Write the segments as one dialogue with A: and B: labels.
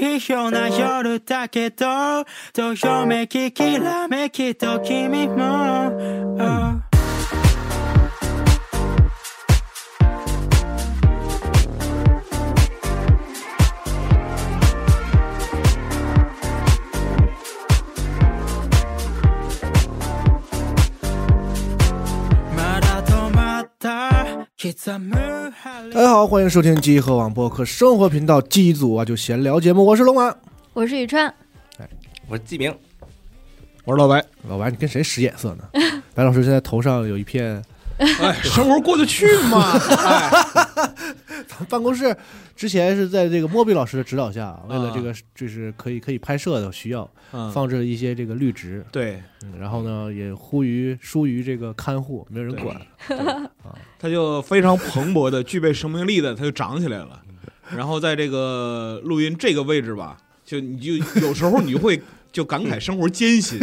A: 一緒な夜だけどどよめききらめきと君も、oh まだ止まった刻む針
B: 大家好，欢迎收听集合网播客生活频道记忆组啊，就闲聊节目，我是龙马，
C: 我是宇川，
D: 我是季明，
B: 我是老白，老白，你跟谁使眼色呢？ 白老师现在头上有一片，
E: 哎，生活过得去吗？哎，
B: 咱们办公室之前是在这个莫比老师的指导下啊，为了这个就是可以可以拍摄的需要，
E: 嗯，
B: 放置了一些这个绿植，
E: 对，
B: 嗯然后呢也呼吁疏于这个看护，没有人管，
E: 它就非常蓬勃的、具备生命力的，它就长起来了。然后在这个录音这个位置吧，就你就有时候你就会就感慨生活艰 辛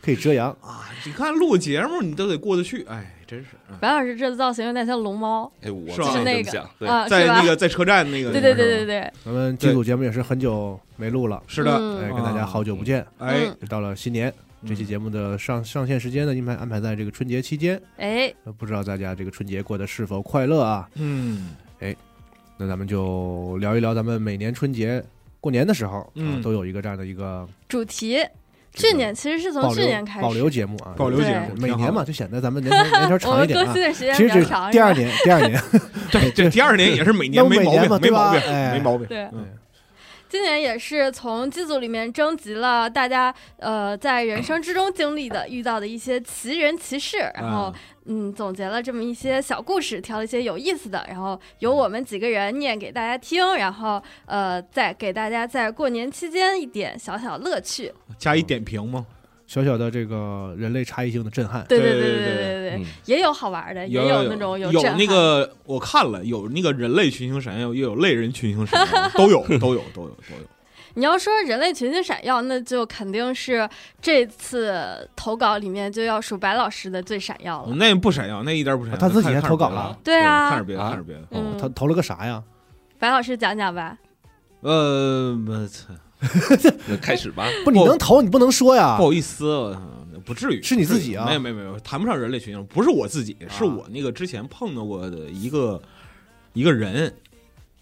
B: 可以遮阳，
E: 啊！你看录节目你都得过得去，哎，真是。啊
C: 白老师这造型有点像龙猫
D: 哎，我
E: 是吧
D: 之前
C: 是那
D: 也
C: 个
D: 这么想，对，
C: 啊，
E: 在
C: 是吧
E: 那？个在车站那个，
C: 对对对
E: 是
C: 对
E: 吧，
B: 咱
C: 对，
B: 们这组节目也是很久没录了，
E: 是的，
C: 嗯
B: 哎，跟大家好久不见，
E: 哎
C: 嗯，
B: 就到了新年。这期节目的上上线时间呢，应该安排在这个春节期间，
C: 哎，
B: 那呃不知道大家这个春节过得是否快乐啊？
E: 嗯，
B: 那咱们就聊一聊咱们每年春节过年的时候，啊
E: 嗯，
B: 都有一个这样的一个
C: 主题，
B: 这个
C: 去年其实是从
B: 保
C: 去年
B: 留
C: 开始，
B: 保留节目啊，
E: 保留节目
B: 每
E: 挺好
B: 年嘛，就显得咱们 年头年头
C: 我
B: 长一
C: 们
B: 点
C: 更
B: 啊
C: 新。的时间
B: 其
C: 比
B: 实
C: 较
B: 这
C: 长，
B: 第二
C: 是吧
B: 年，第二年，
E: 对，这第二年也是每
B: 那
E: 年
B: 不
E: 没
B: 每
E: 毛
B: 年嘛
E: 病，没
B: 对吧
E: 毛病，
B: 哎
E: 没毛病。
C: 对，
E: 嗯
C: 今年也是从机组里面征集了大家呃在人生之中经历的、遇到的一些奇人奇事，然后
E: 啊
C: 嗯总结了这么一些小故事，挑了一些有意思的，然后
E: 嗯
C: 由我们几个人念给大家听，然后呃再给大家在过年期间一点小小乐趣。
E: 加以点评嘛，
B: 小小的这个人类差异性的震撼，
C: 对
E: 对
C: 对
E: 对
C: 对
E: 对
C: 对对，
D: 嗯
C: 也有好玩的，哎也
E: 有
C: 那种
E: 有
C: 震撼
E: 那个我看了，有那个人类群星闪耀，也有类人群星闪耀，都有都有都有都有。
C: 你要说人类群星闪耀，那就肯定是这次投稿里面就要数白老师的最闪耀了。
E: 哦那不闪耀，那一点不闪耀。
B: 哦他自己
E: 看
B: 还
E: 看
B: 投稿
E: 别的
B: 了
C: 对啊
E: 看着别的，
D: 啊
E: 看着别的。
B: 哦
C: 嗯，
B: 他投了个啥呀？
C: 白老师讲讲吧。
E: 呃，我操，
D: 那开始吧。
B: 不，你
E: 不
B: 能投，你不能说呀
E: 不。好意思，我操不至于，
B: 是你自己啊
E: 没有没有没有，谈不上人类群星，不是我自己，是我那个之前碰到过的一个一个人，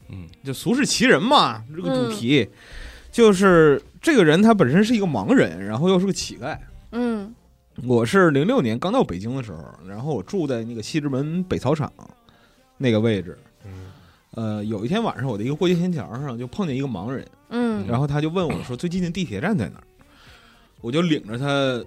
D: 嗯，
E: 就俗世奇人嘛，这个
C: 嗯
E: 主题就是这个人他本身是一个盲人，然后又是个乞丐。
C: 嗯
E: 我是零六年刚到北京的时候，然后我住在那个西直门北操场那个位置。
B: 嗯
E: 呃，有一天晚上，我的一个过街天桥上就碰见一个盲人，
C: 嗯
E: 然后他就问我说最近的地铁站在哪儿，我就领着他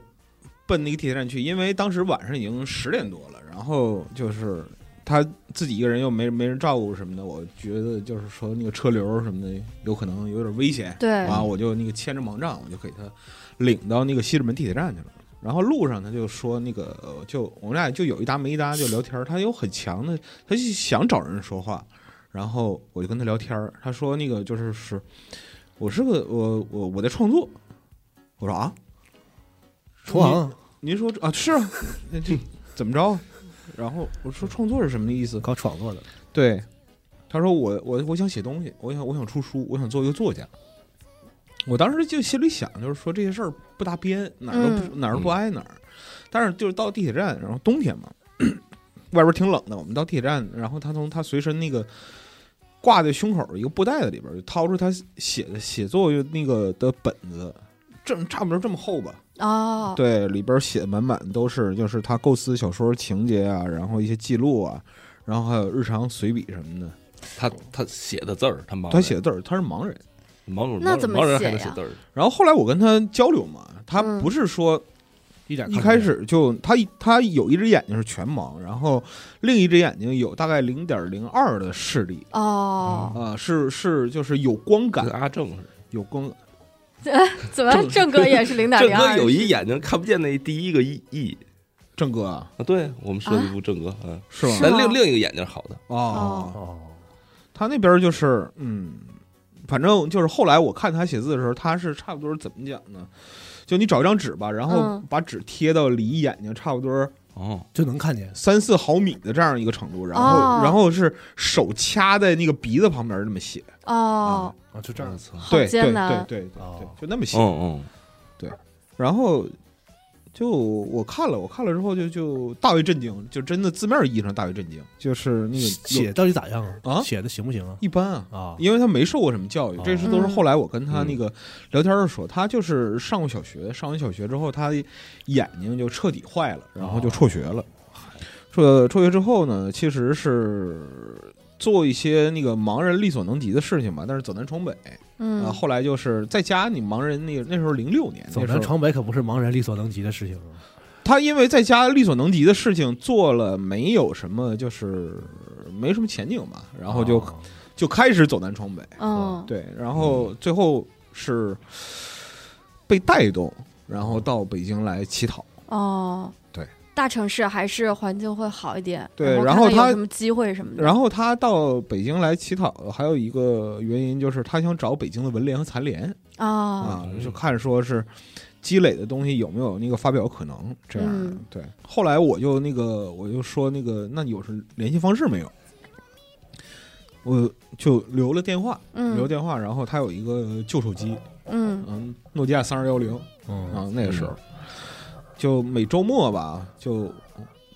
E: 奔那个地铁站去，因为当时晚上已经十点多了，然后就是他自己一个人又没没人照顾什么的，我觉得就是说那个车流什么的有可能有点危险，
C: 对，
E: 啊，我就那个牵着盲杖，我就给他领到那个西直门地铁站去了。然后路上他就说那个，呃就我们俩就有一搭没一搭就聊天儿，他有很强的，他就想找人说话，然后我就跟他聊天儿，他说那个就是是，我是个我我我在创作，我说啊，
B: 投行
E: 您说啊是啊，那这怎么着啊？然后我说创作是什么意思？
B: 搞创作的，
E: 对，他说我我我想写东西，我想我想出书，我想做一个作家。我当时就心里想，就是说这些事儿不搭边，哪儿都不、哪儿都不挨哪儿。但是就是到地铁站，然后冬天嘛， 外边挺冷的，我们到地铁站，然后他从他随身那个挂在胸口一个布袋子里边，就掏出他写的写作那个的本子，这么差不多这么厚吧，
C: 哦，
E: 对，里边写满满都是，就是他构思小说情节啊，然后一些记录啊，然后还有日常随笔什么的。
B: 哦
D: 他他写的字儿，他盲人，
E: 他写的字儿，他是盲人。
D: 盲人，
C: 那怎么
D: 盲人
C: 写
D: 还能
C: 呀
D: 写字儿？
E: 然后后来我跟他交流嘛，他
C: 嗯
E: 不是说
B: 一点
E: 一
B: 哎看不
E: 开
B: 见
E: 始就他一他有一只眼睛是全盲，然后另一只眼睛有大概零点零二的视力
C: 哦，
E: 啊、是是就是有光
D: 跟
E: 感，
D: 阿正似的。
E: 有光嗯
C: 怎么正哥也是零点
D: 正
C: 零
D: 哥
C: 二？
D: 有一眼睛看不见那第一个一一
E: 正哥啊，
D: 啊，对我们设计部正哥啊，
E: 是吗？
C: 是
D: 但
C: 吗
D: 另另一个眼睛是好的，
E: 哦，
B: 哦，
E: 他那边就是嗯，反正就是后来我看他写字的时候，他是差不多怎么讲呢？就你找一张纸吧，然后
C: 嗯
E: 把纸贴到离眼睛差不多
D: 哦，
B: 就能看见。
E: 三四毫米的这样一个程度，然后、
C: 哦
E: 然后是手掐在那个鼻子旁边这么写，
C: 哦，
B: 啊，就这样子。
C: 好
E: 对对
C: 艰
E: 对
C: 难，
E: 对对对
B: 哦，
E: 就那么写。
D: 嗯
E: 然后就我看了，我看了之后就就大为震惊，就真的字面意义上大为震惊，就是那个
B: 写到底咋样啊？
E: 啊
B: 写的行不行啊？
E: 一般啊。
B: 啊，
E: 因为他没受过什么教育
B: 哦，
E: 这是都是
C: 嗯
E: 后来我跟他那个聊天的时候，他就是上过小学，上完小学之后，他眼睛就彻底坏了，然后就辍学
B: 哦
E: 了。辍辍学之后呢，其实是做一些那个盲人力所能及的事情吧，但是走南闯北。啊，
C: 嗯，
E: 后来就是在家，你盲人那个那时候零六年，
B: 走
E: 那时
B: 南
E: 候
B: 闯北可不是盲人力所能及的事情啊。
E: 他因为在家力所能及的事情做了，没有什么就是没什么前景吧，然后就、
B: 啊
E: 就开始走南闯北。
C: 嗯，
E: 对，然后最后是被带动，然后到北京来乞讨。
C: 哦，
E: 对，
C: 大城市还是环境会好一点，
E: 对
C: 然
E: 然后
C: 看看有
E: 他
C: 什么机会什么的，
E: 然后他到北京来乞讨，还有一个原因就是他想找北京的文联和残联
C: 啊，
E: 啊，就看说是积累的东西有没有那个发表可能这样。
C: 嗯
E: 对，后来我就那个我就说那个那有是联系方式没有？我就留了电话，留
C: 嗯
E: 电话，然后他有一个旧手机，
C: 嗯
E: 嗯，诺基亚三二幺零，
B: 嗯
E: 啊，那个时候，就每周末吧，就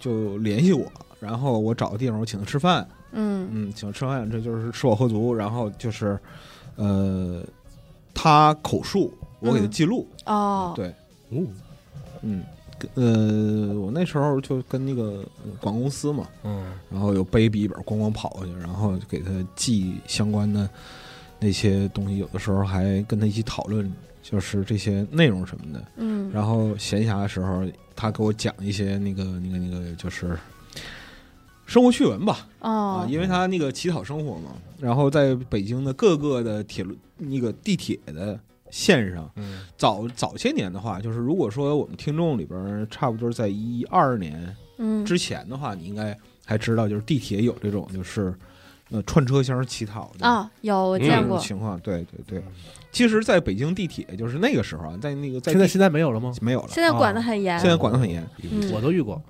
E: 就联系我，然后我找个地方，我请他吃饭，
C: 嗯
E: 嗯，请他吃饭，这就是吃饱喝足，然后就是，呃，他口述，我给他
C: 嗯
E: 记录，
C: 哦，
E: 对，
D: 嗯，
E: 嗯，跟呃，我那时候就跟那个呃广告公司嘛，
B: 嗯
E: 然后有背笔记本咣咣跑过去，然后就给他记相关的那些东西，有的时候还跟他一起讨论，就是这些内容什么的。
C: 嗯，
E: 然后闲暇的时候，他给我讲一些那个、那个、那个，就是生活趣闻吧。啊，
C: 哦，
E: 因为他那个乞讨生活嘛，然后在北京的各个的铁路、那个地铁的线上，
B: 嗯
E: 早早些年的话，就是如果说我们听众里边儿差不多在一二年
C: 嗯，
E: 之前的话，你应该还知道，就是地铁有这种就是呃串车厢乞讨的
C: 啊，有我
D: 嗯
E: 这
C: 见
E: 种
C: 过，
E: 情况。对对对，其实，在北京地铁就是那个时候啊，在那个在
B: 现在
E: 地
B: 现在没有了吗？
E: 没有了。
C: 现在管得很严，
E: 现在管得很严，
C: 嗯
B: 我都遇过。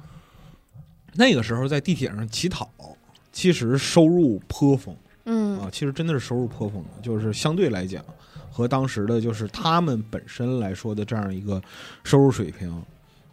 E: 那个时候在地铁上乞讨，其实收入颇丰啊
C: 嗯，
E: 其实真的是收入颇丰的，就是相对来讲和当时的就是他们本身来说的这样一个收入水平，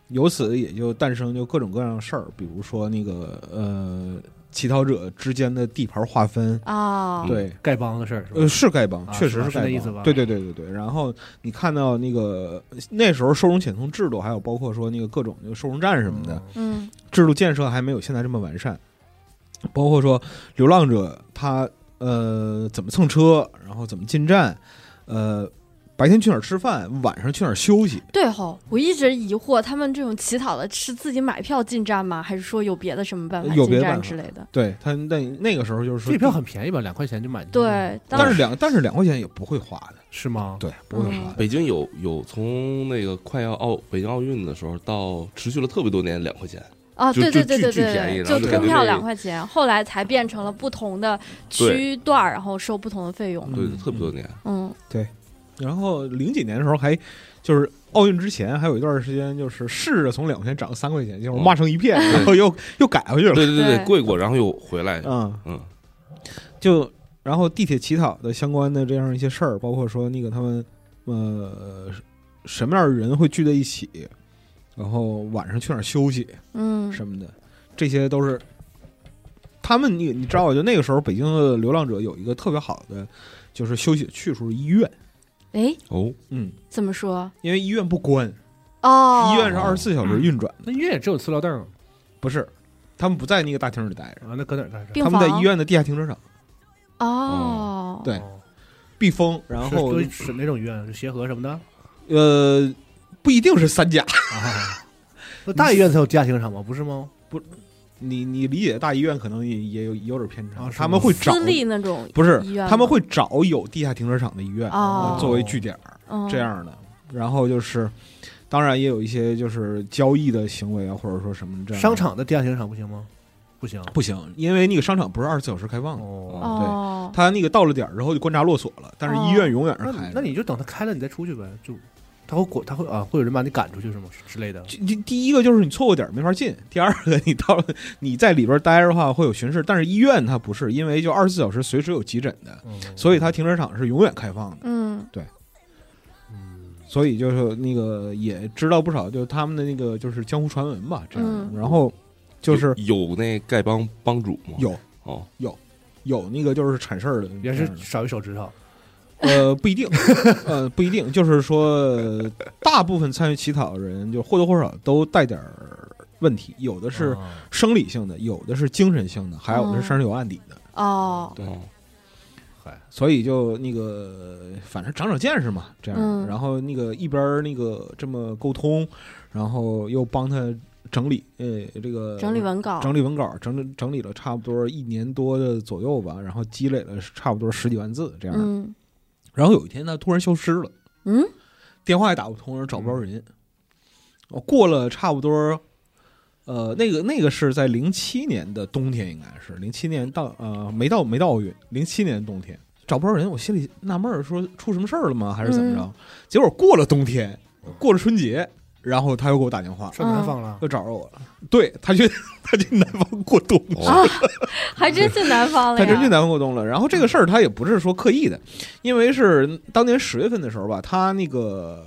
E: 由此也就诞生就各种各样的事儿，比如说那个呃乞讨者之间的地盘划分，
C: 啊，
E: 对。
B: 丐帮的事儿是吧
E: 呃，？是丐帮，
B: 啊
E: 确
B: 是
E: 实
B: 吧是
E: 丐
B: 那
E: 帮，
B: 意思吧
E: 对对对对对。然后你看到那个那时候收容遣送制度，还有包括说那个各种那个收容站什么的，
C: 嗯
E: 制度建设还没有现在这么完善，包括说流浪者他呃怎么蹭车，然后怎么进站，呃白天去哪儿吃饭，晚上去哪儿休息，
C: 对吼，我一直疑惑他们这种乞讨的是自己买票进站吗？还是说有别的什么办法
E: 有
C: 进
E: 别的
C: 站
E: 办法嗯
C: 之类的？
E: 对他那那个时候就
B: 这
E: 是说
B: 个票很便宜吧？两块钱就买。，
C: 对，
E: 但
C: 当
E: 是
C: 时
E: 两但是两块钱也不会花的，嗯
B: 是吗？
E: 对，不会花的。
D: 北京有有从那个快要奥北京奥运的时候到持续了特别多年两块钱，
C: 啊，
D: 就
C: 对对
D: 就
C: 对
D: 巨
C: 对
D: 巨便宜然后
C: 对，
D: 就
C: 通
D: 感觉
C: 票
D: 这
C: 两块钱，后来才变成了不同的区段儿，然后收不同的费用。
D: 对
E: 嗯，
D: 特别多年。
C: 嗯
E: 然后零几年的时候还就是奥运之前还有一段时间就是试着从两块钱涨到三块钱，就是骂成一片，
D: 对
E: 然后又又改回去了，
D: 对对对
C: 对
D: 对，贵过，然后又回来。
E: 嗯。
D: 嗯，
E: 就然后地铁乞讨的相关的这样一些事儿，包括说那个他们呃什么样的人会聚在一起，然后晚上去哪儿休息
C: 嗯
E: 什么的，这些都是他们你你知道，就那个时候北京的流浪者有一个特别好的就是休息去处是医院，
C: 哎，
D: 哦，
E: 嗯，
C: 怎么说？
E: 因为医院不关，
C: 哦，
E: 医院是二十四小时运转的，
B: 那医院也只有塑料凳儿
E: 不是他们不在那个大厅里待着。
B: 啊，那搁哪儿待着？
C: 病
E: 他
C: 房
E: 们在医院的地下停车场
C: 哦，
E: 对
B: 哦
E: 避风，然
B: 是
E: 后
B: 都是是哪种医院？是协和什么的？
E: 啊呃不一定是三甲，
B: 啊，那大医院才有地下停车场吗？不是吗？
E: 你你理解大医院可能也也有有点偏差，
B: 啊是吗
E: 他们会找
C: 私立那种
E: 不是
C: 医院吗，
E: 他们会找有地下停车场的医院、
C: 哦
E: 作为据点儿
C: 嗯
E: 这样的，然后就是当然也有一些就是交易的行为啊，或者说什么这样的
B: 商场的地下停车场不行吗？不行。
E: 不行，因为那个商场不是二十四小时开放的，啊
B: 哦，
C: 哦，
E: 他那个到了点儿之后就关闸落锁了，但是
C: 哦
E: 医院永远是
B: 那
E: 开
B: 你那
E: 的。
B: 你就等它开了你再出去呗，就它他会管，他会啊，会有人把你赶出去是吗？之类的。
E: 就就第一个就是你错过点儿没法进，第二个你到了你在里边待着的话会有巡视，但是医院它不是，因为就二十四小时随时有急诊的，
B: 嗯
E: 所以它停车场是永远开放的。
C: 嗯
E: 所以就是那个也知道不少，就他们的那个就是江湖传闻吧，这样的。
C: 嗯
E: 然后就是
D: 有有那丐帮帮主吗？
E: 有
D: 哦，
E: 有那个就是铲事儿的，
B: 也
E: 这
B: 是
E: 样的
B: 少一手指头，
E: 呃不一定， 呃不一定，就是说呃大部分参与乞讨的人就或多或少都带点儿问题，有
B: 嗯
E: 的
B: 哦
E: 是啊生理性的，有的是精神性的，还有的是身上有案底的。
C: 哦
E: 对
D: 哦
E: 所以就那个，反正长长见识嘛，这样。
C: 嗯
E: 然后那个一边儿那个这么沟通，然后又帮他整理，呃，这个
C: 整理文稿
E: 整理文稿，整理整理了差不多一年多的左右吧，然后积累了差不多十几万字这样。
C: 嗯
E: 然后有一天他突然消失了，
C: 嗯
E: 电话也打不通，人找不着人。我、过了差不多，呃，那个那个是在零七年的冬天，应该是零七年到呃没到没到奥运，零七年冬天找不着人，我心里纳闷儿，说出什么事儿了吗？还是怎么着？结果过了冬天，过了春节，然后他又给我打电话，
B: 上南方了，
E: 又找着我了。对他去 他去南方过冬去
D: 哦
C: 啊， 还真去南方了
E: 他
C: 呀，
E: 真去南方过冬了。然后这个事儿他也不是说刻意的，因为是当年十月份的时候吧，他那个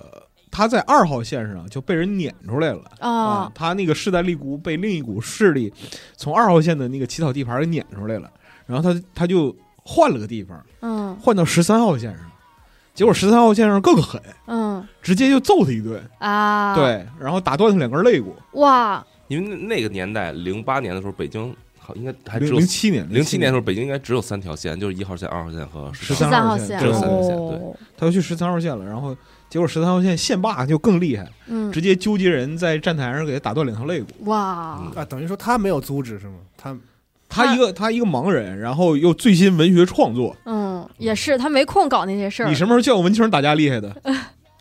E: 他在二号线上就被人撵出来了。啊
C: 哦，
E: 他那个势单力孤，被另一股势力从二号线的那个乞讨地盘给撵出来了，然后他他就换了个地方，
C: 嗯
E: 换到十三号线上，结果十三号线上更狠，
C: 嗯
E: 直接就揍他一顿，
C: 啊，，
E: 对，然后打断他两根肋骨。
C: 哇，
D: 因为那那个年代，零八年的时候，北京好应该还只
E: 零
D: 有
E: 零七年，
D: 零七
E: 七
D: 年的时候，北京应该只有三条线，就是一号线、二号线和
E: 十
D: 号
E: 三
D: 线。
C: 号
E: 线，
C: 线
E: 对
D: 十三号线
C: 哦，
E: 他又去十三号线了，然后结果十三号线线霸就更厉害，
C: 嗯
E: 直接纠集人在站台上给他打断两条肋骨。
C: 哇，
D: 嗯
B: 啊，等于说他没有阻止是吗？他
E: 他一个他一个盲人，然后又最新文学创作，
C: 嗯，也是，他没空搞那些事儿。
E: 你什么时候见过文青打架厉 害的？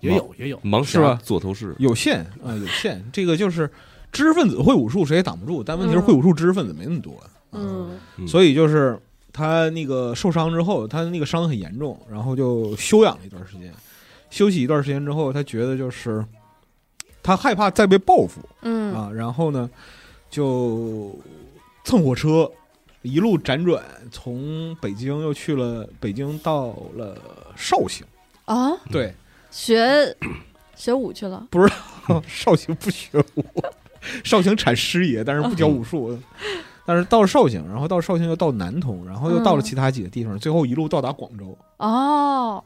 B: 也有也有，
D: 盲
E: 是
D: 侠
E: 吧
D: 座头市，
E: 有限啊、有限。这个就是知识分子会武术谁也挡不住，但问题是
C: 嗯
E: 会武术知识分子没那么多，
C: 嗯
D: 嗯
E: 所以就是他那个受伤之后，他那个伤得很严重，然后就休养了一段时间，休息一段时间之后，他觉得就是他害怕再被报复
C: 嗯
E: 啊，然后呢就蹭火车。一路辗转，从北京又去了北京，到了绍兴。
C: 啊，
E: 对，
C: 学学舞去了。
E: 绍兴不学武， 绍兴产师爷，但是不教武术。 但是到了绍兴，然后到绍兴又到南通，然后又到
C: 嗯
E: 了其他几个地方，最后一路到达广州。
C: 哦，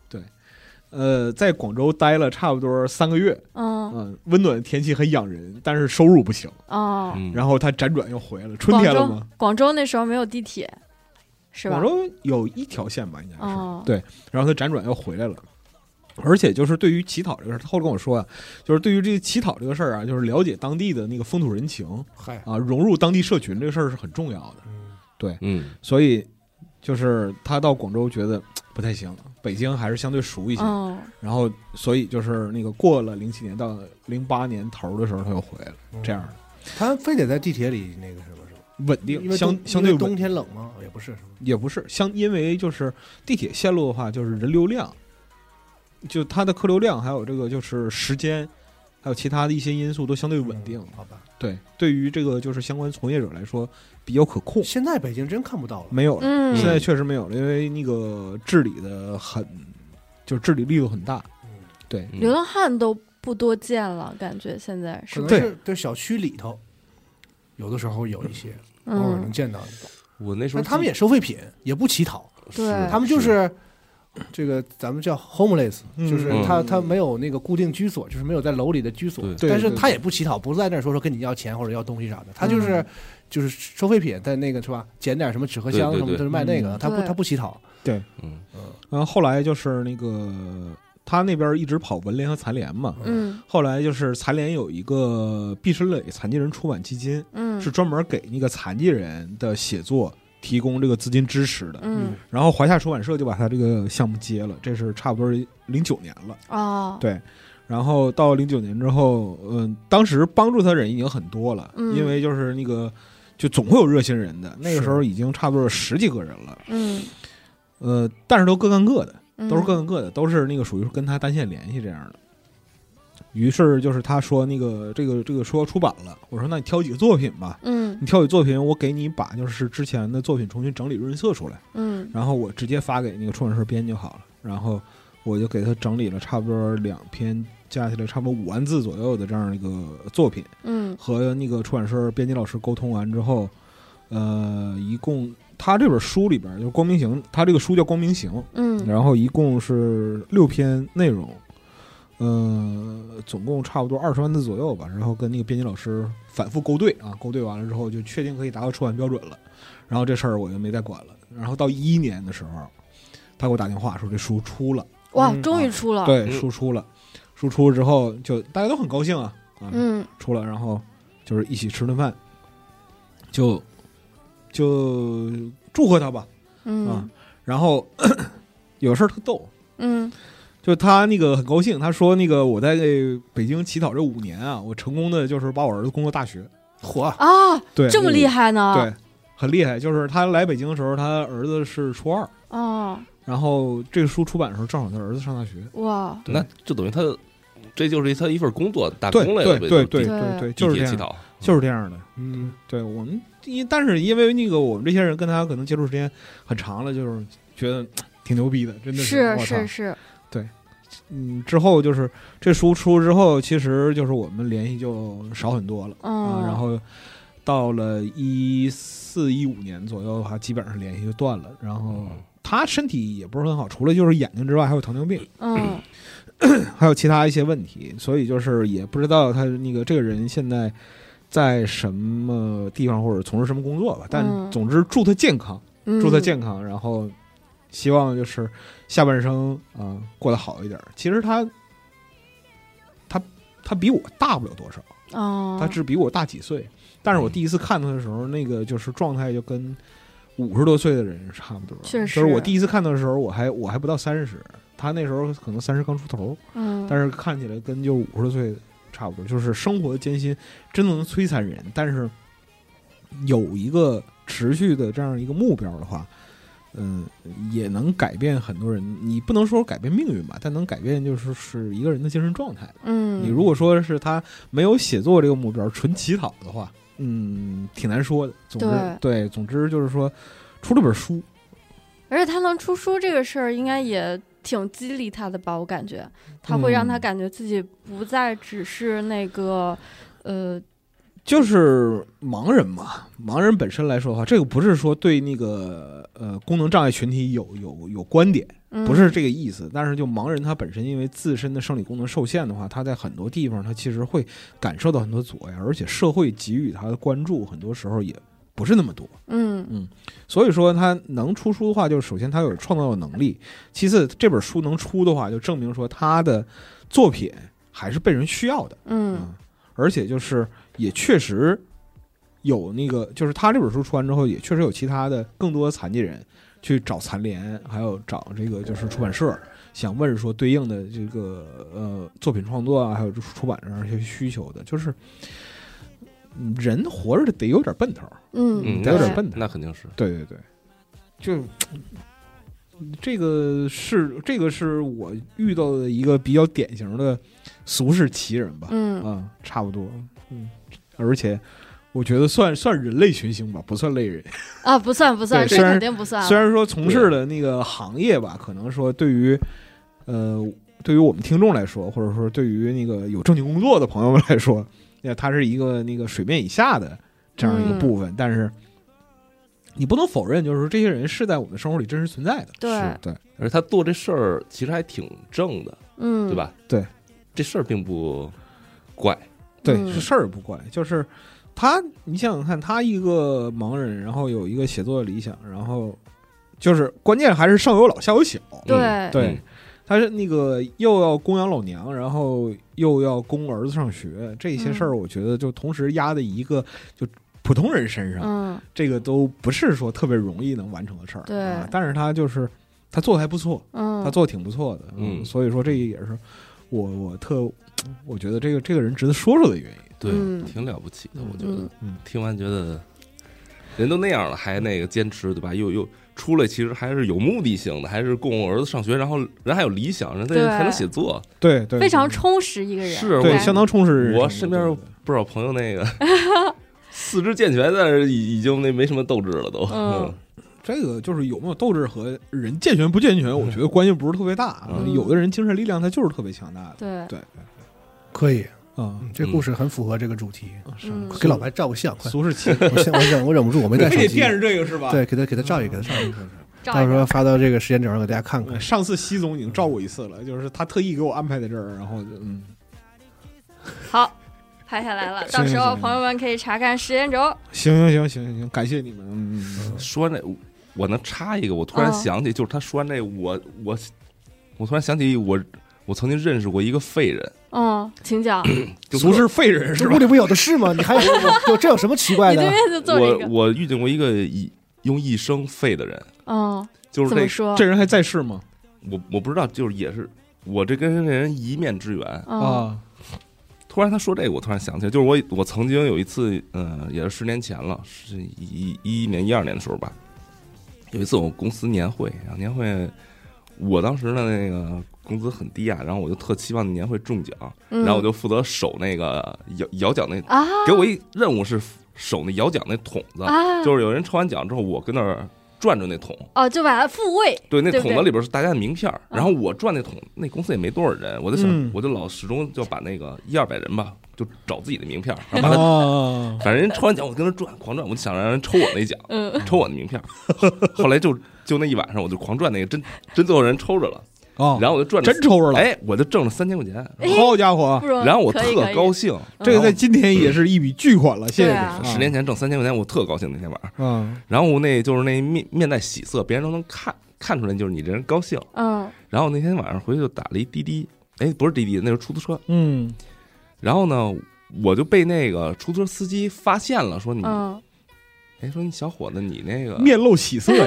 E: 呃，在广州待了差不多三个月，
C: 嗯
E: 嗯，温暖的天气很养人，但是收入不行。
C: 哦，
D: 嗯
E: 然后他辗转又回来了，春
C: 广
E: 天了
C: 州
E: 吗？
C: 广州那时候没有地铁，是吧
E: 广？州有一条线吧，应该是。
C: 哦，
E: 对然后他辗转又回来了。而且就是对于乞讨这个事儿，他后来跟我说啊，就是对于这个乞讨这个事儿啊，就是了解当地的那个风土人情
B: 嗨，
E: 啊，融入当地社群这个事儿是很重要的。
B: 嗯
D: 嗯，
E: 所以就是他到广州觉得不太行，北京还是相对熟一些。
C: 嗯
E: 然后所以就是那个过了零七年到零八年头儿的时候，他又回来了，这样
B: 嗯他非得在地铁里那个什么是吧？
E: 稳
B: 因
E: 定
B: 为
E: 相
B: 冬
E: 相
B: 因
E: 对
B: 为
E: 稳
B: 冬天冷吗？哦也不是是吗？
E: 也不是相，因为就是地铁线路的话，就是人流量，就它的客流量，还有这个就是时间。还有其他的一些因素都相对稳定，
B: 嗯
C: 嗯
B: 好吧？
E: 对，对于这个就是相关从业者来说比较可控，
B: 现在北京真看不到了，
E: 没有了。
C: 嗯，
E: 现在确实没有了，因为那个治理的很，就是治理力度很大。
B: 嗯
E: 对，
D: 嗯
C: 流浪汉都不多见了，感觉现在是
B: 可
C: 不
B: 能
C: 是？
B: 是对小区里头，有的时候有一些偶尔能
C: 嗯，
B: 见到的，
D: 我那时候
B: 但他们
D: 记
B: 也收废品，也不乞讨，
C: 对
B: 他们就是。这个咱们叫 homeless，、
E: 嗯
B: 就是
D: 嗯
B: 他他没有那个固定居所，就是没有在楼里的居所，
D: 对
E: 对
B: 但是
E: 对
B: 他
E: 对嗯
B: 也不乞讨，不在那儿说说跟你要钱或者要东西啥的，他就是、就是收废品，在那个是吧，捡点什么纸盒箱
D: 对对
B: 什么，
D: 对
B: 就是卖那个，
E: 嗯
B: 他不
C: 对
B: 他不乞讨，
D: 嗯
E: 然后后来就是那个他那边一直跑文联和残联嘛，
C: 嗯
E: 后来就是残联有一个毕春磊残疾人出版基金，
C: 嗯
E: 是专门给那个残疾人的写作提供这个资金支持的。
C: 嗯
E: 然后华夏出版社就把他这个项目接了，这是差不多零九年了。
C: 哦，
E: 嗯对然后到零九年之后，嗯，当时帮助他人已经很多了，
C: 嗯
E: 因为就是那个，就总会有热心人的。那个
B: 是
E: 时候已经差不多有十几个人了，
C: 嗯
E: 呃，但是都各干各的，
C: 嗯
E: 都是各干各的，都是那个属于跟他单线联系这样的。于是就是他说那个这个这个说出版了，我说那你挑几个作品吧，
C: 嗯
E: 你挑几个作品，我给你把就是之前的作品重新整理润色出来，
C: 嗯
E: 然后我直接发给那个出版社编就好了。然后我就给他整理了差不多两篇，加起来差不多五万字左右的这样一个作品，
C: 嗯
E: 和那个出版社编辑老师沟通完之后，呃，一共他这本书里边就是《光明行》，他这个书叫《光明行》，
C: 嗯
E: 然后一共是六篇内容，呃，总共差不多二十万字左右吧。然后跟那个编辑老师反复勾对啊，勾对完了之后就确定可以达到出版标准了。然后这事儿我就没再管了。然后到一一年的时候，他给我打电话说这书出了，
C: 哇，
D: 嗯
C: 终于出了，
E: 啊对，
D: 嗯
E: 书出了，书出了之后就大家都很高兴啊啊，
C: 嗯
E: 出了，然后就是一起吃顿饭，就就祝贺他吧。啊
C: 嗯
E: 然后 咳咳有事儿特逗，
C: 嗯
E: 就他那个很高兴，他说那个我在北京乞讨这五年啊，我成功的就是把我儿子供到大学，
B: 嚯，
C: 啊，
E: 对，
C: 这么厉害啊呢？
E: 对，很厉害。就是他来北京的时候，他儿子是初二，
C: 哦，
E: 然后这个书出版的时候正好他儿子上大学，
C: 哇，
E: 对
D: 那就等于他，这就是他一份工作，打
E: 对
D: 工来
E: 对
D: 了呗，就是
E: 对对
D: 地
E: 对
C: 对
E: 对，就是
D: 地铁
E: 这
D: 乞
E: 样，
D: 讨，
E: 就是这样的。嗯，对我们因但是因为那个我们这些人跟他可能接触时间很长了，就是觉得挺牛逼的，真的
C: 是
E: 我操啊
C: 是是，
E: 嗯，之后就是这书出之后，其实就是我们联系就少很多了、
C: 嗯
E: 啊。然后到了一四一五年左右的话，基本上联系就断了。然后
D: 嗯
E: 他身体也不是很好，除了就是眼睛之外，还有糖尿病，
C: 嗯
E: 还有其他一些问题，所以就是也不知道他那个这个人现在在什么地方或者从事什么工作吧。但
C: 嗯
E: 总之祝他健康。
C: 嗯，
E: 祝他健康，然后希望就是下半生啊、呃过得好一点儿。其实他他他比我大不了多少，
C: 哦，
E: 他只比我大几岁。但是我第一次看他的时候，那个就是状态就跟五十多岁的人差不多。
C: 确实
E: 就是我第一次看他的时候，我还我还不到三十，他那时候可能三十刚出头，
C: 嗯，
E: 但是看起来跟就五十多岁差不多。就是生活的艰辛真的能摧残人，但是有一个持续的这样一个目标的话，嗯，也能改变很多人。你不能说改变命运吧，但能改变就是是一个人的精神状态。
C: 嗯，
E: 你如果说是他没有写作这个目标，纯乞讨的话，嗯，挺难说的。总之，对，总之就是说，出了本书，
C: 而且他能出书这个事儿，应该也挺激励他的吧？我感觉他会让他
E: 嗯
C: 感觉自己不再只是那个，呃，
E: 就是盲人嘛，盲人本身来说的话，这个不是说对那个呃功能障碍群体有有有观点，
C: 嗯
E: 不是这个意思。但是就盲人他本身因为自身的生理功能受限的话，他在很多地方他其实会感受到很多阻碍，而且社会给予他的关注很多时候也不是那么多。
C: 嗯
E: 所以说他能出书的话，就是首先他有创造的能力，其次这本书能出的话，就证明说他的作品还是被人需要的。
C: 嗯
E: 嗯，而且就是也确实有那个，就是他这本书出完之后，也确实有其他的更多的残疾人去找残联，还有找这个就是出版社，想问说对应的这个呃作品创作啊，还有出版上一些需求的，就是嗯人活着得有点奔头儿，
C: 嗯，
D: 嗯，
E: 得有点
C: 对
E: 奔头儿。
D: 那肯定是，
E: 对对对，就这个是这个是我遇到的一个比较典型的俗世奇人吧。
C: 嗯
E: 嗯，差不多，嗯，而且我觉得算算人类群星吧，不算类人。
C: 啊，不算不算，
E: 对
C: 这
E: 虽然
C: 肯定不算了，
E: 虽然说从事的那个行业吧，可能说对于呃，对于我们听众来说，或者说对于那个有正经工作的朋友们来说，那它是一个那个水面以下的这样一
C: 嗯
E: 个部分，但是。你不能否认，就是说这些人是在我们的生活里真实存在的。
C: 对
E: 是对，
D: 而他做这事儿其实还挺正的，
C: 嗯，
D: 对？吧？
E: 对，
D: 这事儿并不怪，
E: 对，
C: 嗯
E: 是事儿不怪，就是他，你想想看，他一个盲人，然后有一个写作的理想，然后就是关键还是上有老下有小，
D: 嗯
C: 对
E: 嗯
C: 嗯
E: 对，他是那个又要供养老娘，然后又要供儿子上学，这些
C: 嗯
E: 事儿，我觉得就同时压在一个就普通人身上，
C: 嗯
E: 这个都不是说特别容易能完成的事儿。
C: 对
E: 啊但是他就是他做的还不错，
C: 嗯，
E: 他做的挺不错的，
D: 嗯
E: 所以说这也是我我特我觉得这个这个人值得说说的原因。
D: 对
C: 嗯
D: 挺了不起的，我觉得
C: 嗯。
E: 嗯
D: 听完觉得人都那样了，还那个坚持，对吧？又又出来，其实还是有目的性的，还是供儿子上学，然后人还有理想，人
C: 对
D: 还还能写作。
E: 对对，
C: 非常充实一个人，
D: 是
E: 对，
D: 我
E: 相当充实。
D: 我身边不少朋友那个 四肢健全，但是已已经那没什么斗志了都。
C: 嗯
E: 这个就是有没有斗志和人健全不健全，我觉得关系不是特别大。啊
D: 嗯
E: 有的人精神力量他就是特别强大的。
C: 对
E: 对，
B: 可以，
E: 啊，
B: 嗯这故事很符合这个主题，
E: 是
C: 嗯
B: 给老白照个相，快，
E: 俗世 奇，
B: 我现我忍我忍不住，我没带手
E: 非得
B: 机，
E: 惦着这个是吧？
B: 对，给他给他照一个，给他照一个，
C: 照
B: 到
C: 一
B: 时
C: 嗯照
B: 候发到这个时间轴上给大家看看
E: 嗯。上次西总已经照过一次了，就是他特意给我安排在这儿，然后就嗯，
C: 好拍下来了，
E: 行
C: 到时
E: 行
C: 候
E: 行
C: 朋友们可以查看时间轴。
E: 行行行行行行，感谢你们，嗯，
D: 说完这，我能插一个，我突然
C: 嗯
D: 想起，就是他说完这，我我我突然想起我我曾经认识过一个废人，
C: 嗯，请讲，你
D: 就
E: 俗
D: 特
E: 世废人是
B: 这
E: 吧
B: 屋？里不有的是吗？你还有有这有什么奇怪
C: 对
B: 的？
C: 面就坐着一
D: 我
C: 个，
D: 我遇见过一个一用一生废的人，
C: 嗯，
D: 就是
C: 怎
D: 那
C: 么说？
E: 这人还在世吗？
D: 我我不知道，就是也是我这跟这人一面之缘。
C: 嗯
E: 啊，
D: 突然他说这个，我突然想起来，就是我我曾经有一次，嗯、也是十年前了，是一一一年一二年的时候吧，有一次我们公司年会，然后年会，我当时的那个工资很低啊，然后我就特期望年会中奖，
C: 嗯，
D: 然后我就负责守那个摇摇奖那，
C: 啊，
D: 给我一任务是守那摇奖那桶子，
C: 啊，
D: 就是有人抽完奖之后，我跟那儿转转那桶，
C: 哦，就把它复位，
D: 对，那
C: 对不
D: 桶子
C: 对嗯
D: 里边是大家的名片儿，然后我转那桶，那公司也没多少人，我就想
E: 嗯，
D: 我就老始终就把那个一二百人吧，就找自己的名 片儿，然后 把它，
E: 啊，
D: 反正人抽完奖我跟他转，狂转，我就想让人抽我那奖，
C: 嗯，
D: 抽我的名片儿。后来就就那一晚上，我就狂转那个，真真最后人抽着了，
E: 哦，
D: 然后我就转着
E: 真抽着了，
D: 哎，我就挣了三千块钱，
C: 哎
E: 好家伙
C: 不，容易
D: 然后我
C: 可以可
D: 特
C: 以
D: 高兴，
E: 这个
D: 然
E: 在
D: 后
E: 今天也是一笔巨款了，谢谢
C: 对啊
E: 你。
D: 十年前挣三千块钱，我特高兴那天晚上，
E: 嗯，
D: 然后那就是那面面带喜色，别人都能看看出来，就是你这人高兴。
C: 嗯
D: 然后那天晚上回去就打了一滴滴，哎，不是滴滴，那是出租车。
E: 嗯
D: 然后呢，我就被那个出租车司机发现了，说你，哎、
C: 嗯，
D: 说你小伙子，你那个
E: 面露喜色 呀，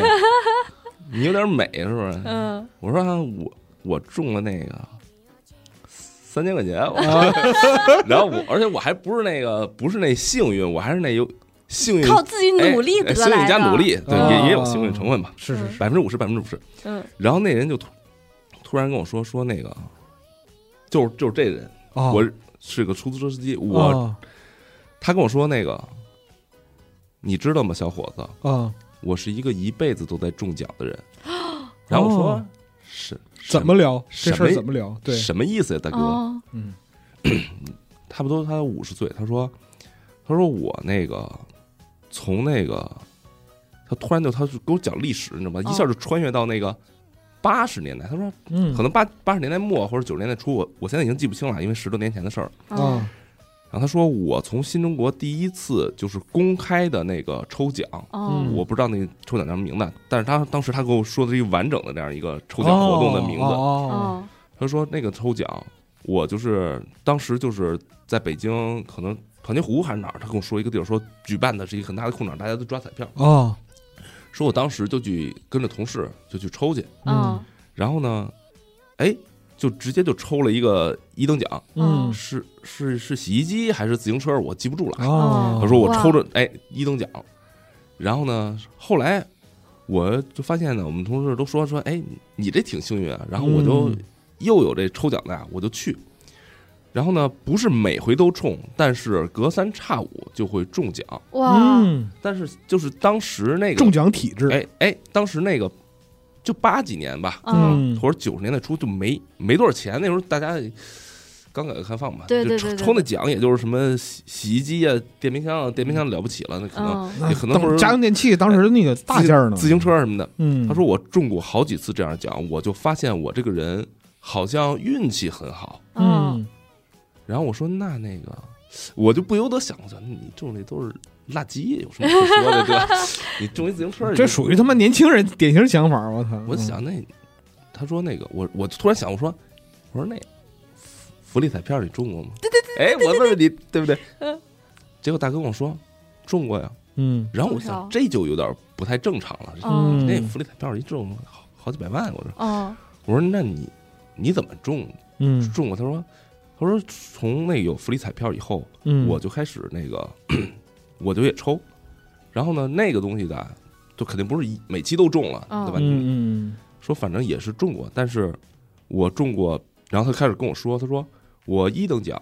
D: 你有点美是不是？
C: 嗯，
D: 我说、啊、我我中了那个三千块钱，我
C: 啊
D: 然后我而且我还不是那个不是那幸运，我还是那有幸运
C: 靠自己努力
D: 嗯哎哎
C: 得
D: 幸
C: 来
D: 运加
C: 的，
D: 努力，对，
E: 哦
D: 也也有幸运成分吧，
E: 是是是，
D: 百分之五十，百分之五十。
C: 嗯，
D: 然后那人就突突然跟我说说那个，就是就是这人，
E: 哦
D: 我是个出租车司机，我
E: 哦
D: 他跟我说那个，你知道吗，小伙子，
E: 哦，
D: 我是一个一辈子都在中奖的人。然后我说、
E: 哦
D: 是
E: 怎么聊
D: 什
E: 这
D: 么
E: 事儿？怎么聊？对，
D: 什么意思呀、大哥？
C: 哦，
E: 嗯
D: 差不多他五十岁，他说他说我那个从那个他突然就他就给我讲历史，你知道吗？
E: 哦
D: 一下就穿越到那个。八十年代，他说
E: 嗯
D: 可能八八十年代末或者九十年代初，我我现在已经记不清了，因为十多年前的事儿了。
C: 嗯
E: 啊
D: 然后他说，我从新中国第一次就是公开的那个抽奖，
C: 哦
E: 嗯
D: 我不知道那抽奖叫什么名字，但是他当时他给我说的是一个完整的这样一个抽奖活动的名字。
E: 哦
C: 哦，
D: 他说那个抽奖，我就是当时就是在北京，可能团结湖还是哪儿，他跟我说一个地儿，说举办的是一个很大的空场，大家都抓彩票。
E: 哦
D: 说我当时就去跟着同事就去抽去，
E: 哦啊
C: 嗯
D: 然后呢，哎，就直接就抽了一个一等奖，
E: 嗯
D: 是是是洗衣机还是自行车，我记不住了。
E: 哦，
D: 他说我
C: 哇
D: 抽着哎一等奖，然后呢，后来我就发现呢，我们同事都说说哎你你这挺幸运啊，然后我就
E: 嗯
D: 又有这抽奖的啊呀，我就去，然后呢不是每回都中，但是隔三差五就会中奖，
C: 哇，
E: 嗯
D: 但是就是当时那个
E: 中奖体制，
D: 哎哎当时那个就八几年吧，
C: 嗯，
E: 嗯
D: 或者九十年代初就没没多少钱，那时候大家刚改革开放嘛，
C: 对对
D: 就
C: 对
D: 抽
C: 对
D: 抽那奖也就是什么洗洗衣机啊、电冰箱啊，电
E: 嗯
D: 冰箱了不起了，那可能
C: 嗯，
E: 那
D: 也可能
E: 当
D: 是
E: 家用电器当时那个大件儿呢，
D: 自行车什么的。
E: 嗯，
D: 他说我中过好几次这样的奖，我就发现我这个人好像运气很好。
C: 哦
E: 嗯，
D: 然后我说那那个，我就不由得想，我想你中那都是垃圾，有什么可说的对 吧？你中一自行车，
E: 这属于他妈年轻人典型想法，我操！
D: 我想那，他说那个，我我突然想，我说我说那福福利彩票你中过吗？对对对，哎，我问问你对不对？结果大哥跟我说中过呀，
E: 嗯，
D: 然后我
C: 中
D: 想
C: 招
D: 这就有点不太正常了，
E: 嗯
C: 嗯
D: 那福利彩票一中好好几百万，我说
C: 哦，
D: 我说那你你怎么中
E: 嗯
D: 中过？他说他说从那个有福利彩票以后，
E: 嗯，
D: 我就开始那个我就也抽，然后呢，那个东西的就肯定不是一每期都中了，
C: 嗯
D: 对吧？你
E: 嗯嗯
D: 说反正也是中过，但是我中过，然后他开始跟我说，他说我一等奖，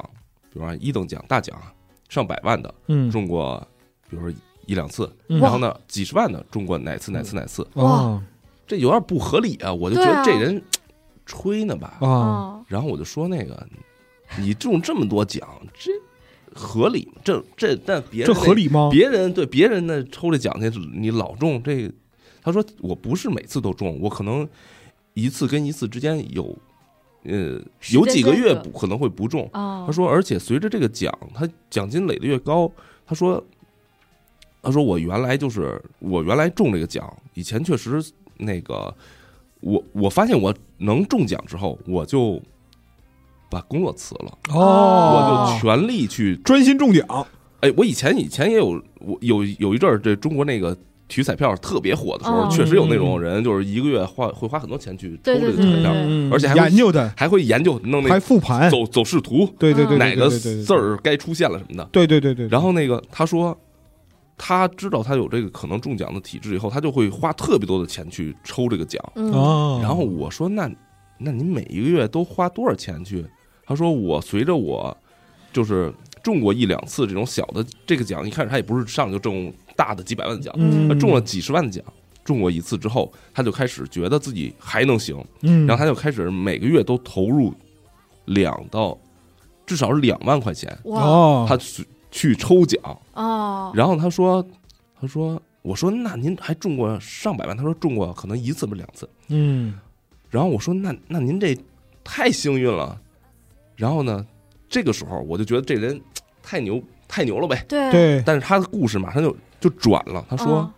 D: 比如说一等奖大奖啊，上百万的
E: 嗯
D: 中过，比如说一两次，
E: 嗯
D: 然后呢几十万的中过哪次哪次哪次，
E: 啊
D: 这有点不合理啊！我就觉
C: 对
D: 得
C: 啊
D: 这人嘖吹呢吧。
E: 啊，
C: 哦，
D: 然后我就说那个，你中这么多奖，这合理吗？这这但别人那
E: 这合理吗？
D: 别人对别人的抽这奖去，你老中这个，他说我不是每次都中，我可能一次跟一次之间有，呃，
C: 时间
D: 有几个月
C: 间隔
D: 不可能会不中。
C: 哦，
D: 他说，而且随着这个奖，他奖金垒得越高，他说，他说我原来就是我原来中这个奖，以前确实那个，我我发现我能中奖之后，我就把工作辞了，
E: 哦，
D: 我就全力去
E: 专心中奖
D: 哎，我以前以前也有，我有有一阵儿，这中国那个体育彩票特别火的时候，
C: 嗯
D: 确实有那种人，就是一个月花会花很多钱去抽
C: 对
D: 这个
C: 对
D: 彩
C: 对对
D: 票，
E: 嗯
D: 而且还会
E: 研究的，
D: 还会研究弄那
E: 还复盘，
D: 走走势图，
E: 对对对，对
D: 哪个
E: 对对对
D: 字儿该出现了什么的。
E: 对对对对，对
D: 然后那个他说，他知道他有这个可能中奖的体质以后，他就会花特别多的钱去抽这个奖。
C: 嗯，
E: 哦，
D: 然后我说那那你每一个月都花多少钱去？他说我随着我就是中过一两次这种小的这个奖，一开始他也不是上来就中大的几百万的奖，
E: 嗯
D: 他中了，几十万的奖，中过一次之后，他就开始觉得自己还能行，
E: 嗯，
D: 然后他就开始每个月都投入两到至少两万块钱，
C: 哇
E: 哦，
D: 他去去抽奖，
C: 哦，
D: 然后他说他说我说那您还中过上百万？他说中过可能一次不两次。
E: 嗯
D: 然后我说那那您这太幸运了。然后呢，这个时候我就觉得这人太牛太牛了呗。
C: 对
E: 对，
D: 但是他的故事马上就就转了，他
C: 他
D: 说，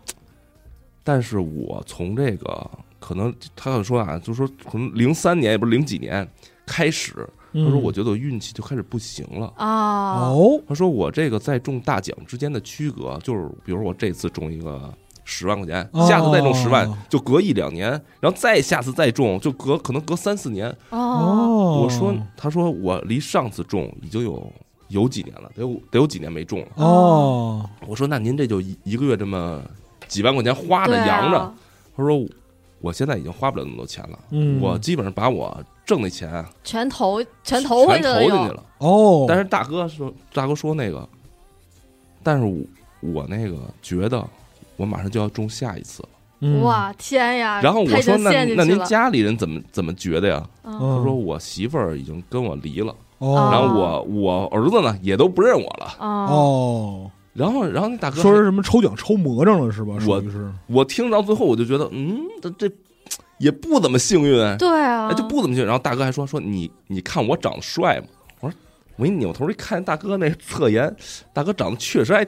D: 但是我从这个可能他要说啊，就说从零三年也不是零几年开始，
E: 他
D: 他说我觉得我运气就开始不行了。
C: 哦
E: 嗯哦，
D: 他说我这个在中大奖之间的区隔，就是比如说我这次中一个十万块钱，
E: 哦
D: 下次再中十万，就隔一两年，然后再下次再中，就隔可能隔三四年，
C: 哦
E: 哦，
D: 我说，他说我离上次中已经有有几年了，得有得有几年没中了。
E: 哦，
D: 我说那您这就一一个月这么几万块钱花着
C: 对啊
D: 扬着，他说我现在已经花不了那么多钱了，
E: 嗯，
D: 我基本上把我挣的钱啊
C: 全投全
D: 全
C: 投
D: 投
C: 回
D: 进
C: 去
D: 去
C: 了又，
D: 了。
E: 哦，
D: 但是大哥说，大哥说那个，但是我我那个觉得我马上就要中下一次了。
E: 是，
C: 哇天呀！
D: 然后我
C: 啊他已
D: 说
C: 经
D: 那
C: 陷进
D: 那
C: 去
D: 您
C: 了，
D: 家里人怎么怎么觉得呀？
C: 嗯
D: 他
E: 他
D: 说，我媳妇儿已经跟我离了。
E: 哦，
D: 然后我我儿子呢也都不认我了。
C: 哦
E: 哦，
D: 然后然后那大哥
E: 说
D: 还
E: 是什么抽奖抽魔怔了是吧？
D: 我
E: 属于是，
D: 我听到最后我就觉得，嗯，这这也不怎么幸运，哎，
C: 对啊，
D: 就不怎么幸运。然后大哥还说说你你看我长得帅吗？我说我一扭头一看大哥那侧颜，大哥长得确实还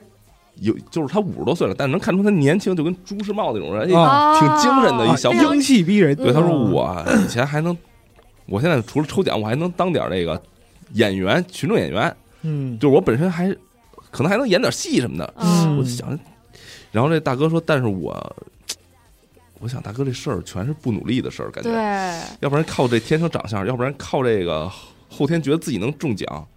D: 有，就是他五十多岁了，但能看出他年轻，就跟朱时茂那种人，
C: 哦
D: 哎
E: 啊
D: 挺精神的
E: 啊
D: 一小
C: 哎
D: 伙
C: 呦
D: 子。
E: 英气逼人。
D: 对，他说我以前还能，我现在除了抽奖，我还能当点那个演员，群众演员。
E: 嗯，
D: 就是我本身还可能还能演点戏什么的，
C: 嗯
D: 我就想，然后这大哥说，但是我，我想大哥这事儿全是不努力的事儿，感觉，
C: 对
D: 要不然靠这天生长相，要不然靠这个后天觉得自己能中奖，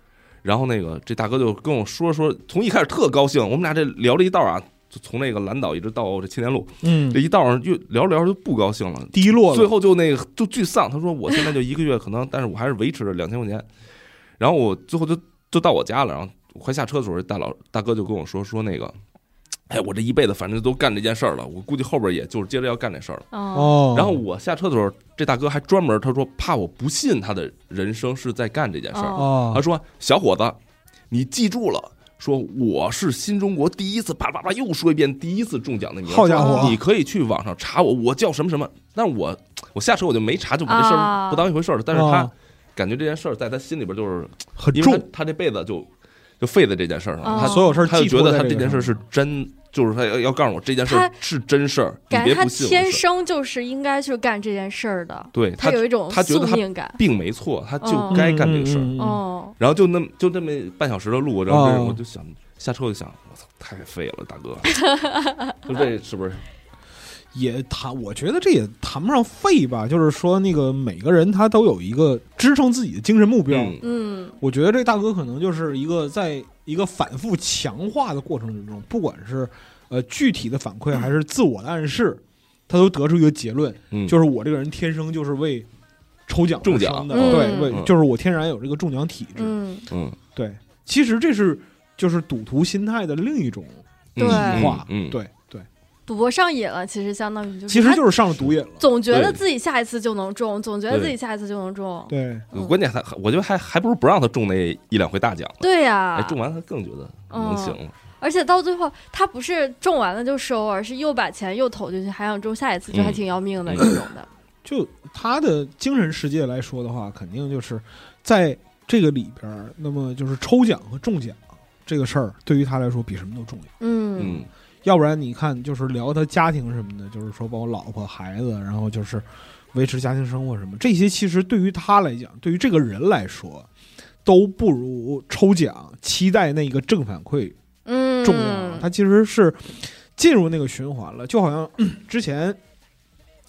D: 然后那个这大哥就跟我说说，从一开始特高兴，我们俩这聊了一道啊，就从那个蓝岛一直到这青年路，
E: 嗯
D: 这，一道上越聊着聊着就不高兴了，
E: 低落了，
D: 最后就那个就巨丧，他说我现在就一个月可能，但是我还是维持着两千块钱。然后我最后就就到我家了，然后我快下车的时候，大佬大哥就跟我说说那个，哎，我这一辈子反正都干这件事儿了，我估计后边也就是接着要干这事儿了。
C: 哦
E: 哦，
D: 然后我下车的时候，这大哥还专门他说怕我不信他的人生是在干这件事儿，
E: 哦
D: 他，说小伙子，你记住了。说我是新中国第一次，啪啪啪又说一遍，第一次中奖的名字。
E: 好家伙，
D: 你可以去网上查我，我叫什么什么。但是我我下车我就没查，就把这事
C: 啊
D: 儿不当一回事儿了。但是他
E: 啊
D: 感觉这件事儿在他心里边就是，
E: 很
D: 因为
E: 重
D: 他，他这辈子就就废在这件事儿上
C: 啊
D: 了，他
E: 所有事儿
D: 他就
E: 寄
D: 觉
E: 托
D: 得
E: 在
D: 他
E: 这
D: 这
E: 个
D: 件事
E: 上
D: 儿是真，就是他要要告诉我这件事儿
C: 他
D: 是真事儿，你
C: 感
D: 别
C: 觉他
D: 不信我
C: 天
D: 是。
C: 生就是应该去干这件事儿的，
D: 对他
C: 有一种
D: 他觉
C: 宿
D: 得他
C: 命感。
D: 并没错，他就
C: 嗯
D: 该干这个事儿。
E: 嗯嗯嗯
C: 哦，
D: 然后就那么就那么半小时的路，然后这
E: 哦
D: 我就想下车我就想，我操，太废了，大 哥，就这是不是？
E: 也谈，我觉得这也谈不上废吧，就是说那个每个人他都有一个支撑自己的精神目标。
D: 嗯
C: 嗯
E: 我觉得这大哥可能就是一个在一个反复强化的过程之中，不管是呃具体的反馈还是自我的暗示，他都得出一个结论，
D: 嗯，
E: 就是我这个人天生就是为抽奖而
D: 中奖
E: 生的，
C: 嗯
E: 对，为
D: 嗯
E: 就是我天然有这个中奖体质，
C: 嗯，
D: 嗯，
E: 对，其实这是就是赌徒心态的另一种
D: 嗯
C: 对
D: 嗯
E: 化，
D: 嗯，
E: 对对，
C: 赌博上瘾了，其实相当于就是
E: 其实
C: 他
E: 就是上了毒瘾了，
C: 总觉得
D: 对
C: 自己下一次就能中，总觉得
D: 对
C: 自己下一次就能中，
E: 对，
D: 嗯关键还还我觉得还还不如不让他中那一两回大奖呢，
C: 对呀、啊
D: 哎，中完他更觉得能行了，
C: 而且到最后他不是中完了就收，而是又把钱又投进去，还想中下一次，就还挺要命的
D: 嗯
C: 这种的。
E: 就他的精神世界来说的话，肯定就是在这个里边儿，那么就是抽奖和中奖这个事儿，对于他来说比什么都重要。
C: 嗯
D: 嗯
E: 要不然你看，就是聊他家庭什么的，就是说包括老婆、孩子，然后就是维持家庭生活什么，这些其实对于他来讲，对于这个人来说，都不如抽奖期待那个正反馈
C: 嗯，
E: 重要了。他其实是进入那个循环了，就好像、 嗯之前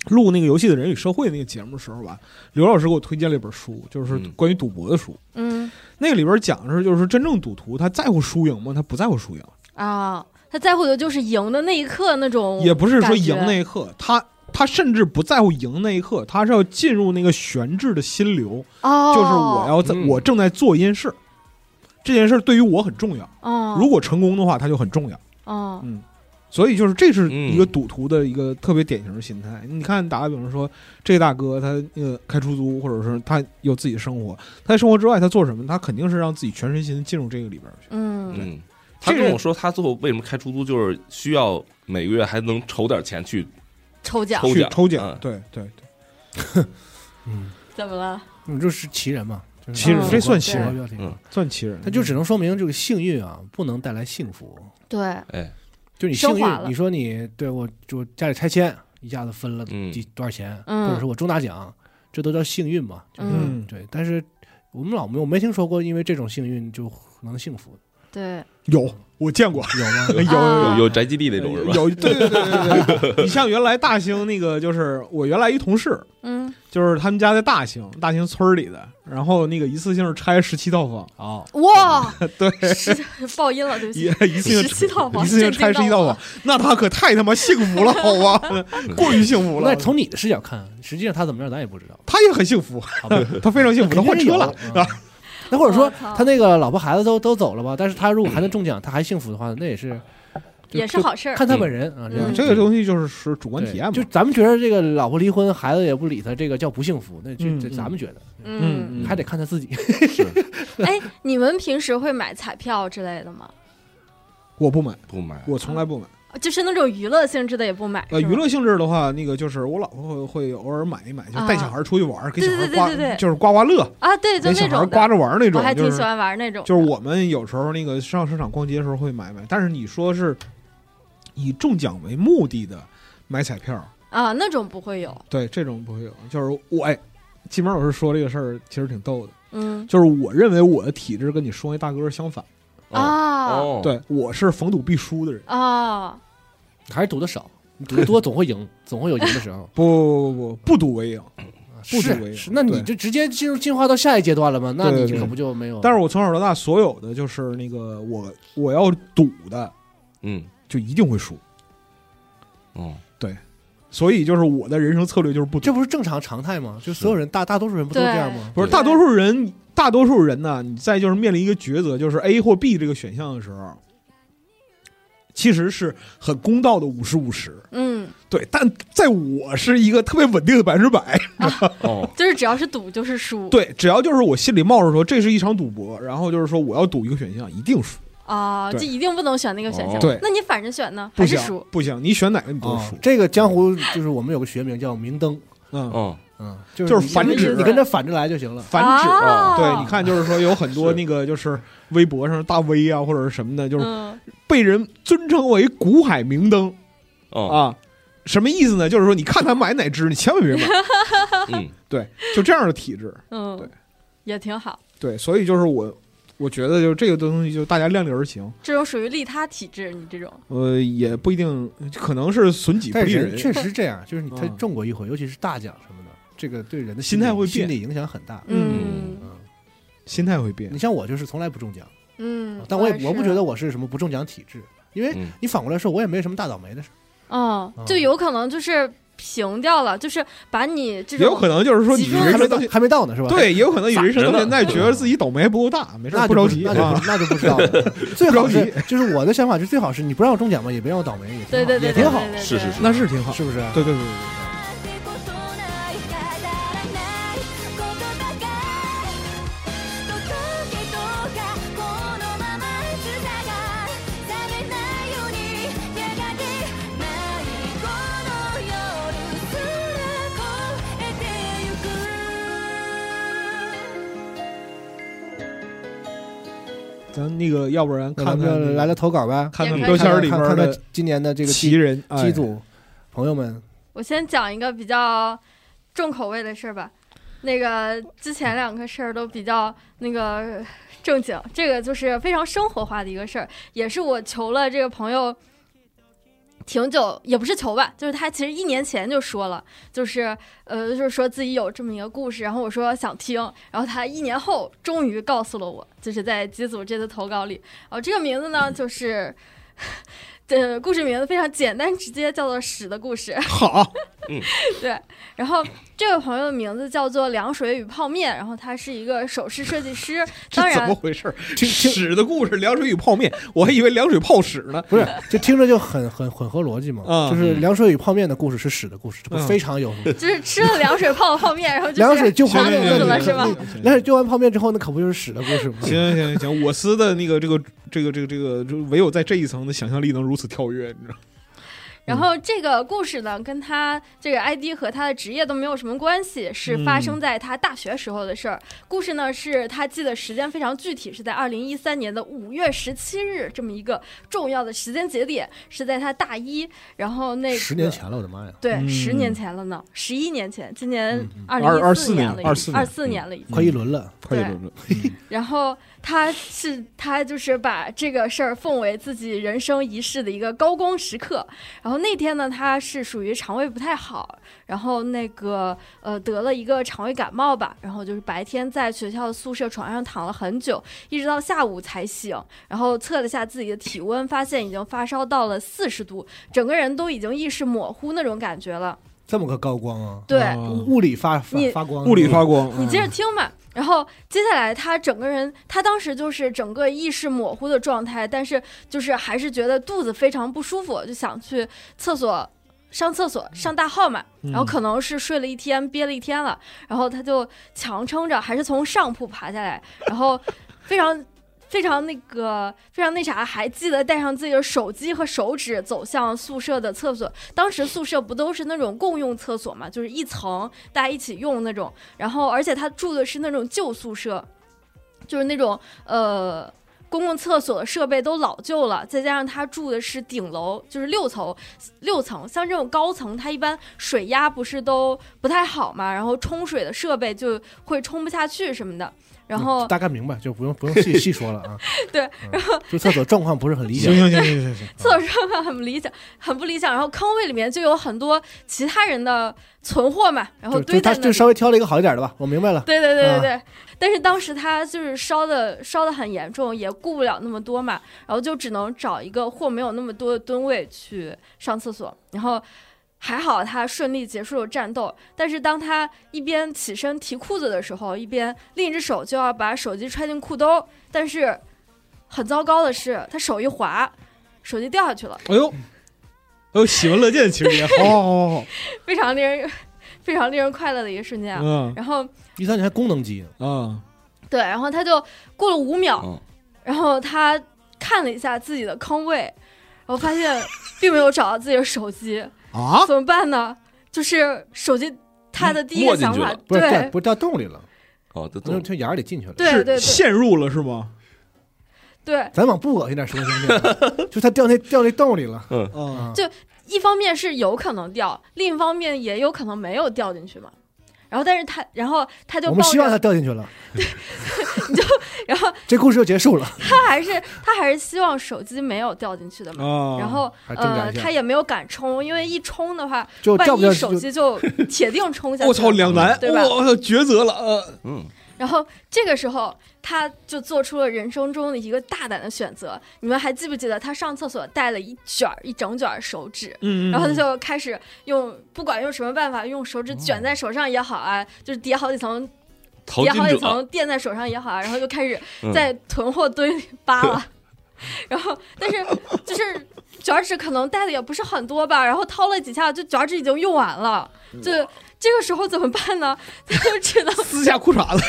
E: 录那个游戏的人与社会那个节目的时候吧，刘老师给我推荐了一本书，就是
D: 嗯
E: 关于赌博的书。
C: 嗯
E: 那个里边讲的是，就是真正赌徒他在乎输赢吗？他不在乎输赢，
C: 啊，他在乎的就是赢的那一刻那种，
E: 也不是说赢那一刻，他他甚至不在乎赢那一刻，他是要进入那个悬置的心流，
C: 哦，
E: 就是我要在、
D: 嗯
E: 我正在做一件事，这件事对于我很重要。
C: 哦，
E: 如果成功的话，它就很重要。
C: 哦
E: 嗯，所以就是这是
D: 嗯
E: 一个赌徒的一个特别典型的心态。你看，打个比方说，这个大哥他呃开出租，或者是他有自己的生活，他在生活之外他做什么？他肯定是让自己全身心进入这个里边儿去。
C: 嗯
D: 嗯。他
E: 这个
D: 跟我说，他最后为什么开出租，就是需要每个月还能筹点钱去
C: 抽奖
D: 抽
E: 去
D: 奖
E: 抽奖，
D: 嗯
E: 对对对，
B: 嗯，
C: 怎么了？
B: 你就是奇人嘛，就是
E: 奇
C: 人这
E: 算奇
C: 人
D: 嗯
E: 算奇人。
B: 他就只能说明这个幸运啊，不能带来幸福。
C: 对，
D: 哎，
B: 就你幸
C: 升华了
B: 运，你说你对我我家里拆迁一下子分了
D: 嗯
B: 几多少钱，
C: 嗯
B: 或者是我中大奖，这都叫幸运嘛？就是
E: 嗯
B: 对。但是我们老没有没听说过，因为这种幸运就能幸福，
C: 对，
E: 有我哎见过，
B: 有 吗？
E: 有
C: 啊
D: 有有宅基地那种是吧？
E: 有对对对对对 对。你像原来大兴那个，就是我原来一同事，
C: 嗯，
E: 就是他们家在大兴大兴村儿里的，然后那个一次性拆十七套房，
B: 哦，
C: 哇，
E: 对，
C: 是爆音了，对不 起，
E: 一一次性
C: 十七套房，
E: 一次性拆十
C: 震
E: 一
C: 惊
E: 道
C: 到
E: 网
C: 我，，
E: 那他可太他妈幸福了，好吧，过于幸福了
B: 那。从你的视角看，实际上他怎么样咱也不知道，
E: 他也很幸 福，
B: 好吧？
E: 他非常幸福，他
B: 肯定
E: 换
B: 是
E: 车
B: 有
E: 了。啊
B: 嗯那或者说
C: 我操
B: 他那个老婆孩子都都走了吧，但是他如果还能中奖，他还幸福的话，那也是
C: 也是好事儿，
B: 看他本人啊。
C: 嗯
B: 这样
E: 这个东西就是是主观体啊验嘛，
B: 就咱们觉得这个老婆离婚，孩子也不理他，这个叫不幸福，那就
E: 嗯
B: 这
E: 嗯
B: 咱们觉得，
C: 嗯，
E: 嗯
B: 还得看他自己。
C: 哎，你们平时会买彩票之类的吗？
E: 我不买，
D: 不买，
E: 我从来不买。
C: 就是那种娱乐性质的也不买，
E: 呃，
C: 是吗
E: 娱乐性质的话，那个就是我老婆会会偶尔买一买，就
C: 啊
E: 带小孩出去玩，给
C: 对
E: 小
C: 对对对
E: 孩
C: 对
E: 刮，
C: 对
E: 就是刮刮乐，
C: 啊，对，就
E: 给小
C: 那
E: 孩
C: 种
E: 刮
C: 的，
E: 着玩那
C: 我
E: 种
C: 还，
E: 就
C: 挺
E: 是
C: 喜欢玩那种的，
E: 就是我们有时候那个上市场逛街的时候会买买，但是你说是以中奖为目的的买彩票，
C: 啊，那种不会有，
E: 对这种不会有。就是我哎，金毛老师说这个事儿其实挺逗的，
C: 嗯
E: 就是我认为我的体质跟你说那大哥相反，
D: 哦
C: 啊
D: 哦，
E: 对我是逢赌必输的人。
C: 啊，
B: 还是赌的少，你赌的多总会赢，总会有赢的时候。
E: 不不不不不赌为赢，
B: 啊
E: 不赌
B: 是
E: 为赢
B: 是，那你
E: 对
B: 就直接进入进化到下一阶段了吗？那
E: 对
B: 你
E: 对
B: 可
E: 对
B: 不就没有？
E: 但是我从小到大所有的就是那个我我要赌的
D: 嗯，
E: 就一定会输，
D: 哦，
E: 所以就是我的人生策略就是不赌。
B: 这不是正常常态吗？就所有人大大多数人不都
C: 对
B: 这样吗？啊
E: 不是
D: 对
E: 大多数人，大多数人呢，你在就是面临一个抉择，就是 A 或 B 这个选项的时候，其实是很公道的五十五十，
C: 嗯，
E: 对。但在我是一个特别稳定的百分之百，
D: 哦，
C: 就是只要是赌就是输，
E: 对，只要就是我心里冒着说这是一场赌博，然后就是说我要赌一个选项，一定输，
C: 啊，
E: 对哦
C: 就一定不能选那个选项，
E: 对
C: 那你反着选呢，
E: 不
C: 还是
E: 行
C: 输，
E: 不行，你选哪个你都
B: 啊
E: 输，
B: 这个江湖就是我们有个学名叫明灯，
E: 嗯，
D: 哦，
B: 嗯，就
E: 就是
B: 是你
E: 反
B: 你
E: 指
B: 你跟他反着来就行了。
E: 反指。
C: 啊
E: 对，你，看，就是说有很多
D: 是
E: 那个，就是微博上大 V 啊，或者是什么的，就是
C: 嗯
E: 被人尊称为“股海明灯”，
D: 哦，
E: 啊，什么意思呢？就是说，你看他买哪只，你千万别买。
D: 嗯，
E: 对，就这样的体质。对
C: 嗯，也挺好，
E: 对，所以就是我，我觉得就是这个东西，就大家量力而行。
C: 这种属于利他体质，你这种，
E: 呃，也不一定，可能是损己不
B: 但
E: 利
B: 是
E: 人
B: 人。确实这样，就是你他
E: 嗯
B: 中过一回，尤其是大奖什么的，这个对人的
E: 心态
B: 理
E: 会
B: 心
E: 变
B: 理影响很大。
C: 嗯
B: 嗯，
E: 心态会变
B: 你。像我就是从来不中奖，
C: 嗯，
B: 但我也
C: 也
B: 我不觉
C: 是啊
B: 得我是什么不中奖体质，因为
D: 嗯
B: 你反过来说，我也没什么大倒霉的事儿。
C: 嗯，就有可能就是平掉了，就是把你这
E: 也
C: 种
E: 有可能就是说你
C: 集中
E: 人
B: 还没
E: 生
B: 到
E: 到现
B: 还没到呢，是吧？，哎
E: 对，也有可能你人生
D: 散着呢
E: 到现在觉得自己倒霉不够大，没事儿
B: 那就
E: 不着急
B: 那就
E: 啊。
B: 不那就不知道 了。最好
E: 不
B: 是
E: 着
B: 就是我的想法是最好是你不让我中奖嘛，也别让我倒霉，也挺好
C: 对对对
B: 也挺好，
C: 对对对
D: 是是是
E: 那是挺好，
B: 是不啊是？
E: 对对对对，咱那个要不然
B: 那
E: 看
B: 咱
E: 看
B: 们就
E: 那个
B: 来了投稿吧，
E: 看看
C: 也可以
E: 标签儿里
B: 看
E: 面
B: 看看
E: 的
B: 看今年的这个
E: 奇
B: 机
E: 人哎
B: 机组朋友们，
C: 我先讲一个比较重口味的事儿吧。那个之前两个事儿都比较那个正经，这个就是非常生活化的一个事儿，也是我求了这个朋友挺久，也不是求吧，就是他其实一年前就说了，就是呃，就是说自己有这么一个故事，然后我说想听，然后他一年后终于告诉了我，就是在机组这次投稿里，然后这个名字呢就是。这故事名字非常简单直接，叫做《屎的故事》。
E: 好，
C: 然后这位朋友的名字叫做凉水与泡面，然后他是一个首饰设 计师。
E: 这
C: 当
E: 怎么
C: 然，
E: 回事儿？
B: 听听
E: 屎的故事，凉水与泡面，我还以为凉水泡屎呢。
B: 不是就听着就很很很合逻辑嘛，
E: 嗯
B: 就是凉水与泡面的故事是屎的故事，这不
E: 嗯
B: 非常有。
C: 就是吃了凉水泡了泡面，然后就是
B: 凉水就
E: 行
B: 泡
C: 拉
E: 行
B: 面
C: 肚子
E: 行行
C: 了
E: 行
C: 是吧？
E: 行行
B: 凉水就完泡面之后，那可不就是屎的故事吗？
E: 行行行，我司的那个这个这个这个这个，就唯有在这一层的想象力能如此跳跃，你知道吗？
C: 然后这个故事呢，跟他这个 ID 和他的职业都没有什么关系，是发
B: 嗯
C: 生在他大学时候的事儿。故事呢是他记得时间非常具体，是在二零一三年的五月十七日这么一个重要的时间节点，是在他大一。然后那个
B: 十年前了，我的妈呀！
C: 对，
E: 嗯
C: 十年前了呢，十一年前，今年
B: 嗯
C: 二
E: 二
C: 零一
E: 24
C: 年了已经，
E: 年
C: 二
E: 24
C: 四
E: 年
C: 年了已经。
B: 快一轮了，
E: 快
C: 对
E: 点轮
C: 然后他是他就是把这个事儿奉为自己人生一世的一个高光时刻。然后那天呢，他是属于肠胃不太好，然后那个呃得了一个肠胃感冒吧，然后就是白天在学校宿舍床上躺了很久，一直到下午才醒。然后测了下自己的体温，发现已经发烧到了四十度，整个人都已经意识模糊那种感觉了。
B: 这么个高光啊！
C: 对，
E: 哦
B: 物理发发
C: 你
B: 发光，
E: 物理发光，
C: 你接着听吧。然后接下来，他整个人，他当时就是整个意识模糊的状态，但是就是还是觉得肚子非常不舒服，就想去厕所上厕所上大号嘛。然后可能是睡了一天，憋了一天了，然后他就强撑着，还是从上铺爬下来，然后非常。非常那个，非常那啥，还记得带上自己的手机和手指走向宿舍的厕所。当时宿舍不都是那种共用厕所嘛，就是一层大家一起用那种。然后，而且他住的是那种旧宿舍，就是那种呃公共厕所的设备都老旧了，再加上他住的是顶楼，就是六层，六层，像这种高层，它一般水压不是都不太好嘛，然后冲水的设备就会冲不下去什么的。然
B: 嗯
C: 后
B: 大概明白，就不用不用细细说了啊。
C: 对
B: 嗯，就厕所状况不是很理
E: 行
B: 想，
E: 行行行行行，
C: 厕所上面很不理想，很不理想。然后坑位里面就有很多其他人的存货嘛，然后
B: 就就
C: 堆
B: 他
C: 在那
B: 就
C: 里。
B: 稍微挑了一个好一点的吧，我明白了。
C: 对对对对
B: 啊
C: 对，但是当时他就是烧的烧的很严重，也顾不了那么多嘛，然后就只能找一个货没有那么多的吨位去上厕所，然后还好他顺利结束了战斗。但是当他一边起身提裤子的时候，一边另一只手就要把手机揣进裤兜，但是很糟糕的是，他手一滑，手机掉下去了，
E: 哎呦。哎呦，喜闻乐见，其实也好，好好
C: 非常令人非常令人快乐的一个瞬间啊。
E: 好，
C: 然后
B: 一三年还功能机呢，
E: 嗯啊，
C: 对，然后他就过了五 秒，
D: 嗯
C: 然后他看了一下自己的坑位，然后发现并没有找到自己的手机，
E: 啊，
C: 怎么办呢？就是手机，他的第一
D: 没
C: 个
D: 进
C: 想
D: 去
C: 法
D: 了，
B: 不是掉
C: 对
B: 不是掉洞里了，
D: 哦，都
B: 就
C: 嗯
D: 懂。
B: 就眼儿里进去了。
C: 对
E: 是
C: 对对
E: 陷入了是吗？
C: 对，
B: 咱往不恶心点说，行不 行？就他掉那掉那洞里了。
E: 啊，
B: 啊
C: 就一方面是有可能掉，另一方面也有可能没有掉进去嘛。然后，但是他，然后他就
B: 我
C: 抱
B: 们希望他
C: 着，
B: 掉进 去了，
C: 然后
B: 这故事就结束了。
C: 他还是他还是希望手机没有掉进去的嘛。
E: 啊
C: 然后
B: 还挣扎
C: 呃，
B: 一下
C: 他也没有敢冲，因为一冲的话，
B: 就掉
C: 万
B: 不掉
C: 一
B: 就
C: 手机就铁定冲下去了。
E: 我操，两难，
C: 对吧
E: 我操，抉择了，呃，
D: 嗯，
C: 然后这个时候，他就做出了人生中的一个大胆的选择。你们还记不记得他上厕所带了一卷儿一整卷儿手纸？
E: 嗯
C: 然后他就开始用，不管用什么办法，用手指卷在手上也好啊，就是叠好几层，
D: 淘
C: 叠
D: 金
C: 好几
D: 者
C: 层垫在手上也好啊，然后就开始
D: 嗯
C: 在囤货堆里 扒了。然后，但是就是卷纸可能带的也不是很多吧，然后掏了几下，就卷纸已经用完了，就这个时候怎么办呢？他就只能
E: 撕下裤衩子，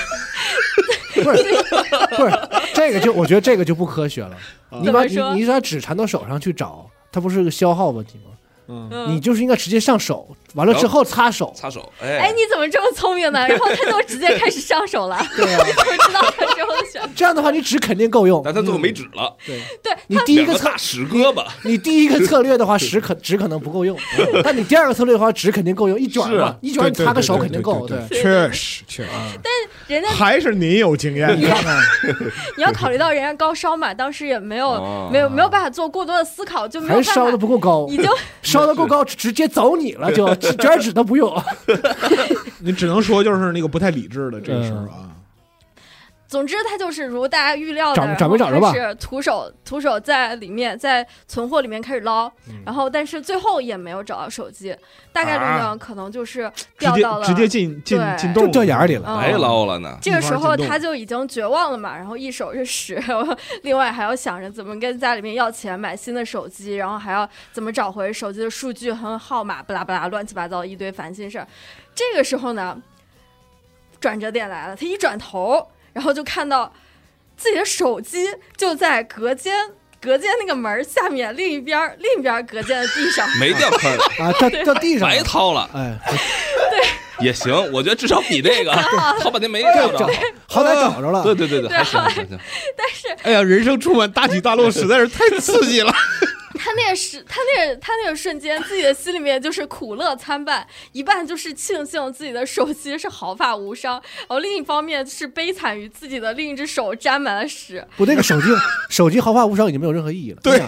B: 不是不是，这个就我觉得这个就不科学了。你
D: 啊
C: 怎
B: 把
C: 么
B: 你
C: 说
B: 你把纸缠到手上去找，它不是个消耗问题吗？
E: 嗯，
C: 嗯
B: 你就是应该直接上手，完了之后擦手。
D: 擦手，哎
C: 哎，你怎么这么聪明呢？然后他就直接开始 上手了，
B: 对啊，
C: 我知道他之后的选择。
B: 这样的话你纸肯定够用。
D: 但他最后没纸了，
C: 嗯
B: 对，
C: 对，
B: 你第一
D: 两
B: 个
D: 个
B: 策
D: 大屎胳膊，
B: 你第一个策略的话，纸可纸可能不够用，但你第二个策略的话，纸肯定够用，一卷儿
D: 嗯是
B: 嘛
D: 啊，
B: 一卷儿你擦个手肯定够。对，
E: 确实确实，
C: 人家
E: 还是您有经验，你看看，
C: 你要考虑到人家高烧嘛，当时也没有、
D: 哦
C: 没有没有办法做过多的思考，就没有
B: 还
C: 办
B: 是烧的
C: 法，
B: 不够高
C: 已，经
B: 烧的够高，直接走你了， 就纸卷儿纸都不用。
E: 你只能说就是那个不太理智的这个事儿啊。
C: 总之，他就是如大家预料的，
B: 找
C: 然后
B: 找没找着吧
C: 开始徒手徒手在里面，在存货里面开始捞，
E: 嗯
C: 然后但是最后也没有找到手机，大概率呢，可能就是
E: 啊直
C: 掉
E: 接
C: 到了
E: 直接进进
C: 对
E: 进洞
B: 就掉眼儿里了
C: 嗯
D: 白捞了呢。
C: 这个时候
E: 进洞
C: 他就已经绝望了嘛，然后一手是屎，然后 另外还要想着怎么跟家里面要钱买新的手机，然后还要怎么找回手机的数据和号码，不拉不拉，乱七八糟一堆烦心事儿。这个时候呢，转折点来了，他一转头，然后就看到自己的手机就在隔间。隔间那个门儿下面另一边儿另一边儿隔间的地上，
D: 没掉 坑，
B: 啊，掉掉地上了
D: 白。掏了
B: 哎，
D: 也行，我觉得至少比这 个 掏半天没
B: 这
D: 掉
B: 找
D: 着。
B: 好歹找着了。
D: 对对对对，
C: 对
D: 还行还行，
E: 哎呀，人生充满大起大落，实在是太刺激了。
C: 他那个时，他那个他那个瞬间，自己的心里面就是苦乐参半，一半就是庆幸自己的手机是毫发无伤，然后另一方面是悲惨于自己的另一只手沾满了屎。
B: 我那个手机，手机毫发无伤已经没有任何意义了。
E: 对，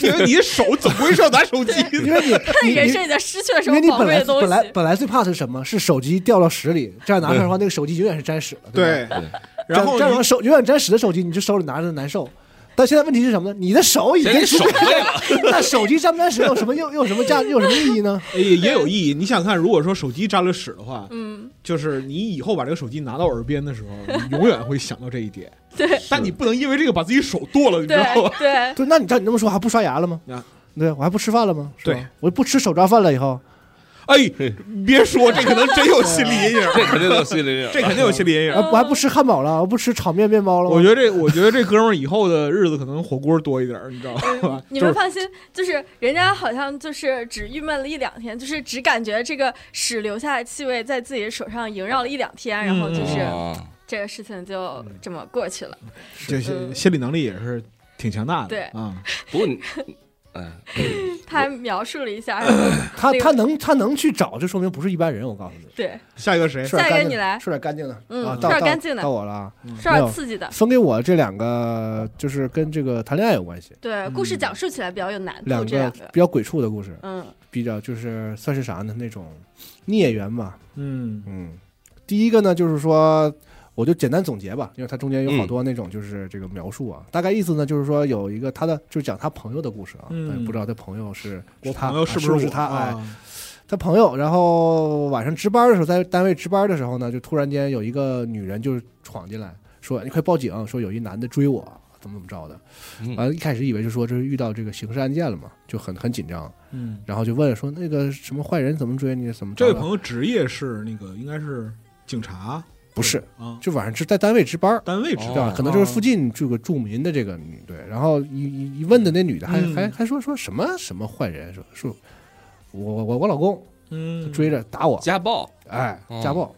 E: 因为你的手总不会上拿手机的。
B: 因为 你
C: 他
B: 你
C: 人
B: 你
C: 生已经失去了什
B: 因为
C: 么
B: 你
C: 宝
B: 本
C: 贵
B: 来
C: 的东
B: 本来
C: 西？
B: 本来最怕的是什么？是手机掉到屎里，这样拿出来的话，那个手机永远是沾屎的。吧
E: 对，然后
B: 这样
E: 你
B: 手永远沾屎的手机，你就手里拿着难受。但现在问题是什么呢？你的手已
D: 现在你
B: 经
D: 手废 了，
B: 那手机沾不沾屎有什么又又有什么价又有什么意义呢？
E: 哎也也有意义。你想看，如果说手机沾了屎的话，
C: 嗯，
E: 就是你以后把这个手机拿到耳边的时候，你永远会想到这一点。
C: 对
E: 但你不能因为这个把自己手剁了，你知
C: 对
E: 道 吧？
C: 对，
B: 对，那你照你这么说，还不刷牙了吗
E: 啊？
B: 对，我还不吃饭了吗？是吧
E: 对，
B: 我不吃手抓饭了以后，
E: 哎，别说，这可能真有心理阴 影，
D: 这肯定有心理阴影。
E: 这肯定有心理阴
B: 我还
E: 影。
B: 呃我还
C: 嗯
B: 不吃汉堡了，我不吃炒面面包了吗。
E: 我觉得这，我觉得这哥们儿以后的日子可能火锅多一点儿，你知道吧？
C: 嗯 你
E: 就
C: 们
E: 是
C: 放心，就是人家好像就是只郁闷了一两天，就是只感觉这个屎留下的气味在自己手上萦绕了一两天，然后就是
B: 嗯
D: 哦
C: 这个事情就这么过去了。
E: 这些心理能力也是挺强大的。
C: 嗯对
E: 啊，
D: 不过你，哎，
C: 他还描述了一下，然后
B: 他
C: 那个
B: 他能他能去找，就说明不是一般人。我告诉你，
C: 对，
E: 下一个谁？
B: 说点
C: 下一
B: 干净
C: 个哎你
B: 的
C: 来
B: 说点干净的，
C: 嗯
B: 啊，
C: 说
B: 到
C: 点
B: 到
C: 干净的嗯
B: 到我了啊。
C: 说
B: 没
C: 点
B: 有
C: 刺激的。
B: 分给我这两个，就是跟这个谈恋爱有关系，
C: 对，故事讲述起来比较有难
B: 嗯两
C: 度。这两
B: 个
C: 个，
B: 比较鬼畜的故事，
C: 嗯
B: 比较就是算是啥呢？那种孽缘嘛，
E: 嗯
B: 嗯，第一个呢，就是说，我就简单总结吧，因为它中间
C: 嗯
B: 有好多那种就是这个描述啊，大概意思呢，就是说有一个他的就是讲他朋友的故事啊，
E: 嗯
B: 但不知道他朋友是
E: 我
B: 他
E: 朋友
B: 是
E: 是
B: 不
E: 不
B: 是
E: 我
B: 他？哎，
E: 啊
B: 他朋友，然后晚上值班的时候，在单位值班的时候呢，就突然间有一个女人就是闯进来，说你快报警，说有一男的追我，怎么怎么着的。
D: 嗯
B: 完了，一开始以为是说这是遇到这个刑事案件了嘛，就很很紧张，
E: 嗯，
B: 然后就问说那个什么坏人怎么追你，怎么着
E: 这
B: 的？
E: 位朋友职业是那个应该是警察，
B: 不是，
E: 啊，
B: 就晚上是在单位值班，
E: 单位职
B: 对
D: 哦
B: 吧？可能就是附近这个住民的这个女对，然后一一一问的那女的还、
E: 嗯
B: 还还说说什么什么坏人，说说我我我老公
E: 嗯
B: 追着打我，
D: 家暴，
B: 哎，
D: 哦
B: 家暴，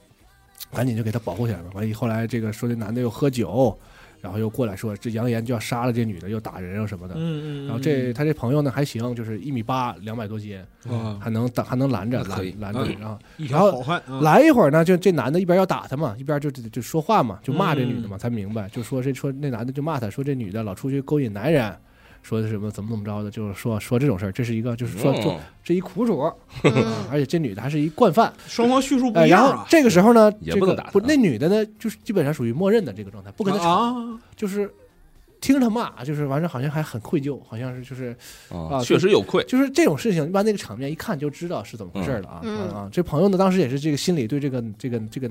B: 赶紧就给他保护起来了。完以后来这个说这男的又喝酒，然后又过来说这扬言就要杀了这女的，又打人又啊什么的。
E: 嗯嗯，
B: 然后这他这朋友呢还行，就是一米八，两百多斤，
E: 啊
B: 还能打还能拦着
D: 那可以
B: 拦拦着，
E: 嗯
B: 然后
E: 一
B: 然
E: 条
B: 后
E: 好汉啊，
B: 来一会儿呢，就这男的一边要打他嘛，一边就就就说话嘛，就骂这女的嘛，才明白，就说这说那男的就骂他说这女的老出去勾引男人，说的什么怎么怎么着的，就是说说这种事儿，这是一个就是说这
D: 嗯
B: 这一苦主，
C: 嗯
B: 而且这女的还是一惯犯，
E: 双方叙述不
B: 哎，
E: 一
B: 然
E: 样
B: 后
E: 啊，
B: 这个时候呢，
D: 也
B: 这
D: 不
B: 个
D: 能打
B: 不，
D: 他
B: 那女的呢，就是基本上属于默认的这个状态，不跟他吵，
E: 啊，
B: 就是听他骂，就是完了，好像还很愧疚，好像是就是啊
D: 啊，确实有愧，
B: 就是这种事情，一般那个场面一看就知道是怎么回事了啊、
C: 嗯嗯
B: 啊啊！这朋友呢，当时也是这个心里对这个这个这个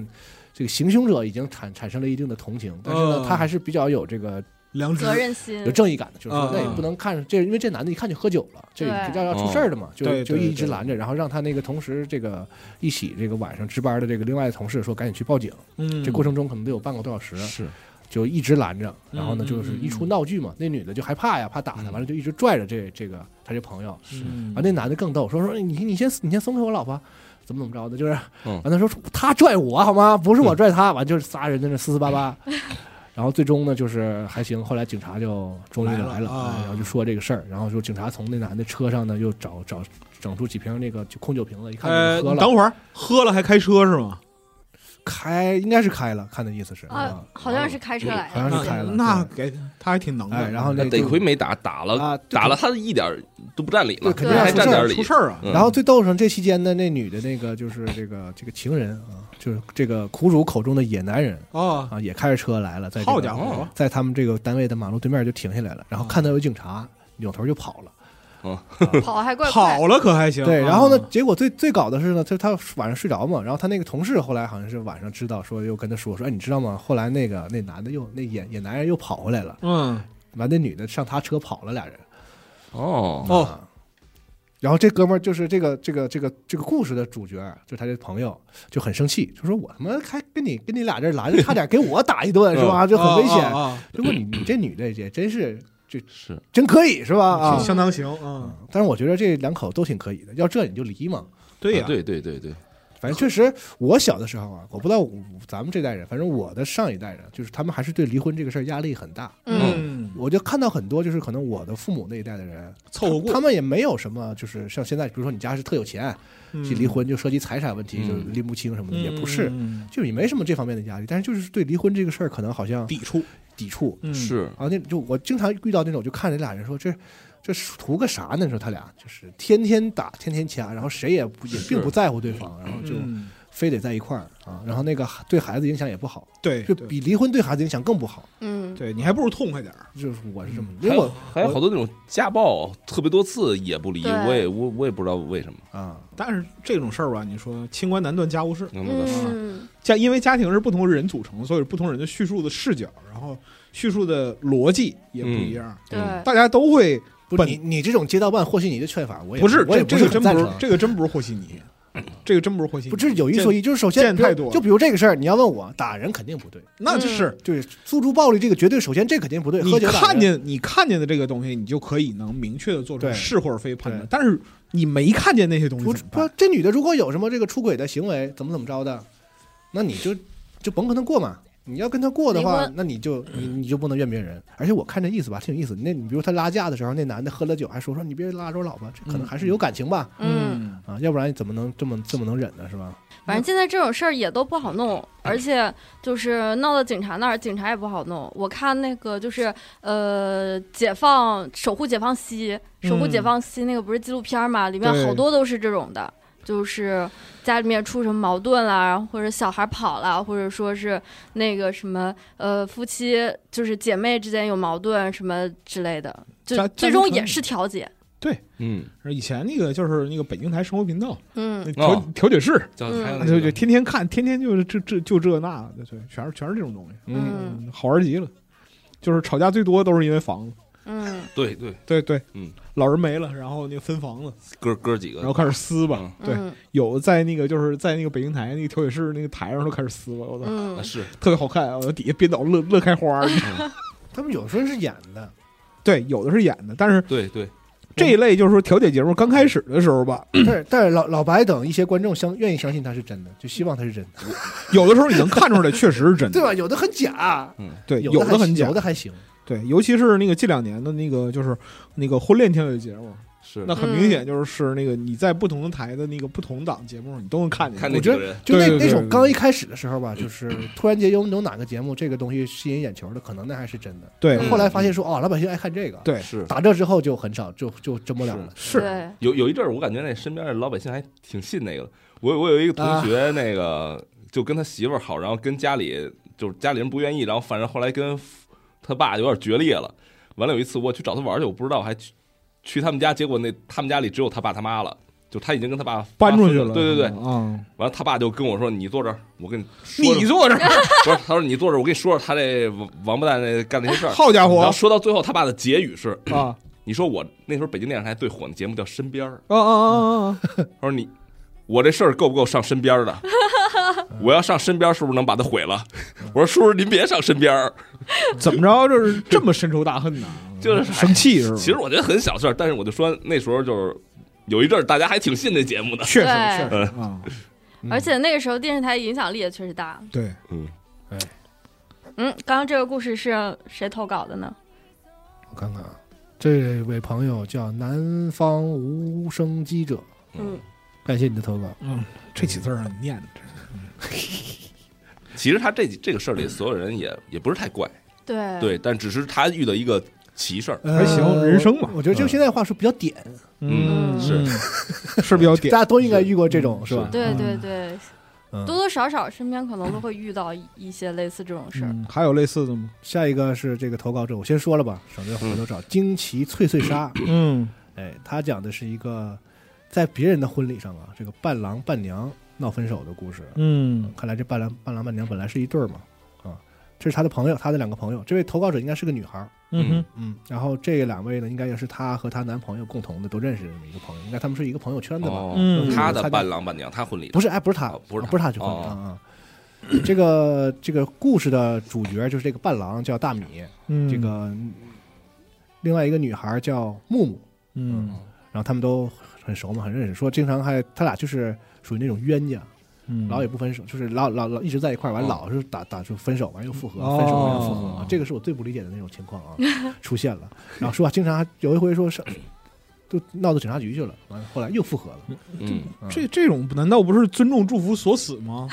B: 这个行凶者已经产产生了一定的同情，但是呢，
E: 嗯
B: 他还是比较有这个
E: 良 知
C: 责任心
B: 有，正义感的，就是说
E: 嗯
B: 那也不能看这，因为这男的一看就喝酒了，这
C: 对
B: 要要出事儿了嘛，就
E: 对
B: 就
E: 对对
B: 一直拦着，然后让他那个同时这个一起这个晚上值班的这个另外的同事说赶紧去报警，
E: 嗯，
B: 这过程中可能得有半个多小时，
D: 是
B: 就一直拦着，然后呢
E: 嗯嗯
B: 就是
E: 嗯
B: 一出闹剧嘛，那女的就害怕呀，怕打他，
D: 嗯
B: 完了就一直拽着这这个他这朋友，
E: 嗯
B: 完那男的更逗，说说你你先你先松开我老婆。怎么怎么着的，就是
D: 嗯
B: 完他说他拽我好吗？不是我拽
E: 嗯
B: 他，完就是仨人在那撕撕巴 巴，然后最终呢就是还行，后来警察就终于
E: 来了
B: 来了，
E: 啊
B: 哎然后就说这个事儿，然后说警察从那男的车上呢又找找整出几瓶那个就空酒瓶子，一看
E: 呃，
B: 就
E: 你
B: 喝了，
E: 等会儿喝了还开车是吗？
B: 开应该是开了，看那意思是
C: 啊，好像是开车来
B: 好像
C: 的，嗯
B: 是开了
E: 那给他还挺能
B: 哎
E: 的。
B: 然后那
D: 那得
B: 就
D: 亏没打，打了
B: 啊，
D: 打了他一点儿都不占理了，
B: 对肯
C: 定
D: 还
C: 要出
D: 占
B: 事儿
D: 点儿理
E: 出，事儿啊，
D: 嗯
B: 然后最逗的是，这期间呢，那女的那个就是这个这个情人啊，就是这个苦主口中的野男人
E: 哦，
B: 啊，也开着车来了，在这个
E: 好家伙，
B: 在他们这个单位的马路对面就停下来了，然后看到有警察，
E: 嗯
B: 扭头就跑了。
C: 跑还怪快，
E: 跑了可还行？
B: 对，然后呢
E: 啊，，
B: 结果最最搞的是呢，就是他晚上睡着嘛，然后他那个同事后来好像是晚上知道，说又跟他说说，哎，你知道吗？后来那个那男的又那野野男人又跑回来了，
E: 嗯，
B: 完那女的上他车跑了，俩人。
D: 哦，
E: 哦
B: 啊然后这哥们儿就是这个这个这个这个故事的主角，就他这朋友就很生气，就说我他妈还跟你跟你俩这 拦着，差点给我打一顿是吧？就很危险。
E: 啊，
B: 就问你你这女的也真是
D: 是
B: 真可以是吧？
E: 啊
B: 啊，
E: 相当行啊，
B: 但是我觉得这两口都挺可以的，要这你就离嘛。
E: 对
D: 啊
E: 呀，
D: 对对对对，
B: 反正确
E: 嗯
B: 实，我小的时候啊，我不知道我咱们这代人，反正我的上一代人，就是他们还是对离婚这个事儿压力很大。
C: 嗯，
E: 嗯，
B: 我就看到很多就是可能我的父母那一代的人，
E: 凑合过
B: 他们也没有什么就是像现在，比如说你家是特有钱，去离婚就涉及财产问题，
D: 嗯
B: 就是拎不清什么的，
E: 嗯
B: 也不是，
E: 嗯
B: 就也没什么这方面的压力，但是就是对离婚这个事儿可能好像
E: 抵触，
B: 抵触
E: 嗯
D: 是
B: 啊。那就我经常遇到那种，就看这俩人说这这图个啥呢？你说他俩就是天天打，天天掐，然后谁也不也
D: 是
B: 并不在乎对方，然后就
E: 嗯
B: 非得在一块儿啊。然后那个对孩子影响也不好，
E: 对，
B: 就
E: 对
B: 比离婚对孩子影响更不好。
C: 嗯，
E: 对你还不如痛快点儿，
B: 就是我是这么，
E: 嗯
B: 因
D: 还
B: 为
D: 有
B: 我
D: 还有好多那种家暴特别多次也不离，
C: 对
D: 我也我我也不知道为什么，
B: 啊，
E: 但是这种事儿吧，你说清官难断家务事，
D: 那那倒是
C: 嗯，
E: 家因为家庭是不同人组成，所以不同人的叙述的视角，然后叙述的逻辑也不一样，
D: 嗯
C: 嗯对，
B: 嗯
E: 大家都会
B: 不
E: 本
B: 你你这种街道办或许你的劝法，我也
E: 不是
B: 我也
E: 这
B: 不
E: 这
B: 是
E: 个
B: 很
E: 真不
B: 赞
E: 是
B: 成。
E: 这个真不是和稀 泥，这个真不是和稀泥，
B: 不是有一
E: 见
B: 说一，就是首先
E: 见啊
B: 比如
E: 太多了
B: 就比如这个事儿，你要问我打人肯定不对，
E: 那就是
B: 就是诉诸暴力这个绝对，首先这肯定不对。喝
E: 嗯你
B: 酒打人
E: 看见你看见的这个东西，你就可以能明确的做出
B: 对
E: 是或者非判断
B: 对，
E: 但是你没看见那些东西
B: 不
E: 怎么
B: 不
E: 办？，
B: 这女的如果有什么这个出轨的行为，怎么怎么着的，那你就就甭跟她过嘛。你要跟她过的
C: 离
B: 话
C: 婚，
B: 那你就你你就不能怨别人。而且我看这意思吧，挺有意思。那你比如他拉架的时候，那男的喝了酒还说说你别拉着我老婆，这可能还是有感情吧？
C: 嗯，
B: 啊，要不然你怎么能这么这么能忍呢？是吧？
C: 反正
E: 嗯
C: 现在这种事儿也都不好弄，而且就是闹到警察那儿，警察也不好弄。我看那个就是呃，解放守护解放西，守护
E: 嗯
C: 解放西那个不是纪录片儿嘛，里面
E: 对
C: 好多都是这种的，就是家里面出什么矛盾啦，然后或者小孩跑了，或者说是那个什么呃夫妻就是姐妹之间有矛盾什么之类的，就
E: 家
C: 最
E: 家庭
C: 终
E: 团
C: 也
E: 体
C: 是调解。
D: 嗯，
E: 以前那个就是那个北京台生活频道
C: 嗯
E: 那调
D: 哦
E: 调解室，
D: 叫
C: 嗯
D: 还有那
E: 就就
D: 个
E: 天天看，天天就是这这就这那的，对，全是全是这种东西，
C: 嗯
E: 嗯，好玩极了。就是吵架最多都是因为房子，
C: 嗯
D: 对对
E: 对对，
D: 嗯，
E: 老人没了，然后那个分房子，
D: 哥哥几个，
E: 然后开始撕吧。
D: 嗯
E: 对
C: 嗯
E: 有的在那个就是在那个北京台那个调解室那个台上都开始撕吧，我操，
D: 啊
C: 嗯
D: 是
E: 特别好看，我在底下编导乐乐开花儿。
D: 嗯
B: 他们有时候是演 的，
E: 对，有的是演的，但是
D: 对对，
E: 这一类就是说调解节目刚开始的时候吧，
B: 但是但是老老白等一些观众相愿意相信他是真的，就希望他是真的，
E: 有的时候你能看出来确实是真的，
B: 对吧？？有的很假，
E: 对，
B: 有
E: 的
B: 还
E: 很
B: 行
E: 假
B: 有，的还行。
E: 对，尤其是那个近两年的那个就是那个婚恋调解节目，
D: 是
E: 那很明显就是是那个你在不同的台的那个不同档节目，你都能看见。
D: 看
B: 我
D: 那
B: 觉
D: 几
B: 得
D: 个人，
B: 就那
E: 对对对嗯
B: 那种刚一开始的时候吧，就是突然间有有哪个节目这个东西吸引眼球的，可能那还是真的。
E: 对
C: 嗯
B: 后来发现说，哦，老百姓爱看这个。，
E: 对
D: 是
B: 打这之后就很少，就就真不了了。
E: 是啊
C: 对，
D: 有有一阵儿，我感觉那身边的老百姓还挺信那个的。我我有一个同
E: 啊
D: 学，那个、就跟他媳妇儿好，然后跟家里就是家里人不愿意，然后反正后来跟父他爸有点决裂了。完了有一次我去找他玩儿去，我不知道我还去去他们家，结果那他们家里只有他爸他妈了，就他已经跟他爸
E: 搬出去
D: 了。
E: 了。
D: 对对对，
E: 啊，
D: 完了他爸就跟我说：“你坐这儿，我跟你说
E: 你
D: 说
E: 坐这儿，
D: 不是，他说你坐这儿，我跟你说说他这王王八蛋那干那些事儿。”
E: 好家
D: 然
E: 伙
D: 后说到最后，他爸的结语是
E: 啊！：“
D: 你说我那时候北京电视台最火的节目叫《身边儿》。”
E: 啊啊啊啊！
D: 他说你，我这事儿够不够上身边儿的？ 我要上身边儿，是不是能把它毁了？ 我说叔叔，您别上身边儿。
E: 怎么着？就是这么深仇大恨 呐？
D: 就是
E: 生气是吧？
D: 其实我觉得很小事儿，但是我就说那时候就是有一阵儿大家还挺信这节目的。
E: 确实
C: 对
E: 确实啊，
C: 而且那个时候电视台影响力也确实大。
E: 对，
C: 嗯，刚刚这个故事是谁投稿的呢？
B: 我看看啊，这位朋友叫南方无声机者，
C: 嗯，
B: 感谢你的投稿。
E: 嗯，这几字儿啊你念的真是
D: 其实他这这个事儿里，所有人也也不是太怪，
C: 对，
D: 对，但只是他遇到一个奇事儿。
B: 还
E: 还行人生嘛
B: 呃我觉得就
E: 嗯
B: 现在话说比较点，
C: 嗯
D: 是哦
E: 是是比较点
B: 大，家都应该遇过这种，是吧？
C: 对对
E: 嗯
C: 对，
B: 嗯
C: 多多少少身边可能都会遇到一一些类似这种事儿。
E: 嗯还有类似的吗？
B: 下一个是这个投稿者，我先说了吧，省得回头找。惊奇脆脆 鲨，
E: 嗯
B: 哎，他讲的是一个在别人的婚礼上啊，这个伴郎伴娘闹分手的故事。
E: 嗯
B: 看来这伴郎伴郎伴娘本来是一对儿嘛，啊，这是他的朋友，他的两个朋友。这位投稿者应该是个女孩儿，
E: 嗯
B: 嗯，然后这两位呢，应该也是她和她男朋友共同的都认识的这么一个朋友，应该他们是一个朋友圈子吧？
D: 哦
E: 嗯
D: 他的伴郎伴娘，他婚礼
B: 不是，哎，不是他，
D: 哦不是
B: 啊
D: 他
B: 不是他去婚礼
D: 哦
B: 啊啊。这个这个故事的主角就是这个伴郎叫大米，
E: 嗯
B: 这个另外一个女孩叫木木，
E: 嗯
B: 然后他们都很熟嘛，很认识，说经常还他俩就是属于那种冤家，
E: 嗯
B: 老也不分手，就是老老老一直在一块儿，完
D: 哦
B: 老是打打就分手，完又复合，
E: 哦
B: 分手完又复合啊，这个是我最不理解的那种情况啊， 出现了。然后说话经常还有一回说是都闹到警察局去了，完了后来又复合了，
D: 嗯，
B: 嗯
E: 这这种难道不是尊重祝福锁死 吗？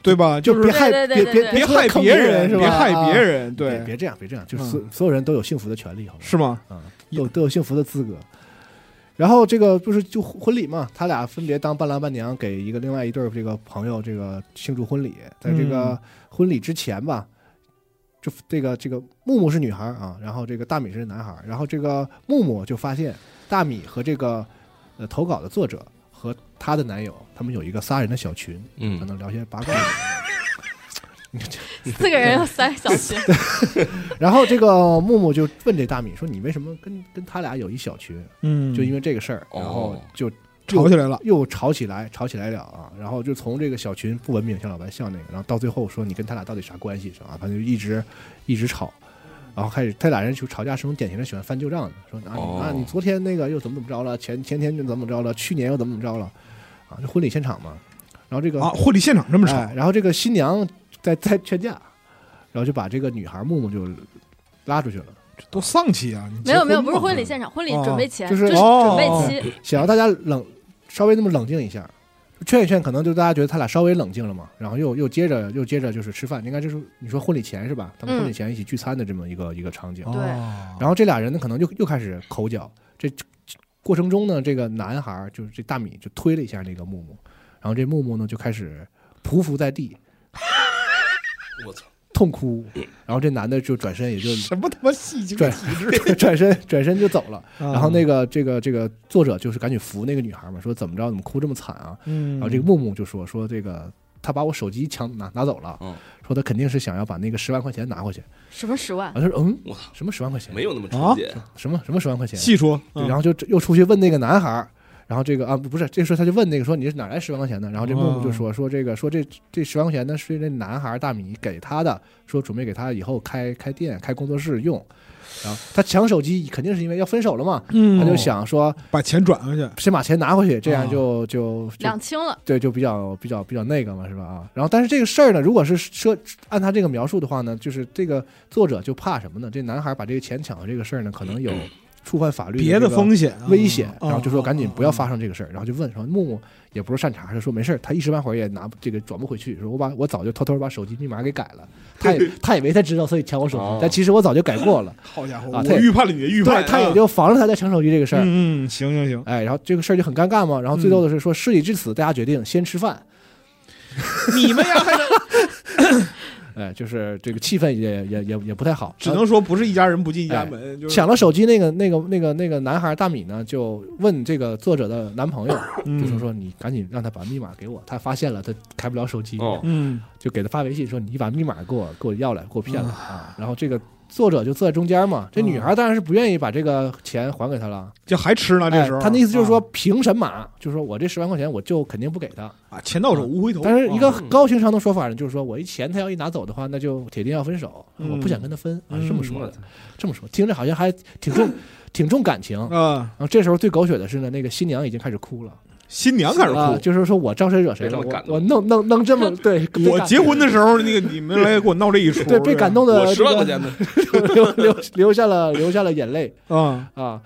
E: 对吧？
B: 就
E: 就是
B: 别害
C: 对对
B: 别
C: 对
B: 别
C: 对
E: 别
B: 出来
E: 害
B: 坑
E: 别
B: 人
E: 人，
B: 是吧？
E: 别害别
B: 啊，
E: 人，
B: 别
E: 对，
B: 别这样别这样，就是
E: 嗯
B: 所所有人都有幸福的权利，好吗？
E: 是吗？
B: 啊，都有都有幸福的资格。然后这个不是就婚礼嘛，他俩分别当伴郎伴娘，给一个另外一对儿这个朋友这个庆祝婚礼。在这个婚礼之前吧，就这个这个木木是女孩儿啊，然后这个大米是男孩儿，然后这个木木就发现大米和这个呃投稿的作者和她的男友，他们有一个仨人的小群，可
D: 嗯，
B: 能聊些八卦。
E: 嗯
C: 四个人有三个小时，
B: 然后这个木木就问这大米说：“你为什么跟跟他俩有一小群？
E: 嗯
B: 就因为这个事儿，
D: 哦
B: 然后就
E: 吵起来了，
B: 又吵起来，吵起来了啊！然后就从这个小群不文明，像老白像那个，然后到最后说你跟他俩到底啥关系是吧？反正就一直一直吵，然后开始他俩人就吵架是那种典型的喜欢翻旧账的，说啊你
D: 哦
B: 啊你昨天那个又怎么怎么着了，前前天又怎么怎么着了，去年又怎么怎么着了，啊，这婚礼现场嘛，然后这个
E: 啊，婚礼现场这么吵，
B: 哎，然后这个新娘在在劝架，然后就把这个女孩木木就拉出去了。
E: 这多丧气啊！你
C: 没
E: 结
C: 有
E: 婚
C: 没有，不是
E: 嘛
C: 婚礼现场，婚礼准备前
B: 就
C: 就是是
E: 哦
C: 准备期，
B: 想让大家冷稍微那么冷静一下，劝一劝，可能就大家觉得他俩稍微冷静了嘛，然后又又接着又接着就是吃饭，应该就是你说婚礼前是吧？他们婚礼前一起聚餐的这么一个、一个场景。
C: 对
E: 哦
B: 然后这俩人呢，可能又又开始口角。这这过程中呢，这个男孩儿就是这大米就推了一下那个木木，然后这木木呢就开始匍匐在地
D: 我操，
B: 痛哭，然后这男的就转身也就
E: 什么他妈戏精
B: 转
E: 体质？啊
B: 转身转身就走了。
E: 然
B: 然后那，个这个这个作者就是赶紧扶那个女孩嘛，说怎么着怎么哭这么惨啊？
E: 嗯，
B: 然后这个木木就说说这个他把我手机抢拿拿走了
D: 嗯，
B: 说他肯定是想要把那个十万块钱拿回去。
E: 啊
C: 什么十万
B: 然？后他说嗯，
D: 我操，
B: 什么十万块钱？嗯
D: 没有那么
B: 啊
D: 纯洁，
B: 什么什么十万块钱。
E: 细说，
B: 对
E: 嗯
B: 然后就又出去问那个男孩儿，然后这个啊不是，这时候他就问那个说你是哪来十万块钱的？然后这木
E: 哦
B: 木就说说这个说这这十万块钱呢是那男孩儿大米给他的，说准备给他以后开开店开工作室用。然后他抢手机肯定是因为要分手了嘛，
E: 嗯
B: 他就想说
E: 把钱转回去，
B: 先把钱拿回去，这样
E: 哦
B: 就就就
C: 两清了，
B: 对，就比较比较比较那个嘛，是吧？啊，然后但是这个事儿呢，如果是说按他这 个描述的话呢，就是这个作者就怕什么呢？这男孩把这个钱抢了这个事儿呢，可能有触犯法律
E: 别的
B: 的这个
E: 风险啊
B: 危险，然后就说
E: 哦
B: 赶紧
E: 哦
B: 不要
E: 哦
B: 发生这个事儿，然后就问说木木也不是善茬，就说没事儿，他一时半会儿也拿不这个转不回去，说我把我早就偷偷把手机密码给改了，他 也他以为他知道，所以抢我手
D: 哦
B: 机，但其实我早就改过了，
E: 嗯好家伙，
B: 啊他
E: 我
B: 也
E: 预判了你的预判啊，
B: 对，他也就防着他在抢手机这个事儿，
E: 嗯嗯，行行行，
B: 哎，然后这个事儿就很尴尬嘛，然后最
E: 嗯
B: 逗的是说事已至此，大家决定先吃饭，
E: 你们呀，还能
B: 哎，就是这个气氛也也也也不太好，
E: 只能说不是一家人不进一家门，就是
B: 抢了手机那个那个那个那个男孩大米呢，就问这个作者的男朋友，
E: 嗯
B: 就说说你赶紧让他把密码给我，他发现了他开不了手机，
D: 哦，
E: 嗯，
B: 就给他发微信说你把密码给我给我要来，给我骗了啊。然后这个作者就坐在中间嘛，这
E: 啊
B: 女孩当然是不愿意把这个钱还给他了，
E: 就还吃呢，啊这
B: 哎
E: 时候，
B: 他那意思就是说凭什么？啊就是说我这十万块钱我就肯定不给他。
E: 啊，钱到手无回头，
B: 但是一个
E: 啊
B: 高情商的说法呢，就是说我一钱他要一拿走的话，那就铁定要分手，
E: 嗯
B: 我不想跟他分啊，是这么说的
D: 嗯，
B: 这么说听着好像还挺重挺重感情。
E: 啊，
B: 然后这时候最狗血的是呢，那个新娘已经开始哭了，
E: 新娘开始
B: 啊，
E: 哭。
B: 就是说我招谁惹谁
D: 被
B: 了，
D: 他们
B: 我
D: 感动
B: 我弄弄弄这么 对，被
E: 我
B: 感
E: 结婚的时候，那个你们来给我闹这一出，
B: 啊 对被感动的
D: 我
B: 这
D: 十万块
B: 个
D: 钱的，
B: 流流流下了流下了眼泪
E: 啊，
B: 啊。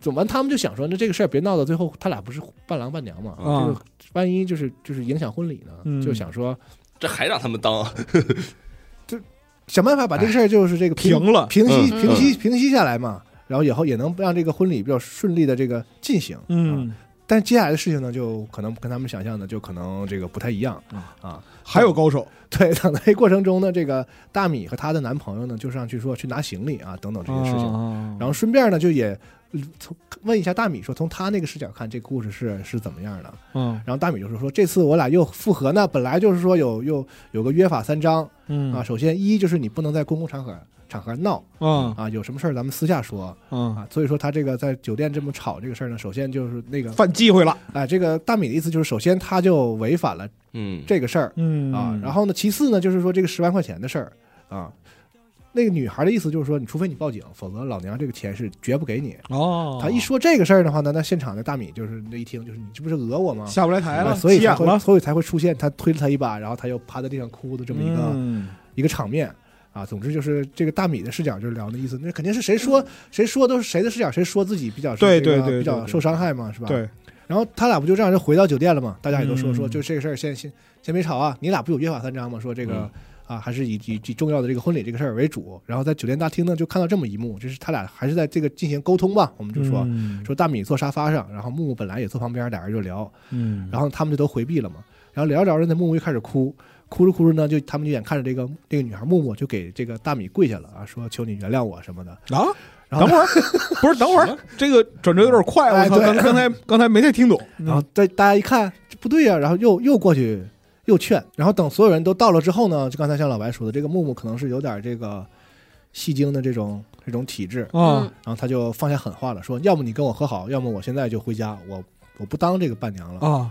B: 怎么他们就想说，那这个事儿别闹到最后，他俩不是伴郎伴娘嘛？
E: 啊
B: 这个万一就是就是影响婚礼呢？
E: 嗯
B: 就想说
D: 这还让他们当啊
B: 想办法把这个事儿就是这个
E: 停 哎了，
B: 平息、
C: 嗯
B: 平息、平息下来嘛，然后以后也能让这个婚礼比较顺利的这个进行。啊，
E: 嗯，
B: 但接下来的事情呢，就可能跟他们想象的就可能这个不太一样
E: 嗯
B: 啊。
E: 还有高手，
B: 对， 等在过程中呢，这个大米和她的男朋友呢，就上去说去拿行李啊，等等这些
E: 哦
B: 事情。
E: 嗯啊
B: 然后顺便呢，就也呃从问一下大米说，从他那个视角看，这故事是是怎么样的？
E: 嗯
B: 然后大米就说说这次我俩又复合呢，本来就是说有有有个约法三章
E: 嗯
B: 啊，首先一就是你不能在公共场合场合闹
E: 啊
B: 啊，有什么事儿咱们私下说
E: 啊，
B: 啊。所以说他这个在酒店这么吵这个事儿呢，首先就是那个
E: 犯忌讳了，
B: 哎，这个大米的意思就是，首先他就违反了
D: 嗯，
B: 这个事儿。
E: 嗯
B: 啊，然后呢，其次呢，就是说这个十万块钱的事儿啊，那个女孩的意思就是说，你除非你报警，否则老娘这个钱是绝不给你。
E: 哦，
B: 她一说这个事儿的话呢，那现场的大米就是那一听就是你这不是讹我吗？
E: 下不来台
B: 啊
E: 了，
B: 所以
E: 急眼
B: 才会
E: 了，
B: 所以才会出现他推了他一把，然后他又趴在地上哭的这么一个、
E: 嗯
B: 一个场面啊。总之就是这个大米的视角就是聊的意思，那肯定是谁说谁说都是谁的视角，谁说自己比较
E: 嗯对
B: 这个
E: 对对
B: 比
E: 对
B: 较
E: 对
B: 受伤害嘛，是吧？
E: 对，
B: 然后他俩不就这样就回到酒店了嘛？大家也都说
E: 嗯
B: 说，就这个事儿先先先别吵啊，你俩不有约法三章吗？说这
E: 嗯
B: 个、啊，还是以以以重要的这个婚礼这个事儿为主。然后在酒店大厅呢，就看到这么一幕，就是他俩还是在这个进行沟通吧。我们就说、
E: 嗯
B: 说大米坐沙发上，然后木木本来也坐旁边，俩人就聊，
E: 嗯，
B: 然后他们就都回避了嘛。然后聊着聊着呢，木木就开始哭，哭着哭着呢，就他们就眼看着这个这个女孩木木就给这个大米跪下了啊，说求你原谅我什么的。
E: 啊，
B: 然后
E: 等 会儿，不是等会儿，这个转折有点快，我
B: 哎
E: 操，
B: 对
E: 刚 刚才刚才没太听懂，
B: 然后大大家一看这不对呀、然后又又过去又劝，然后等所有人都到了之后呢，就刚才像老白说的，这个木木可能是有点这个戏精的这种这种体质，
E: 啊，
B: 然后他就放下狠话了，说要么你跟我和好，要么我现在就回家，我我不当这个伴娘了。
E: 啊，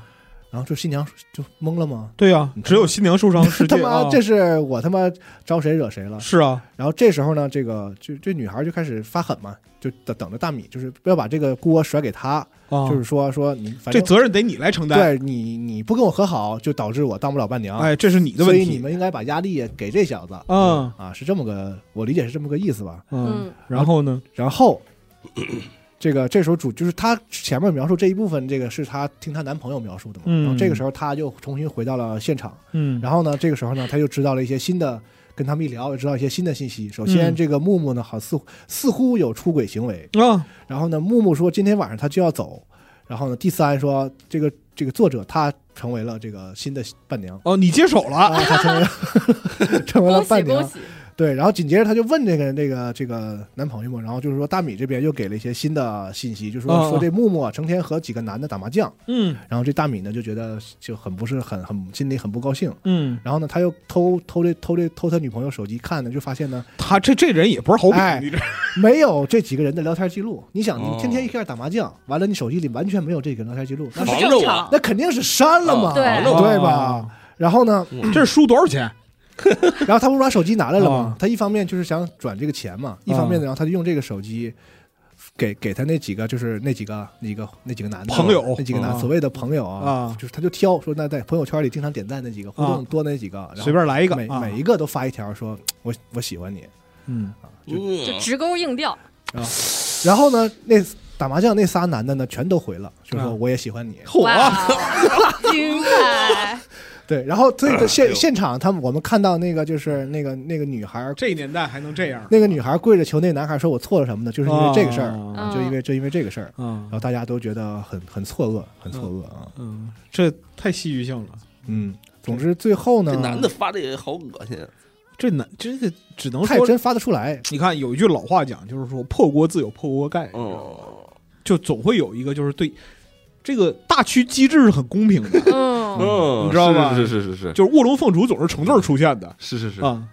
B: 然后这新娘就懵了吗？
E: 对呀
B: 你，看
E: 只有新娘受伤世
B: 他
E: 界
B: 妈
E: 啊，
B: 这是我他妈招谁惹谁了？
E: 是啊，
B: 然后这时候呢，这个这这女孩就开始发狠嘛，就等等着大米，就是不要把这个锅甩给他，
E: 啊，
B: 就是说说你反
E: 这
B: 正
E: 责任得你来承担，
B: 对你你不跟我和好，就导致我当不了伴娘。
E: 哎，这是你的
B: 所
E: 问
B: 以你
E: 题，
B: 们应该把压力也给这小子
E: 啊
B: 啊，是这么个，我理解是这么个意思吧。
E: 嗯
C: 嗯，
E: 然后呢，
B: 然后，这个这时候主就是她前面描述这一部分，这个是她听她男朋友描述的嘛。
E: 嗯
B: 然后这个时候她又重新回到了现场，
E: 嗯，
B: 然后呢，这个时候呢，她又知道了一些新的，跟他们一聊，又知道一些新的信息。首先，
E: 嗯
B: 这个木木呢，好似似乎有出轨行为。
E: 啊，
B: 然后呢，木木说今天晚上他就要走。然后呢，第三说这个这个作者他成为了这个新的伴娘。
E: 哦，你接手了，
B: 啊，他成为了成为了
C: 恭喜
B: 伴娘
C: 嗯恭，喜，
B: 对，然后紧接着他就问这个这个这个男朋友嘛，然后就是说大米这边又给了一些新的信息，就
C: 嗯
E: 啊啊
B: 说说这木木啊成天和几个男的打麻将，
E: 嗯
B: 然后这大米呢就觉得就很不是很很心里很不高兴，
E: 嗯，
B: 然后呢他又偷偷这偷这偷他女朋友手机看呢，就发现呢
E: 他这这人也不是好
B: 哎
E: 品，你这
B: 没有这几个人的聊天记录，你想你天天
D: 哦
B: 一块儿打麻将，完了你手机里完全没有这个聊天记录，那
D: 防
E: 哦
B: 是
D: 着
C: 正
D: 我
C: 常，
B: 那肯定是删了嘛，
D: 哦
C: 对
B: 哎对吧？？然后呢，
E: 啊这是输多少钱？
B: 然后他不是把手机拿来了吗
E: 啊？
B: 他一方面就是想转这个钱
E: 哦
B: 嘛，一方面呢，然后他就用这个手机给给他那几个就是那几个那几个那几个男的
E: 朋友
B: 那几个男
E: 啊
B: 所谓的朋友啊
E: 啊，
B: 就是他就挑说那在朋友圈里经常点赞那几个互动多那几个，然后
E: 哦随便来一个，
B: 每
E: 啊
B: 每一个都发一条说我我喜欢你
E: 嗯
B: 啊，就
D: 嗯
C: 就直勾硬调，
B: 然后然后呢，那打麻将那仨男的呢，全都回了，就说
E: 啊
B: 我也喜欢你。
C: 哇，精 彩！
B: 对，然后这个
E: 哎
B: 现
E: 呦
B: 现场他们我们看到那个就是那个那个女孩儿，
E: 这年代还能这样，
B: 那个女孩儿跪着求那男孩儿说我错了什么的，就是因为这个事儿，
E: 啊
B: 就因为就因为这个事儿，
E: 啊
B: 然后大家都觉得很很错愕，很错愕啊。
E: 嗯，这太戏剧性了。
B: 嗯，总之最后呢，
E: 嗯
D: 这男的发这个好恶心，啊
E: 这男这个只能
B: 太
E: 说，
B: 真发得出来，
E: 你看有一句老话讲，就是说破锅自有破锅盖，
D: 嗯，
E: 就总会有一个就是对这个大区机制是很公平的，
C: 嗯，
D: 嗯
E: 你知道吧
D: 是是是是
E: 就是卧龙凤雏总是成对儿出现的
D: 是是是是，
E: 啊。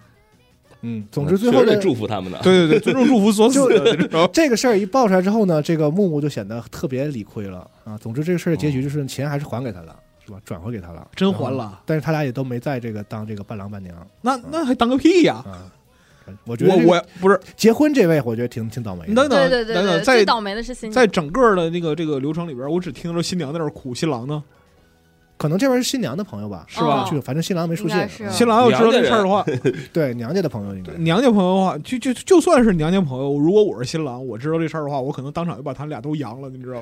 B: 嗯，总之最
D: 确
B: 后
D: 实
B: 呢
D: 得，祝福他们呢。
E: 对对对，尊重祝福所死，你知道吗
B: 这个事儿一爆出来之后呢，这个木木就显得特别理亏了啊。总之这个事儿的结局就是钱还是还给他了，是吧？转回给他了，
E: 哦
B: 啊
E: 真还了。
B: 但是他俩也都没在这个当这个伴郎伴娘
E: 那那还当个屁呀！
B: 啊。我觉得
E: 我
B: 这个
E: 我不是，
B: 结婚这位，我觉得挺挺倒霉
E: 你等
B: 的。
E: 等
C: 对对对
E: 等
C: 对，
E: 等，
C: 最
E: 在
C: 倒霉的是新娘
E: 在整个的那个这个流程里边，我只听着新娘在那儿哭，新郎呢
B: 可能这边是新娘的朋友吧，
E: 是吧
C: 哦
B: 就反正新郎没出
C: 应该
B: 现，啊
C: 是
E: 新郎要知道这事儿的话，
B: 对娘家的朋友应该
E: 娘家朋友的话，就就就算是娘家朋友，如果我是新郎，我知道这事儿的话，我可能当场就把他俩都扬了，你知 道吗？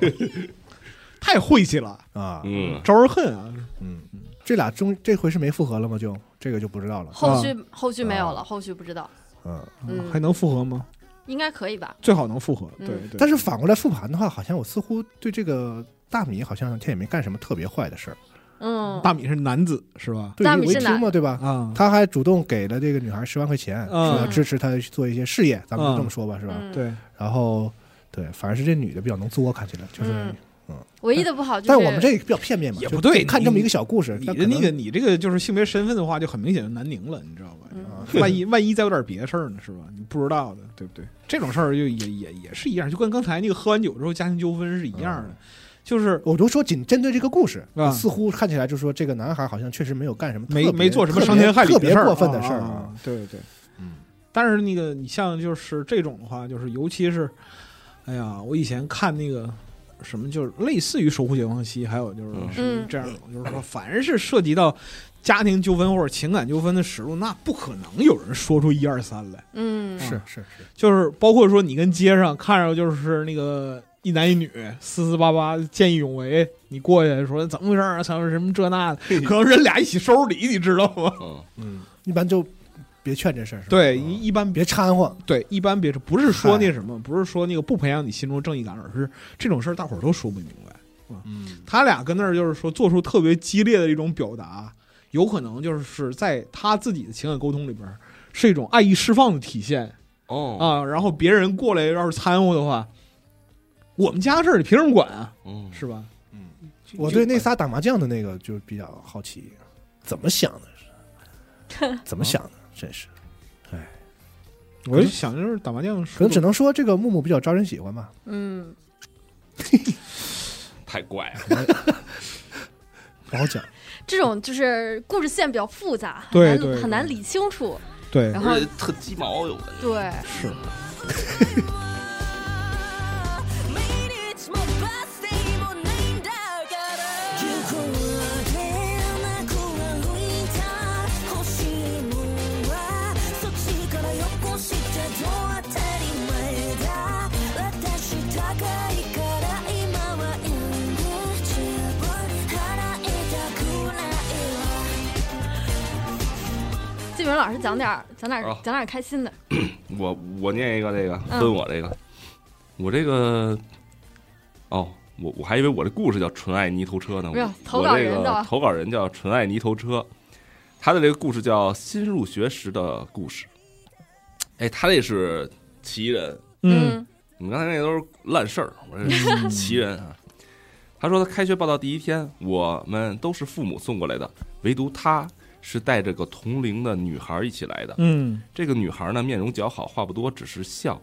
E: 太晦气了，
B: 啊，
D: 嗯，
E: 招人恨啊！
B: 嗯，这俩中这回是没复合了吗？就这个就不知道了，
C: 后
E: 嗯
C: 续后续没有
E: 哦
C: 了，后续不知道，
B: 嗯。
C: 嗯
E: 还能复合吗？
C: 应该可以吧？
E: 最好能复合，对
C: 嗯
E: 对。
B: 但是反过来复盘的话，好像我似乎对这个大米好像他也没干什么特别坏的事儿。
C: 嗯，
E: 大米是男子是吧？
B: 对
C: 大米
B: 我一
C: 是
B: 听嘛，对吧？
E: 啊，
B: 他还主动给了这个女孩十万块钱，
E: 嗯
B: 说要支持她去做一些事业，咱们就这么说吧，是吧？
C: 嗯，
E: 对，
B: 然后，对，反而是这女的比较能作，看起来就是。
C: 嗯唯一的不好就是
B: 但是我们这比较片面嘛，
E: 也
B: 就
E: 不对
B: 就看
E: 你
B: 这么一个小故事，
E: 你
B: 但
E: 的
B: 可能
E: 那个你这个就是性别身份的话，就很明显就南宁了，你知道吧？
C: 嗯
B: 啊
E: 万一万一再有点别事儿呢，是吧？你不知道的，对不对？这种事儿就也也也是一样，就跟刚才那个喝完酒之后家庭纠纷是一样的，就是
B: 我就说仅针对这个故事，
E: 啊
B: 似乎看起来就说这个男孩好像确实没有干什么特
E: 没
B: 别
E: 没做什么
B: 特别
E: 伤天害理
B: 特
E: 的
B: 别
E: 事儿，
B: 过分的事儿
E: 啊啊。啊对对，嗯。但是那个你像就是这种的话，就是尤其是，哎呀，我以前看那个什么，就是类似于《守护解放西》，还有就是
D: 嗯
E: 是这样的，就是说，凡是涉及到家庭纠纷或者情感纠纷的实录，那不可能有人说出一二三来。
C: 嗯
B: 是是是，
E: 就是包括说你跟街上看着就是那个一男一女撕撕巴巴见义勇为，你过去说怎么回事啊，什么什么这那的，可能人俩一起收拾礼，你知道吗？
D: 嗯，
B: 嗯，一般就别劝这事儿，是吧
E: 对，
B: 啊
E: 一一般别
B: 别掺和，
E: 对，一般别是不是说那什么，不是说那个不培养你心中正义感，而是这种事儿大伙儿都说不明白。
B: 嗯，
E: 他俩跟那儿就是说做出特别激烈的一种表达，有可能就是在他自己的情感沟通里边儿是一种爱意释放的体现。
D: 哦，
E: 啊，然后别人过来要是掺和的话，我们家事儿你凭什么管啊？
D: 嗯，
E: 是吧？
B: 我对那仨打麻将的那个就比较好奇，怎么想的？ 怎么想的？真是，
E: 我就想就是打麻将输
B: 可能只
E: 了，
B: 能说这个木木比较招人喜欢吧。
C: 嗯，
D: 太怪了，
B: 不 好讲，
C: 这种就是故事线比较复杂，很
E: 对
C: 难
E: 对
C: 很难
E: 对
C: 理清楚，
E: 对
C: 然后
D: 而且特鸡毛有问题。
C: 对。
E: 是。
C: 季云老师讲点儿讲点儿
D: 啊
C: 讲点儿开心的，
D: 我我念一个这个
C: 嗯
D: 分我这个，我这个哦，我我还以为我这故事叫《纯爱泥头车》呢，
C: 没有
D: 我
C: 投稿
D: 我这
C: 人
D: 个
C: 叫
D: 投稿人叫《纯爱泥头车》，他的这个故事叫《新入学时的故事》。哎，他这是奇人，
E: 嗯，
D: 你们刚才那都是烂 事儿，我这是奇人啊。他说他开学报到第一天，我们都是父母送过来的，唯独他是带着个同龄的女孩一起来的。
E: 嗯
D: 这个女孩呢，面容姣好，话不多，只是笑。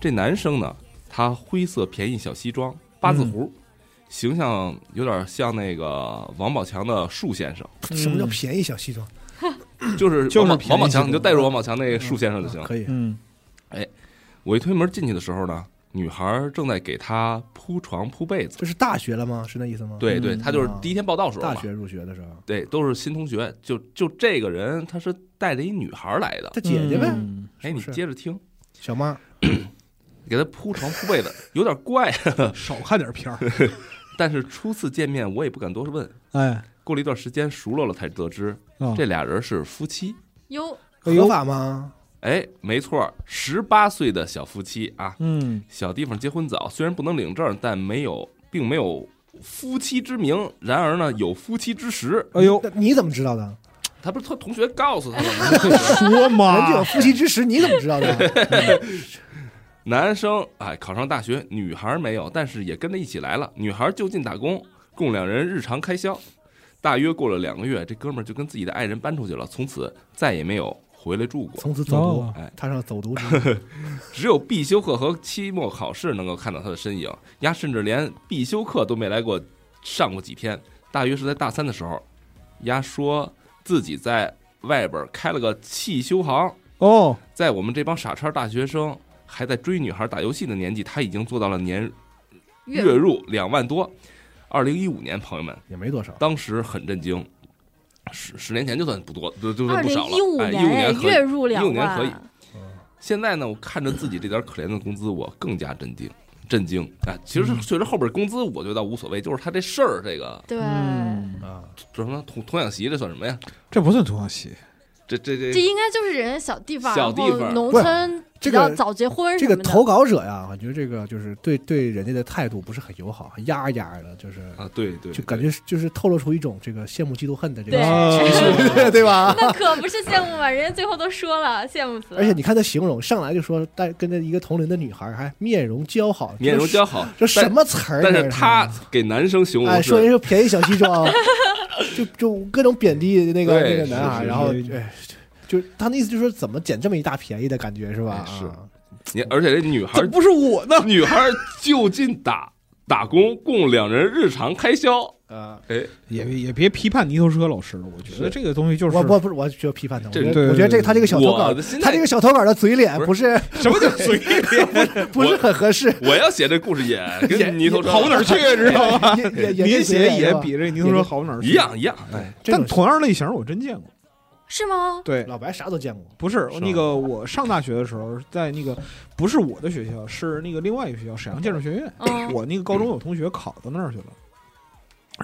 D: 这男生呢，他灰色便宜小西装，八字胡，
E: 嗯
D: 形象有点像那个王宝强的树先 生，
E: 嗯
B: 什么叫便宜小西装？
D: 就是
E: 就是
D: 王宝
E: 便宜
D: 王宝
E: 西装
D: 强，你就带入王宝强那个树先生就行
B: 啊。可以，
E: 嗯
D: 我一推门进去的时候呢，女孩正在给他铺床铺被子。
B: 这是大学了吗？是那意思吗？，
D: 对对，他就是第一天报道时候嘛
B: 嗯啊大，学入学的时候，
D: 对，都是新同学。就就这个人，他是带着一女孩来的
B: 他。姐姐呗，
E: 嗯
D: 哎，
B: 是不
D: 你
B: 是
D: 接着听。
B: 小妈。
D: 给他铺床铺被子，有点怪。啊
E: 少看点片儿。
D: 但是初次见面，我也不敢多问。
E: 哎，
D: 过了一段时间熟络了，才得知
B: 嗯
E: 啊
D: 这俩人是夫妻。
C: 哟，
B: 合法吗？
D: 哎，没错，十八岁的小夫妻啊，
E: 嗯，
D: 小地方结婚早，虽然不能领证，但没有，并没有夫妻之名。然而呢，有夫妻之实。
E: 哎呦，
B: 那你怎么知道的？
D: 他不是他同学告诉他的吗？
E: 说
B: 人家有
E: 嘛，
B: 夫妻之实，你怎么知道 的？
D: 男生哎考上大学，女孩没有，但是也跟着一起来了。女孩就近打工，供两人日常开销。大约过了两个月，这哥们儿就跟自己的爱人搬出去了，从此再也没有回来住过，
B: 从此走
E: 哦
B: 读
D: 哎，
B: 踏上走读之路。
D: 只有必修课和期末考试能够看到他的身影。丫甚至连必修课都没来过，上过几天。大约是在大三的时候，丫说自己在外边开了个汽修行，
E: 哦，
D: 在我们这帮傻叉大学生还在追女孩打游戏的年纪，他已经做到了年
C: 月
D: 月入两万多。二零一五年，朋友们，
B: 也没多少，
D: 当时很震惊，十十年前就算不多，就就算
C: 二
D: 不
C: 零
D: 少了。
C: 一五
D: 哎，一五
C: 年
D: 年
C: 哎
D: 可以
C: 月入两
D: 15年可以
C: 万，
D: 现在呢，我看着自己这点可怜的工资，我更加震惊，震惊啊！哎其实
C: 嗯
D: 确实后边工资我觉得无所谓，就是他这事儿，这个
C: 对，
E: 嗯，
B: 啊，
D: 这什么童童养媳，这算什么呀？
E: 这不算童养媳，
D: 这这
C: 这
D: 这
C: 应该就是人家小地方，
D: 小地方
C: 然后农
B: 不是
C: 村
B: 这
C: 比
B: 个
C: 较早结婚
B: 这
C: 什
B: 个
C: 么的。
B: 投稿者呀，我觉得这个就是对对人家的态度不是很友好，压压的，就是
D: 啊，对对，哦
B: 就感觉是就是透露出一种这个羡慕、嫉妒、恨的这
C: 对
B: 个
E: 啊
B: 情绪， 对吧？
C: 那可不是羡慕嘛，人家最后都说了，羡慕死了。
B: 而且你看他形容，上来就说带跟着一个同龄的女孩，还面容姣好，
D: 面容姣好，
B: 这什么词儿？
D: 但？但
B: 这啊
D: 是他给男生形
B: 哎，
D: 容
B: 说人
D: 是
B: 是便宜小西装，啊 就就各种贬低那个那
D: 对
B: 个男
D: 是
B: 孩，
D: 是
B: 然后
E: 是
B: 哎，就就他那意思就是说怎么捡这么一大便宜的感觉是吧？
D: 哎是
B: 啊
D: 你，而且这女孩
E: 这不是我呢，
D: 女孩就近打打工，供两人日常开销。
B: 呃，
D: 哎，
E: 也也别批判泥头车老师了，我觉得
D: 是
E: 这个东西就是
B: 我我不是我就批判他，我
D: 这
B: 觉
E: 对
B: 得我觉得这个他这个小投稿
D: 我的心，态
B: 他这个小投稿的嘴脸不是
E: 什么叫嘴脸，
B: 不是很 合适，
D: 我要写这故事 也跟泥头车
E: 好不哪儿去，知道吗？
B: 也也也
E: 你
B: 跟嘴
E: 写
B: 脸
E: 也
B: 是吧
E: 比这泥头车好不哪儿去
D: 一，样一样。哎，
B: 这
E: 但
B: 种
E: 同样类型我真见过，
C: 是吗？
E: 对，
B: 老白啥 都见过，
E: 不是
D: 是
E: 那个，我上大学的时候，在那个不是我的学校，是那个另外一个学校，沈阳建筑学院。
C: 嗯
E: 我那个高中有同学考到那儿去了，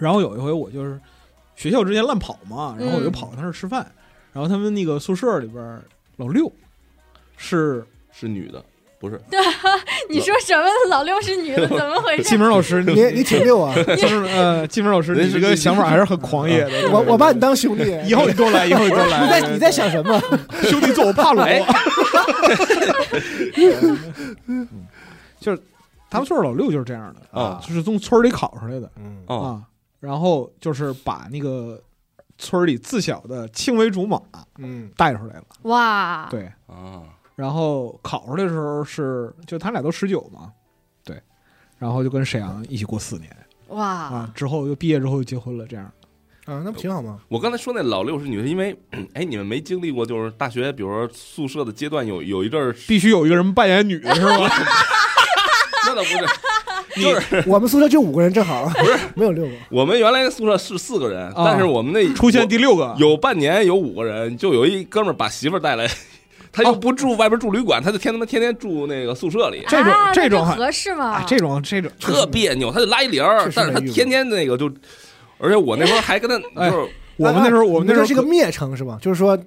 E: 然后有一回我就是学校之间乱跑嘛，然后我就
C: 嗯
E: 跑到那儿吃饭，然后他们那个宿舍里边儿老六 是
D: 是女的，不是
C: 你说什么？老六是 女的，怎么回
E: 季
C: 事？
E: 明老师，
B: 你你挺溜啊，
E: 就是呃，季明老师，
D: 那
E: 你
D: 是
E: 这个
D: 你
E: 想法还是很狂野的。
B: 我我把你
E: 当
B: 当兄弟，
E: 以后你多来，以后你多 来。
B: 你在你在想什么？
E: 兄弟做我怕裸。
D: 哎
E: 嗯就是他们村儿老六就是这样的
D: 啊
E: 就是从村儿里考出来的
B: 嗯
D: 哦，
E: 啊，然后就是把那个村儿里自小的青梅竹马
B: 嗯，
E: 带出来了，
C: 哇，
E: 对，
D: 啊，
E: 然后考出来的时候是就他俩都十九嘛，对，然后就跟沈阳一起过四年
C: 哇
E: 啊，，之后又毕业之后就结婚了，这样
B: 啊，那不挺好吗？
D: 我刚才说那老六是女的，因为哎，你们没经历过，就是大学，比如说宿舍的阶段有有一阵儿，
E: 必须有一个人扮演女的是吧？
D: 那倒不是，就是
B: 我们宿舍就五个人，正好不是没有六个。
D: 我们原来宿舍是四个人，
B: 啊
D: 但是我们那
E: 出现第六个，
D: 有半年有五个人，就有一哥们儿把媳妇儿带来， 他
B: 哦
D: 又不住外边住旅馆，他就天他妈天天住那个宿舍里。
E: 这种
C: 啊那
E: 这种还
C: 合适吗
E: 啊，？这种这种
D: 特别扭，他就拉一铃儿
B: 确，实
D: 但是他
B: 没遇过
D: 天天那个就，而且我那时候还跟他
E: 哎
D: 就是
E: 我们那时候，我们那
B: 时
E: 时候
B: 候是个蔑称是吧？就是说，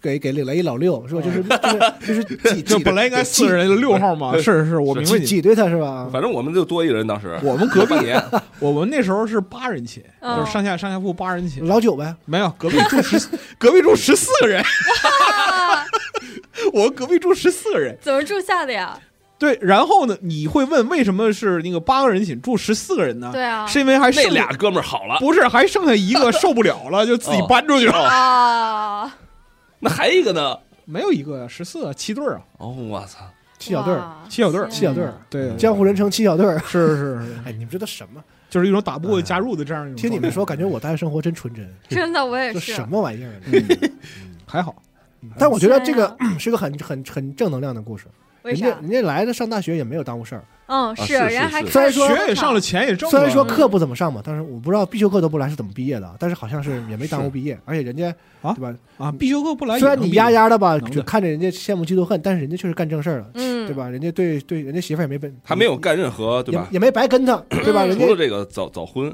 B: 给给领来一老六是吧？就是就是 就是挤挤
E: 这哦本来应该四个人六号嘛，
D: 对
E: 是是，我明白
B: 挤
E: 你。
B: 挤兑他是吧？
D: 反正我们就多一人，当时
E: 我们哎隔壁
D: 半，年，
E: 我们那时候是八人寝，
C: 嗯
E: 就是上下上下铺八人寝，
B: 老九呗，
E: 没有隔壁住十，隔壁住十四个人，
C: 啊
E: 我们隔壁住十四个人。
C: 怎么住下的呀？
E: 对，然后呢，你会问为什么是那个八个人寝住十四个人呢？
C: 对啊
E: 是因为还
D: 那
E: 剩
D: 俩哥们儿好了，
E: 不是还剩下一个 受不了了，就自己
D: 哦
E: 搬出去了。
C: 啊，
D: 那还一个呢？
E: 没有一个十四七对儿啊，
D: 哦，我操！
B: 七小对儿，
C: 哇
E: 七小对儿，嗯
C: 天
B: 七小对儿
C: 哪
E: 对，
B: 江湖人称七小对儿。
E: 是是 是，
B: 哎，你们这都什么？
E: 就是一种打不过加入的这样一种。
B: 听你们说，感觉我大学生活真纯真，
C: 真的我也
B: 这
C: 是
B: 什么玩意儿呢？
E: 嗯还好，
B: 但我觉得这个
C: 天
B: 是个很很很正能量的故事。
C: 啊为
B: 人
C: 啥
B: 家？人家来了上大学也没有耽误事儿，
C: 嗯，
D: 是是
C: 人家还
D: 是
C: 开
B: 虽然说
C: 了
E: 学也上了，钱也挣了。
B: 虽然说课不怎么上嘛，但是我不知道必修课都不来是怎么毕业的，但是好像是也没耽误毕业，而且人家
E: 啊
B: 对吧？
E: 啊，必修课不来也
B: 虽
E: 能
B: 然
E: 毕业，
B: 你丫丫的吧，
E: 能的
B: 就看着人家羡慕嫉妒恨，但是人家确实干正事儿了。
C: 嗯嗯，
B: 对？吧？人家对对，人家媳妇儿也没被，
D: 他没有干任何对
B: 也
D: 吧？嗯
B: 也没白跟他，对吧？人家
D: 除了这个早早婚，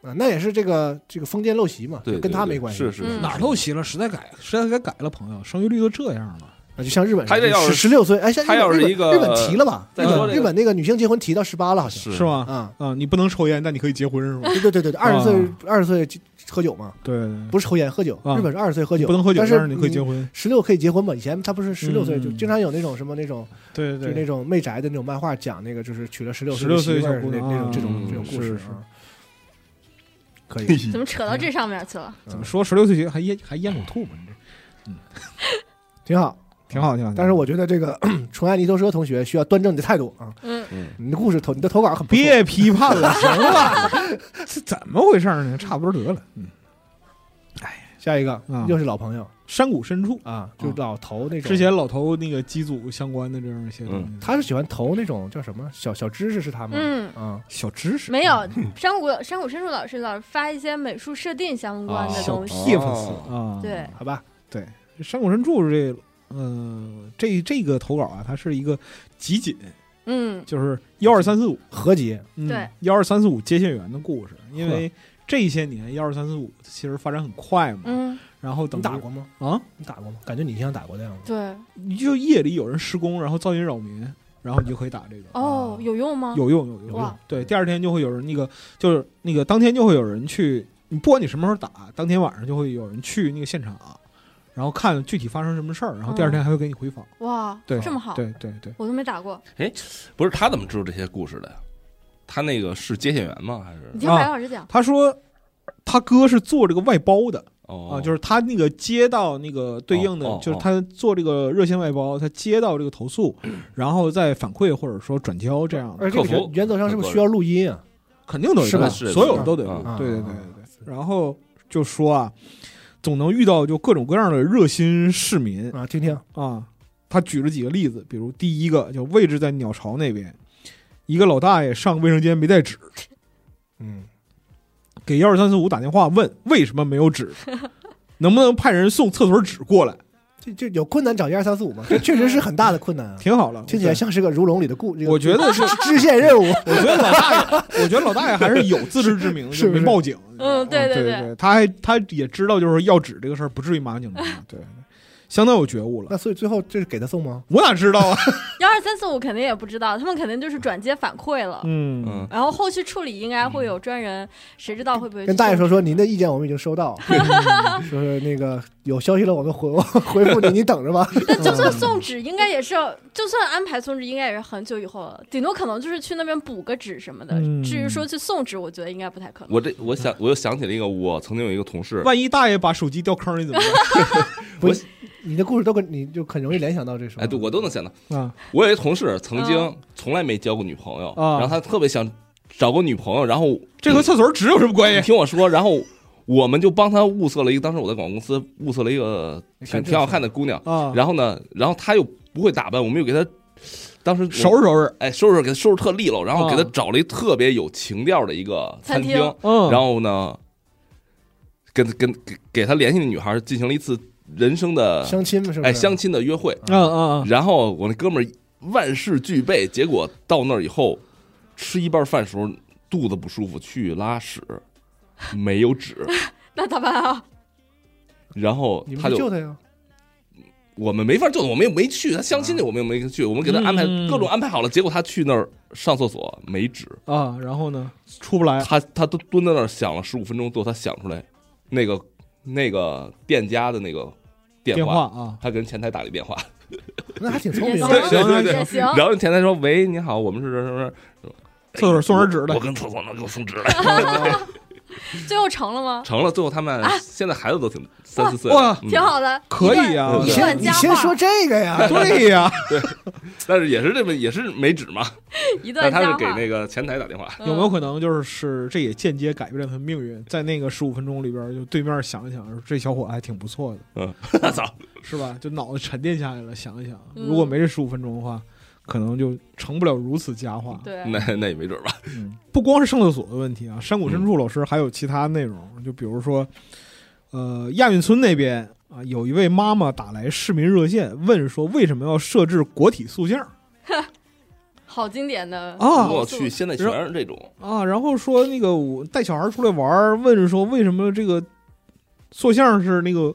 B: 啊，那也是这个这个封建陋习嘛，
D: 对，
B: 跟
D: 对
B: 他
D: 对
B: 没关系。啊
D: 是是
C: 嗯
D: 是
E: 哪儿都习了，时代改，时代改改了，朋友，生育率都这样了。
B: 啊，就像日本人，
D: 他这要是
B: 十六岁，哎，像日
D: 他
B: 本
D: 要是
B: 日本
D: 一个
B: 日本提了吧？
D: 再
B: 日
D: 说
B: 本
D: 这个
B: 日本那个女性结婚提到十八了，好像
D: 是
E: 是？吗？
B: 啊，
E: 啊，你不能抽烟，但你可以结婚是吗？
B: 对对对对对，二十
E: 啊
B: 岁二十岁喝酒嘛，
E: 对，
B: 不是抽烟喝酒，
E: 啊
B: 日本是二十岁喝酒，
E: 不能喝酒，
B: 但
E: 但
B: 是
E: 是你可以结。婚。
B: 十六可以结婚嘛？以前他不是十六岁，
E: 嗯
B: 就经常有那种什么那种，
E: 对
B: 就是那种媚宅的那种漫画，讲那个就是娶了十六
E: 16岁
B: 媳妇儿
E: 小姑
B: 那
E: 娘
B: 那种这种
D: 嗯
B: 这种故事
E: 是是
B: 啊。可 以，
C: 怎么扯到这上面去了？
B: 嗯
E: 怎么说？十六岁学还咽还咽口吐吗？你这
B: 挺好。
E: 挺好，挺好。
B: 但是我觉得这个 纯爱泥头蛇同学需要端正你的态度啊！
C: 嗯，
D: 嗯，
B: 你的故事投你的投稿很不错
E: 别批 判了，行了，这怎么回事呢？差不多得了。嗯，
B: 下一个
E: 啊
B: 又是老朋友
E: 山谷深处，
B: 啊，就
E: 啊
B: 老投那种
E: 之前老投那个机组相关的这样一些东西，
B: 他是喜欢投那种叫什么小小知识是他吗？
C: 嗯
B: 啊，
E: 小知识
C: 没有山谷山谷深处老师老是发一些美术设定相关的
B: 哦
E: 啊小
C: 东西，
E: 屁粉丝啊，
C: 对，
B: 好吧，
E: 山谷深处这，嗯、这这个投稿啊，它是一个集锦，
C: 嗯
E: 就是幺二三四五，
B: 合集
E: 嗯
C: 对，
E: 幺二三四五接线员的故事，因为这些年幺二三四五其实发展很快嘛，
C: 嗯，
E: 然后等
B: 你打过吗？
E: 啊，
B: 你打过吗？感觉你像打过的样子。
C: 对，
E: 你就夜里有人施工，然后噪音扰民，然后你就可以打这个。
B: 啊
C: 哦，有用吗？
E: 有用有用
B: 有
C: 哇
B: 用，
E: 对，第二天就会有人那个，就是那个当天就会有人去，你不管你什么时候打，当天晚上就会有人去那个现场，然后看具体发生什么事儿，然后第二天还会给你回访。
C: 哇，
E: 对，
C: 嗯这么好，
E: 对对对，
C: 我都没打过。
D: 不是他怎么知道这些故事的呀？他那个是接线员吗？还是
C: 你听白老师讲，
E: 他说他哥是做这个外包的
D: 哦
E: 啊，就是他那个接到那个对应的
D: 哦哦，
E: 就是他做这个热线外包，他接到这个投诉，然后再反馈或者说转交这样的，
B: 而且这个
D: 啊客服
B: 原原则上是不是需要录音啊？
E: 肯定都得
B: 是吧
E: 录
D: 是
E: 所有的都得
D: 是
E: 录
B: 啊，
E: 对对
B: 啊
E: 对
B: 啊
E: 对对。然后就说啊，总能遇到就各种各样的热心市民
B: 啊，听听
E: 啊。他举了几个例子，比如第一个就位置在鸟巢那边，一个老大爷上卫生间没带纸，
B: 嗯，
E: 给幺二三四五打电话问为什么没有纸，能不能派人送厕所纸过来？
B: 这这有困难找一二三四五嘛，这确实是很大的困难啊。
E: 挺好了，
B: 听起来像是个如龙里的故，这个
E: 我觉得
B: 支支线任务
E: 我觉得老大爷，我觉得老大爷还是有自知之明的，
B: 是
E: 就
B: 不是
E: 没报警。
C: 嗯对
E: 对
C: 对对
E: 对，他还他也知道就是要纸这个事儿不至于麻烦警察，对，相当有觉悟了。
B: 那所以最后这是给他送吗？
E: 我哪知道啊？
C: 幺二三四五肯定也不知道，他们肯定就是转接反馈了。
E: 嗯
D: 嗯，
C: 然后后续处理应该会有专人，谁知道会不会
B: 跟
C: 去
B: 大爷说
C: 做
B: 说您的意见我们已经收到，嗯说是那个有消息了我们回 回复你，你等着吧。
C: 但就算送纸，应该也是要就算安排送纸，应该也是很久以后了，顶多可能就是去那边补个纸什么的。
E: 嗯
C: 至于说去送纸，我觉得应该不太可能。
D: 我这我想我又想起了一个，我曾经有一个同事，
E: 万一大爷把手机掉坑里怎么
B: 不
D: 我，
B: 你的故事都跟你就很容易联想到这什么？
D: 哎，对我都能想到，
E: 办？啊
D: 我有一同事曾
C: 嗯
D: 经从来没交过女朋友，
E: 啊
D: 然后他特别想找个女朋友，然后
E: 这和厕所纸有什么
D: 你
E: 关系？
D: 听我说，然后我们就帮他物色了一个，当时我在广告公司物色了一个挺挺好看的姑娘，
E: 啊，
D: 然后呢，然后她又不会打扮，我们又给她当时我
E: 收拾收拾，
D: 哎收拾给她收拾特利落，然后给她
E: 啊
D: 找了一特别有情调的一个餐
C: 餐厅
E: 嗯，
D: 然后呢，跟跟给给她联系的女孩进行了一次人生的
B: 相亲嘛，是不是？
D: 哎相亲的约会，
E: 嗯 嗯嗯，
D: 然后我那哥们儿万事俱备，结果到那儿以后，吃一半饭时候肚子不舒服，去拉屎，没有 纸，
C: 那咋办啊？
D: 然后
B: 你们
D: 他
B: 去
D: 就
B: 救他呀！
D: 我们没法救他，我们也没去，他相亲
E: 啊
D: 去，我们也没去，我们给他安排
E: 嗯
D: 各种安排好了，结果他去那儿上厕所没纸，
E: 啊，然后呢，出不来，
D: 他他都蹲在那儿想了十五分钟，最后他想出来，那个那个店家的那个
E: 电
D: 电
E: 话啊，
D: 他跟前台打了一电话，
B: 那还挺聪
C: 也
B: 明
C: 行，
B: 的。
E: 对对对
C: 也行。
D: 然后前台说：“喂，你好，我们是什么什么
E: 厕所送人纸
D: 我
E: 的，
D: 跟厕所能给哎我送纸来。”
E: 啊
C: 最后成了吗？
D: 成了，最后他们现在孩子都挺三四岁了，
E: 哇，
D: 嗯
C: 啊挺，好的，
E: 可以
C: 呀
E: 啊。
B: 你
C: 一段
B: 先你
C: 佳
B: 先
C: 话
B: 说这个呀，
E: 对呀，
D: 但是也是这么也是没纸嘛，
C: 一
D: 但是
C: 段
D: 他
C: 佳
D: 是
C: 话。
D: 给那个前台打电话，
C: 嗯
E: 有没有可能就是是这也间接改变了他的命运？在那个十五分钟里边，就对面想一想，这小伙还挺不错的，
D: 我操，
E: 是吧？就脑子沉淀下来了，想一想，
C: 嗯
E: 如果没这十五分钟的话，可能就成不了如此佳话。
C: 对，
D: 那那也没准吧，
E: 嗯，不光是上厕所的问题啊，山谷深处老师还有其他内容，就比如说，呃，亚运村那边啊，有一位妈妈打来市民热线问说，为什么要设置国体塑像
C: 好经典的
B: 哦
E: 啊
D: 我去，现在全是这种，
E: 啊？然后说那个我带小孩出来玩儿，问说为什么这个塑像是那个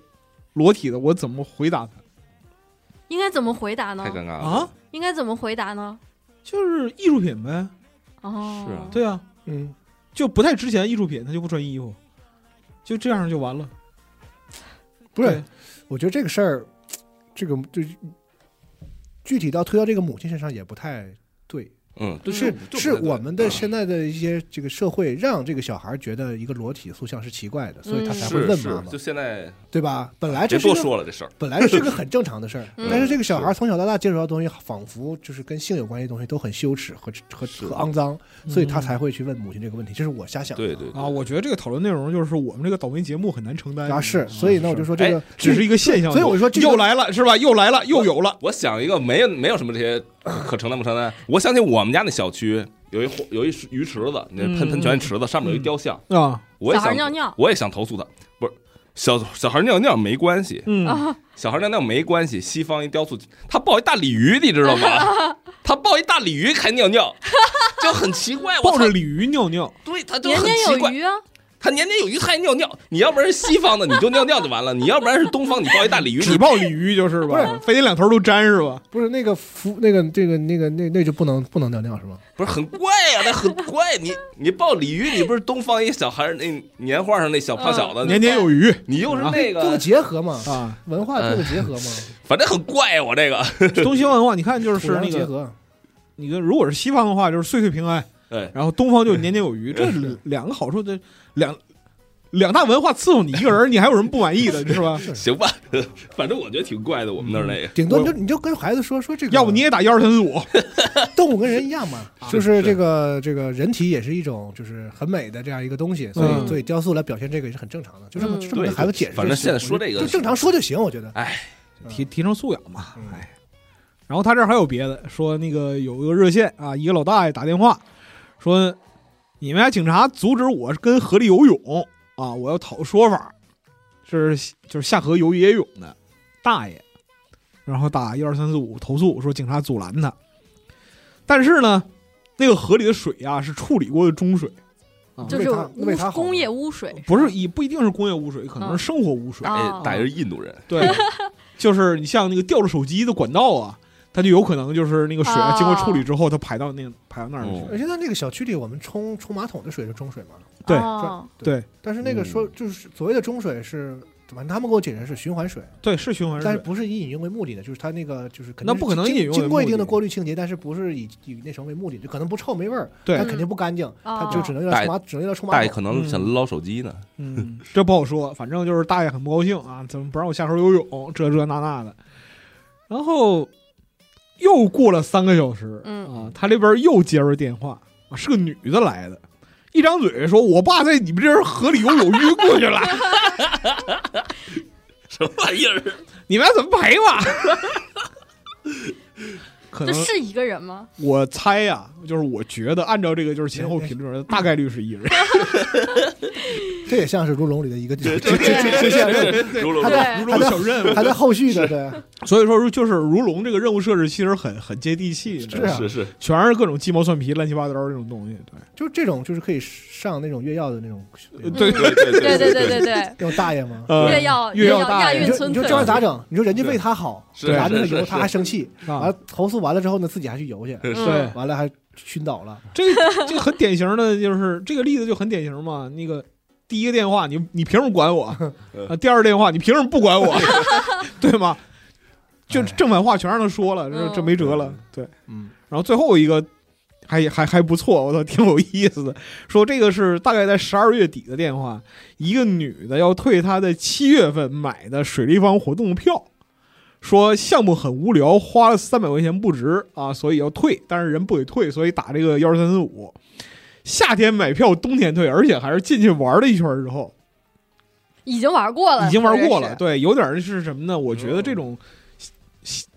E: 裸体的，我怎么回答他？
C: 应该怎么回答呢
D: 太？尴尬了
E: 啊！
C: 应该怎么回答呢？
E: 就是艺术品呗，
C: 哦，
D: 是啊
E: 对啊，
B: 嗯，
E: 就不太值钱艺术品，他就不穿衣服，就这样就完了。
B: 不是
E: 对，
B: 我觉得这个事儿，这个就具体到推到这个母亲身上也不太对，
D: 嗯，对
B: 是
D: 就不
B: 是
D: 太对嗯
B: 我们的现在的一些这个社会让这个小孩觉得一个裸体塑像是奇怪的，所以他
C: 嗯
B: 才会
D: 是
B: 问妈
D: 是，
B: 妈
D: 就，现在
B: 对吧？本来
D: 别
B: 这是一
D: 多
B: 个
D: 说了这事儿，
B: 本来 是个很正常的事儿，
C: 嗯
B: 但是这个小孩从小到大接触到的东西，仿佛就是跟性有关系的东西都很羞耻和和
D: 是嗯
B: 和肮脏，所以他才会去问母亲这个问题。这是我瞎想的，
D: 对对
E: 啊，我觉得这个讨论内容就是我们这个倒霉节目很难承担
B: 啊
D: 嗯
B: 是，所以呢，我就说这个
E: 哎只是一个现象，
B: 所以我说这个
E: 又来了是吧？又来了，又有了。
D: 我想一个没有没有什么这些可承担不承担。我想起我们家那小区有一火有一鱼池子，那
E: 嗯
D: 喷喷泉池子上面有一雕像，
E: 啊，
D: 我也
C: 小孩
D: 想
C: 尿尿
D: 我也想投诉他，不是小小孩尿尿没关系，
E: 嗯，
C: 啊，
D: 小孩尿尿没关系，西方一雕塑他抱一大鲤鱼，你知道吗？ 他抱一大鲤鱼还尿尿，就很奇怪，我
E: 抱
D: 操
E: 着，鲤鱼尿尿，
D: 对他就
C: 年
D: 很
C: 年
D: 奇
C: 有
D: 怪，
C: 余啊，
D: 他年年有鱼他还尿尿，你要不然是西方的你就尿尿就完了，你要不然是东方你抱一大鲤鱼，
E: 只
D: 你
E: 抱鲤鱼就是
B: 不
E: 吧？
B: 是
E: 非得两头都粘是吧？
B: 不是那个服那个这个那个那那就不能不能尿尿是吗？
D: 不是很怪呀、那很怪。你你抱鲤鱼，你不是东方一小孩儿那年画上那小
C: 嗯
D: 胖小子，
E: 年啊年有余
D: 你又是那
B: 做个
D: 个，
B: 结合嘛，
E: 啊，
B: 文化做个结合嘛，
D: 反正很怪呀、我这个，
E: 东西方文化，你看就是
B: 土洋
E: 那
B: 结
E: 个，
B: 合，
E: 你看如果是西方的话，就是岁岁平安，
D: 哎，
E: 然后东方就年年有余，这是两个好处的两两大文化伺候你一个人，你还有什么不满意的是吧？
D: 行吧， 反正我觉得挺怪的。我们那儿那个，
B: 顶多你就你就跟孩子说说这个，
E: 要不你也打幺二三四五，
B: 动物跟人一样嘛，就是是这
D: 是
B: 个这个人体也是一种就是很美的这样一个东西，所
E: 嗯
B: 以所以雕塑来表现这个也是很正常的，就这么
C: 嗯
B: 就这么跟孩子解释就行。
D: 反正现在说这个
B: 就正常说就行，我觉得。
E: 提提升素养嘛，
B: 嗯
E: 哎。然后他这儿还有别的，说那个有一个热线啊，一个老大爷打电话说，你们家警察阻止我跟河里游泳啊，我要讨说法，是就是下河游野泳的大爷，然后打一二三四五投诉说警察阻拦他，但是呢，那个河里的水啊是处理过的中水，啊
C: 就是
B: 为他为他
C: 污
B: 好
C: 工业污水，
E: 不是也不一定是工业污水，可能是生活污水，
C: 啊
D: 哎，大爷是印度人，
E: 对，就是你像那个掉了手机的管道啊，它就有可能就是那个水啊，
C: 哦
E: 经过处理之后，它排到那个排到那儿去。
D: 哦
B: 而且在那个小区里，我们冲冲马桶的水是中水嘛，
E: 对
C: 哦
E: 对
B: 但是那个说
D: 嗯
B: 就是所谓的中水是，反正他们给我解释是循环水，
E: 对，是循环
B: 但是
E: 水。
B: 不是以饮用为目的的，就是它那个就是肯定
E: 那不可能
B: 经
E: 饮用为
B: 经过一定的
E: 目的
B: 过滤清洁，但是不是以以那什么为目的，就可能不臭没味儿，
E: 对
B: 但肯定不干
C: 哦
B: 净，它就只能用
D: 大
B: 来
D: 爷
B: 冲马，只能用来冲马
D: 大爷
B: 桶。
D: 可能想捞手机呢。
E: 嗯，这不好说，反正就是大爷很不高兴啊，怎么不让我下河游泳？这这那那的。然后又过了三个小时，
C: 嗯
E: 啊，他这边又接着电话啊，是个女的来的。一张嘴说：“我爸在你们这儿河里游泳晕过去了，
D: 什么玩意儿？
E: 你们要怎么赔吧？” 可
C: 这
E: 能
C: 是一个人吗？
E: 我猜呀、就是我觉得按照这个就是前后评论，大概率是一人。
B: 这也像是如龙里的一个
D: 对
B: 支
D: 对对
B: 支线任务，
D: 如龙
B: 他
D: 说
B: 在
C: 对
E: 如
B: 他
E: 龙
B: 在
E: 小任务，
B: 还在后续的对。
E: 所以说就是如龙这个任务设置其实很很接地气，
B: 是啊
D: 是是，
E: 全是各种鸡毛蒜皮、乱七八糟这种东西。对，
B: 就这种就是可以上那种越药的那种
E: 呃
B: 那
E: 对
D: 对对对
C: 对对对对对，
B: 种大爷吗？
E: 呃
C: 越要
E: 越
C: 要
E: 大
C: 亚
B: 你
E: 爷
C: 运
B: 就
C: 村
B: 你就
C: 村
B: 这玩意儿咋整？你说人家为他好，
D: 是
B: 咱们
D: 是
B: 游
D: 是
B: 他还生气，完
E: 啊
B: 了，投诉完了之后呢，自己还去游
C: 嗯
B: 去，
D: 是
E: 对，
B: 完了还熏倒了。
E: 这个这个很典型的就是这个例子就很典型嘛。那个第一个电话，你你凭什么管我？啊，第二个电话，你凭什么不管我？ 对吗？就
B: 哎
E: 正反话全让他说了，这这没辙了。对。
B: 嗯，
E: 然后最后一个还还还不错，我操，挺有意思的。 说这个是大概在十二月底的电话，一个女的要退她在七月份买的水立方活动票，说项目很无聊，花了三百块钱不值啊，所以要退，但是人不给退，所以打这个幺三四五。夏天买票，冬天退，而且还是进去玩了一圈之后，
C: 已经玩过 了，
E: 已经玩过了。
C: 或者是，嗯
E: 对，有点儿是什么呢？我觉得这种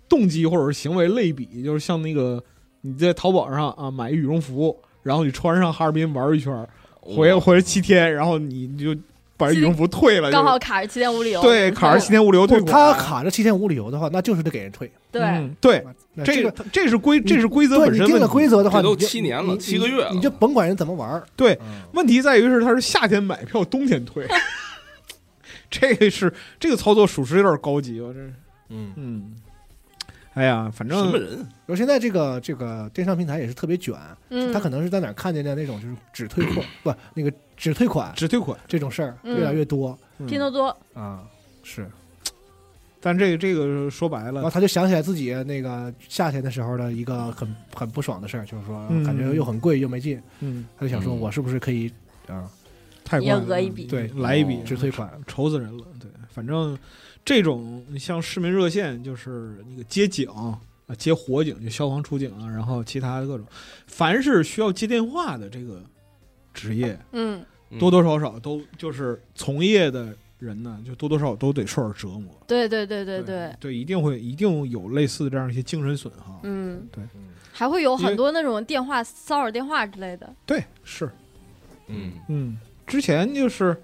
E: 动机或者是行为类比，就是像那个你在淘宝上啊买
D: 哦
B: 哦
E: 羽绒服，然后你穿上哈尔滨玩一圈儿，回回来七天，然后你就把羽绒服退了，
C: 刚好卡着七天无理由，
E: 对
C: 嗯
E: 卡着七天无理由退
B: 不
E: 款，啊
B: 他卡着七天无理由的话，那就是得给人退。
C: 对，
E: 嗯对，
B: 那
E: 这
B: 个
E: 个这是规这是规则
B: 对
E: 本
B: 你
E: 身
B: 定
E: 问
B: 了
E: 题。
B: 规则的话，
D: 这都
B: 你就
D: 七年
B: 你
D: 了
B: 你
D: 七个月了
B: 你就甭管人怎么玩儿。
E: 对，
B: 嗯
E: 问题在于是他是夏天买票，冬天 退，这个是这个操作属实有点高级，我这
D: 嗯，
E: 嗯，哎呀，反
D: 什么
E: 正
D: 人？
B: 然后现在这个这个电商平台也是特别卷，
C: 嗯，
B: 他可能是在哪儿看见的那种就是只退货不那个只退款
E: 只退款，
B: 这种事儿
C: 嗯
B: 越来越多
E: 嗯
C: 拼多多，
B: 啊，是。
E: 但这个这个说白
B: 然后
E: 了，
B: 他就想起来自己那个夏天的时候的一个很很不爽的事儿，就是说
E: 嗯
B: 感觉又很贵又没劲，
E: 嗯，
B: 他就想说
D: 嗯
B: 我是不是可以啊
E: 太快
C: 也
E: 了嗯
C: 讹一笔
E: 对，来一笔
D: 哦
B: 只退款？
E: 愁死人了。对，反正这种你像市民热线，就是那个接警啊，接火警，就消防出警啊，然后其他的各种，凡是需要接电话的这个职业，
C: 嗯，
E: 多多少少都就是从业的人呢，就多多少少都得受点折磨。
C: 对对对对
E: 对
C: 对，
E: 一定会一定有类似这样一些精神损耗。
C: 嗯，
E: 对，
C: 还会有
E: 因为
C: 很多那种电话骚扰电话之类的，
E: 对，是，
D: 嗯，
E: 嗯，之前就是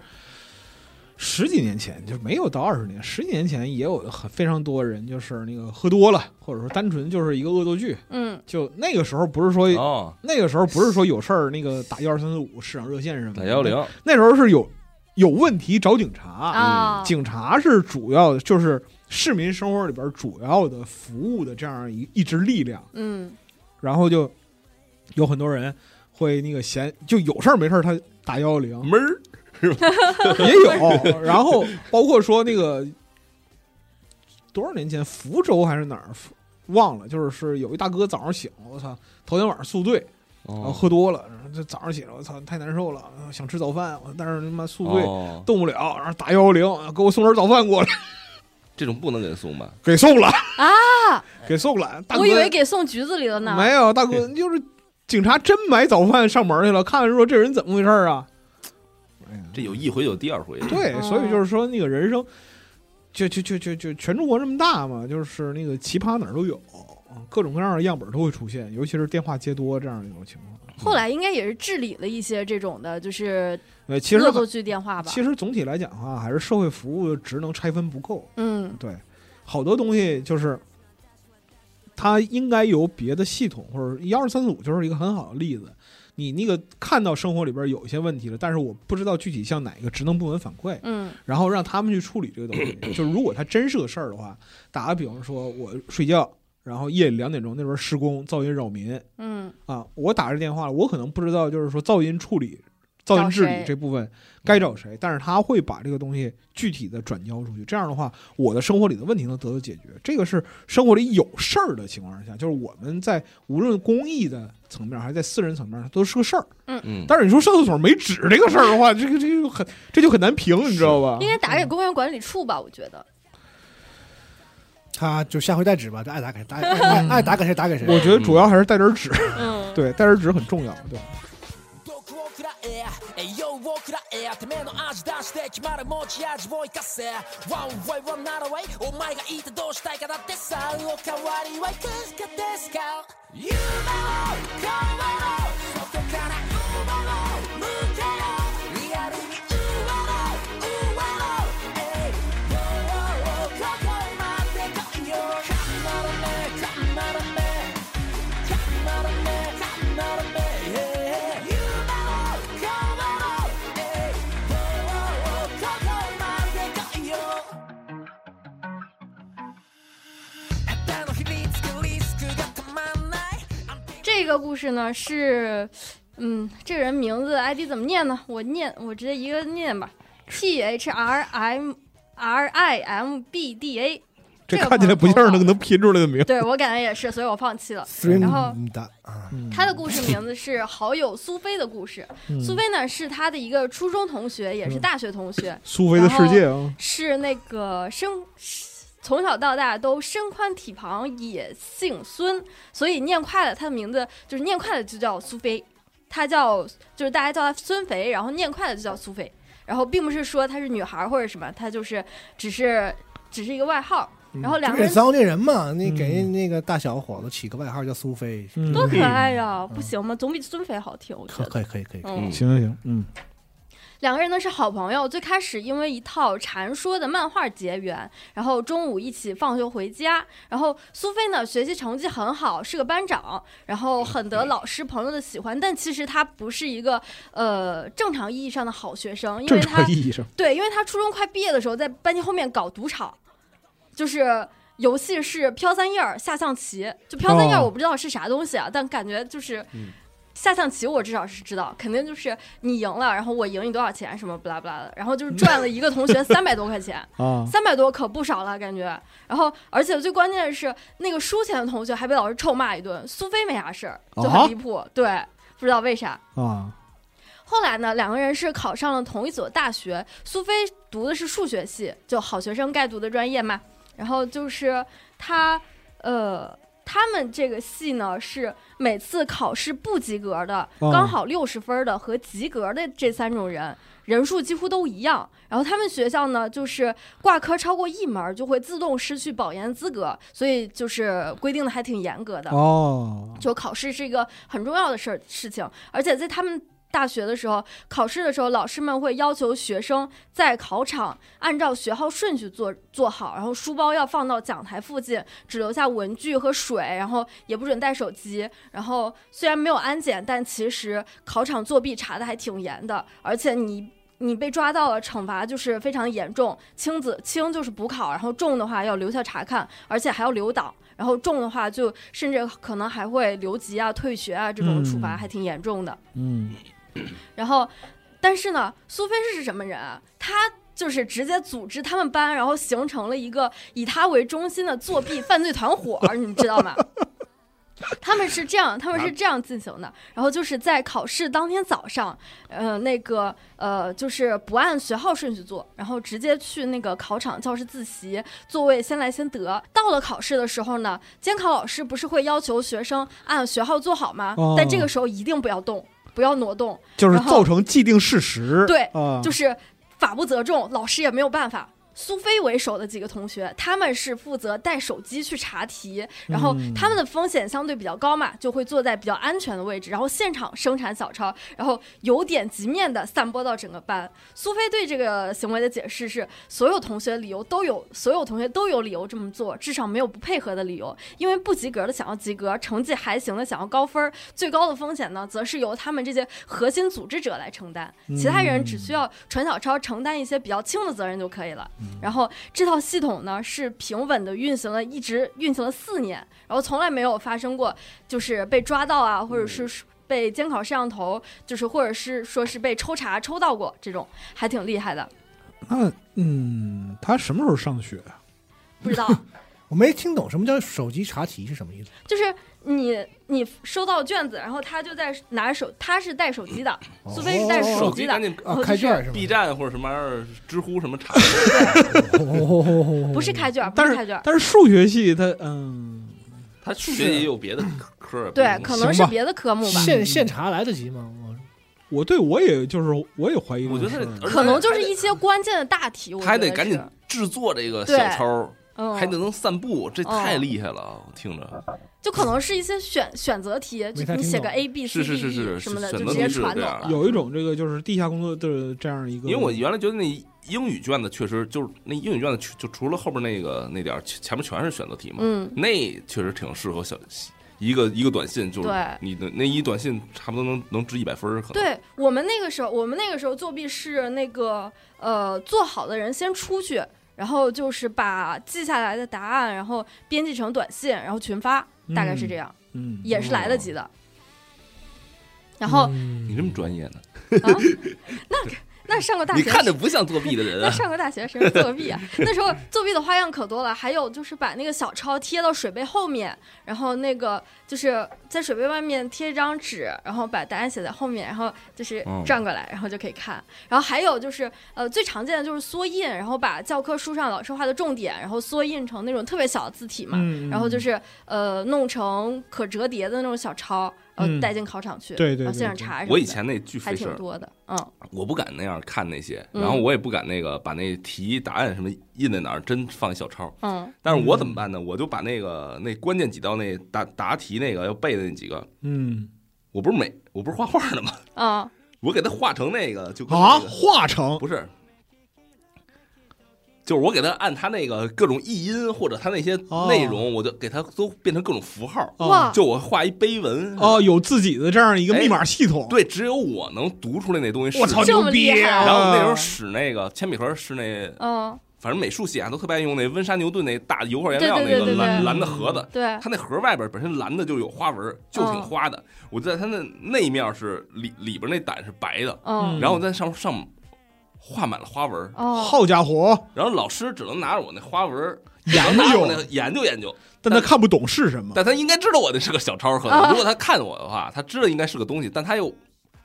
E: 十几年前，就没有到二十年，十几年前也有很非常多人，就是那个喝多了，或者说单纯就是一个恶作剧，
C: 嗯
E: 就那个时候不是说、
D: 哦，那
E: 那个时候不是说有事儿那个打幺二三四五市场热线什么的
D: 打幺零，，
E: 那时候是有有问题找警察，
C: 啊，
E: 嗯警察是主要的，就是市民生活里边主要的服务的这样一一支力量。
C: 嗯
E: 然后就有很多人会那个闲，就有事儿没事儿他打幺幺零
D: 门儿
E: 也有，哦然后包括说那个多少年前福州还是哪儿忘了，就是是有一大哥早上醒了，我操，头天晚上宿醉，然后
D: 哦
E: 喝多了，然后这早上起来我操太难受了，然后想吃早饭，我但是他妈宿醉。
D: 哦
E: 动不了，然后打幺幺零，给我送点早饭过来，
D: 这种不能给他送吧？
E: 给送了
C: 啊，
E: 给送了。大哥
C: 我以为给送局子里了呢，
E: 没有，大哥，就是警察真买早饭上门去了，看看说这人怎么回事儿啊？
D: 这有一回有第二回，
E: 对，啊
C: 哦
E: 所以就是说那个人生，就就就就就全中国这么大嘛，就是那个奇葩哪儿都有，各种各样的样本都会出现，尤其是电话接多这样的一种情况。
C: 后来应该也是治理了一些这种的，就是
E: 呃，其实
C: 恶作剧电话吧，
E: 其实总体来讲的话，还是社会服务的职能拆分不够。
C: 嗯
E: 对，好多东西就是它应该由别的系统，或者幺二三四五就是一个很好的例子。你那个看到生活里边有一些问题了，但是我不知道具体向哪个职能部门反馈，
C: 嗯
E: 然后让他们去处理这个东西。就是如果它真是个事儿的话，打个比方说，我睡觉，然后夜里两点钟那边施工噪音扰民
C: 嗯
E: 啊，我打这电话了，我可能不知道就是说噪音处理、噪音
C: 找
E: 治
C: 谁
E: 理这部分该找谁，但是他会把这个东西具体的转交出去。这样的话，我的生活里的问题能得到解决。这个是生活里有事儿的情况下，就是我们在无论公益的层面还是在私人层面，都是个事儿。
D: 嗯，
E: 但是你说上厕所没纸这个事儿的话，这个这个就很这就很难评，你知道吧？
C: 应该打给公园管理处吧，我觉得，
B: 他就下回再指吧，就爱打给打 爱爱爱打给谁打给谁。
E: 我觉得主要还是带点纸，
C: 嗯，
E: 对，带点纸很重要，对。
F: 毒を食らえ栄養を食らえてめえの味出して決まる持ち味を生かせワンウェイワンナラウェイお前がいてどうしたいかだってさお代わりはいかがですか夢を変わろうそこから馬を向けようリアルに生まれ生まれもうここまで来いよ頑張れ頑張れ Yeah. 下手の秘密リスクがたまんない
C: 这个故事呢是，嗯，这个人名字 ID 怎么念呢？我念，我直接一个念吧，T H R M R I M B D A。
E: 这
C: 这个
E: 看起来不像是能能拼出来的名。
C: 对我感觉也是，所以我放弃了。
B: 虽
C: 然后
B: 打啊，
E: 嗯
C: 他的故事名字是《好友苏菲的故事》。苏菲呢是他的一个初中同学，也
E: 嗯
C: 是大学同学，
E: 苏菲的世界啊，
C: 是那个身从小到大都身宽体胖，也姓孙，所以念快了，他的名字就是念快了就叫苏菲，他叫就是大家叫他孙肥，然后念快了就叫苏菲，然后并不是说她是女孩儿或者什么，她就是只是只是一个外号。然后两个
B: 给
C: 人
B: 骚嗯这人嘛，你
E: 嗯
B: 给人那个大小伙子起个外号叫苏菲，
E: 嗯
C: 多可爱呀、不行吗？总比孙肥好听，我觉
B: 可
C: 得。
B: 可以可以可以，
C: 嗯，
E: 行行行，嗯，
C: 两个人呢是好朋友，最开始因为一套禅说的漫画结缘，然后中午一起放学回家。然后苏菲呢学习成绩很好，是个班长，然后很得老师朋友的喜欢，但其实她不是一个呃正常意义上的好学生，因为
E: 正
C: 她
E: 常意义上，
C: 对，因为他初中快毕业的时候，在班级后面搞赌场，就是游戏是飘三叶儿、下象棋。就飘三叶儿，
E: 哦
C: 我不知道是啥东西啊，但感觉就是
E: 嗯
C: 下象棋，我至少是知道，肯定就是你赢了，然后我赢你多少钱，什么不拉不拉的，然后就是赚了一个 同学三百多块钱，
E: 啊，
C: 三百多可不少了，感觉。然后，而且最关键的是，那个输钱的同学还被老师臭骂一顿，苏菲没啥事儿，就
E: 啊
C: 很离谱。对，不知道为啥。
E: 啊，
C: 后来呢，两个人是考上了同一所大学，苏菲读的是数学系，就好学生该读的专业嘛。然后就是他，呃，他们这个系呢是每次考试不及格的，
E: 哦
C: 刚好六十分的和及格的这三种人。人数几乎都一样，然后他们学校呢，就是挂科超过一门儿就会自动失去保研资格，所以就是规定的还挺严格的。
E: 哦，
C: 就考试是一个很重要的事儿事情，而且在他们大学的时候，考试的时候，老师们会要求学生在考场按照学号顺序坐坐好，然后书包要放到讲台附近，只留下文具和水，然后也不准带手机。然后虽然没有安检，但其实考场作弊查的还挺严的，而且你。你被抓到了，惩罚就是非常严重，轻子轻就是补考，然后重的话要留校查看，而且还要留档，然后重的话就甚至可能还会留级啊、退学啊这种处罚
E: 嗯
C: 还挺严重的。
E: 嗯，
C: 然后，但是呢，苏菲是什么人啊？她就是直接组织他们班，然后形成了一个以她为中心的作弊犯罪团伙儿，你知道吗？ 他们是这样，他们是这样进行的。然后就是在考试当天早上，呃，那个呃，就是不按学号顺序做，然后直接去那个考场教室自习，座位先来先得。到了考试的时候呢，监考老师不是会要求学生按学号坐好吗？
E: 哦
C: 但这个时候一定不要动，不要挪动。
E: 就是
C: 然后
E: 造成既定事实，
C: 对
E: 啊，
C: 就是法不责众，老师也没有办法。苏菲为首的几个同学，他们是负责带手机去查题，然后
E: 嗯
C: 他们的风险相对比较高嘛，就会坐在比较安全的位置，然后现场生产小抄，然后由点及面的散播到整个班。苏菲对这个行为的解释是，所有同学理由都有，所有同学都有理由这么做，至少没有不配合的理由。因为不及格的想要及格，成绩还行的想要高分儿，最高的风险呢，则是由他们这些核心组织者来承担，其他人只需要传小抄承担一些比较轻的责任就可以了。然后这套系统呢是平稳的运行了，一直运行了四年，然后从来没有发生过就是被抓到啊，或者是。被监考摄像头，就是或者是说是被抽查抽到过这种，还挺厉害的。
E: 那嗯，他什么时候上学啊？
C: 不知道，
B: 我没听懂什么叫手机查题是什么意思。
C: 就是你你收到卷子，然后他就在拿手，他是带手机的，苏菲是带
B: 哦
C: 手
D: 机
C: 的
D: 赶，紧
C: 然
B: 啊
C: 后，
B: 开
C: 就是
B: 卷是吗？
D: B 站或者什么玩意儿，知乎什么查，
C: 不是开卷儿，不
E: 但
C: 是
E: 是
C: 开卷儿，
E: 但是数学系他嗯，
D: 他数学也有别的科，
C: 对，可能
E: 行
C: 是
E: 吧
C: 别的科目吧，
B: 现
G: 嗯
B: 现查来得及吗？我
E: 我对我也就是我也怀疑这
D: 我
E: 个
D: 觉
E: 事
D: 得
E: 儿，
D: 他而且
C: 可能就
D: 还
C: 是
D: 得
C: 一些关键的大题，我
D: 他还
C: 觉
D: 得赶紧
C: 是
D: 制作这个
C: 对
D: 小抄，
C: 嗯，
D: 还得能散步，这
C: 哦
D: 太厉害了，啊我听着。
C: 就可能是一些选选择题，就
B: 没太
C: 你
B: 听
C: 写个
B: 懂
C: A B C
D: 是
C: D
D: 是是是
C: E
D: 是
C: 什么的，
D: 选
C: 就
D: 择
C: 直
D: 题
C: 接
D: 是
C: 传
D: 这
C: 走
D: 样
C: 了。
E: 有一种这个就是地下工作的这样一个，
D: 因为我原来觉得那英语卷子确实就是那英语卷子，就除了后边那个那点儿，前前面全是选择题嘛，
C: 嗯
D: 那确实挺适合小一个一个短信，就是
C: 对
D: 你的那一短信差不多能能值一百分儿，可能
C: 对我们那个时候，我们那个时候作弊是那个呃，做好的人先出去，然后就是把记下来的答案，然后编辑成短信，然后群发，大概是这样，
E: 嗯，
C: 也是来得及的。
D: 嗯
C: 然后、
B: 嗯
D: 你这么专业呢？
C: 啊，那那上过大
D: 你
C: 学
D: 看着不像作弊的人
C: 那
D: 啊！
C: 上过大学谁会 作弊啊？那时候作弊的花样可多了，还有就是把那个小抄贴到水杯后面，然后那个就是在水杯外面贴一张纸，然后把答案写在后面，然后就是
D: 嗯
C: 转过来，然后就可以看。然后还有就是呃，最常见的就是缩印，然后把教科书上老师画的重点，然后缩印成那种特别小的字体嘛，
E: 嗯，
C: 然后就是是呃弄成可折叠的那种小抄，然后
E: 嗯
C: 带进考场去，
E: 对对
C: 然后
E: 对
C: 现场
E: 对
C: 查什么的。
D: 我以前那巨
C: 还
D: 费事
C: 挺
D: 儿，
C: 多的，嗯，
D: 我不敢那样看那些，
C: 嗯
D: 然后我也不敢那个把那题答案什么印在哪儿，真放一小抄。
C: 嗯，
D: 但是我怎么办呢？我就把那个那关键几道那答答题那个要背的那几个，
E: 嗯
D: 我不是每我不是画画的吗？
C: 嗯，
D: 我给它画成那个就跟
G: 啊，
D: 那个
G: 化成
D: 不是，就是我给它按它那个各种译音或者它那些
G: 哦
D: 内容，我就给它都变成各种符号，
E: 啊哦
C: 哇，
D: 就我画一碑文。
G: 哦，有自己的这样
D: 哎
G: 一个密码系统。
D: 对，只有我能读出来那东西是。
G: 我操，
C: 这
G: 牛
C: 么
G: 逼
C: 厉害
G: 啊！
D: 然后那时候使那个铅笔盒是那，
C: 嗯，
D: 反正美术系啊都特别爱用那温莎牛顿那大油画颜料
C: 对
D: 那
C: 对对
D: 个
C: 对
D: 蓝
C: 对嗯
D: 蓝的盒子，
C: 对，
D: 它那盒外边本身蓝的就有花纹，就
C: 哦
D: 挺花的。我在它那那面是里里边那胆是白的，
C: 嗯，
D: 然后我在上上面画满了花纹，
C: 哦，
G: 好家伙，
D: 然后老师只能拿着我那花纹
G: 研
D: 只能拿着我那
G: 究，
D: 研究研究，
G: 但他看不懂是什么，
D: 但他应该知道我那是个小抄，可能
C: 啊
D: 如果他看我的话，他知道应该是个东西，但他又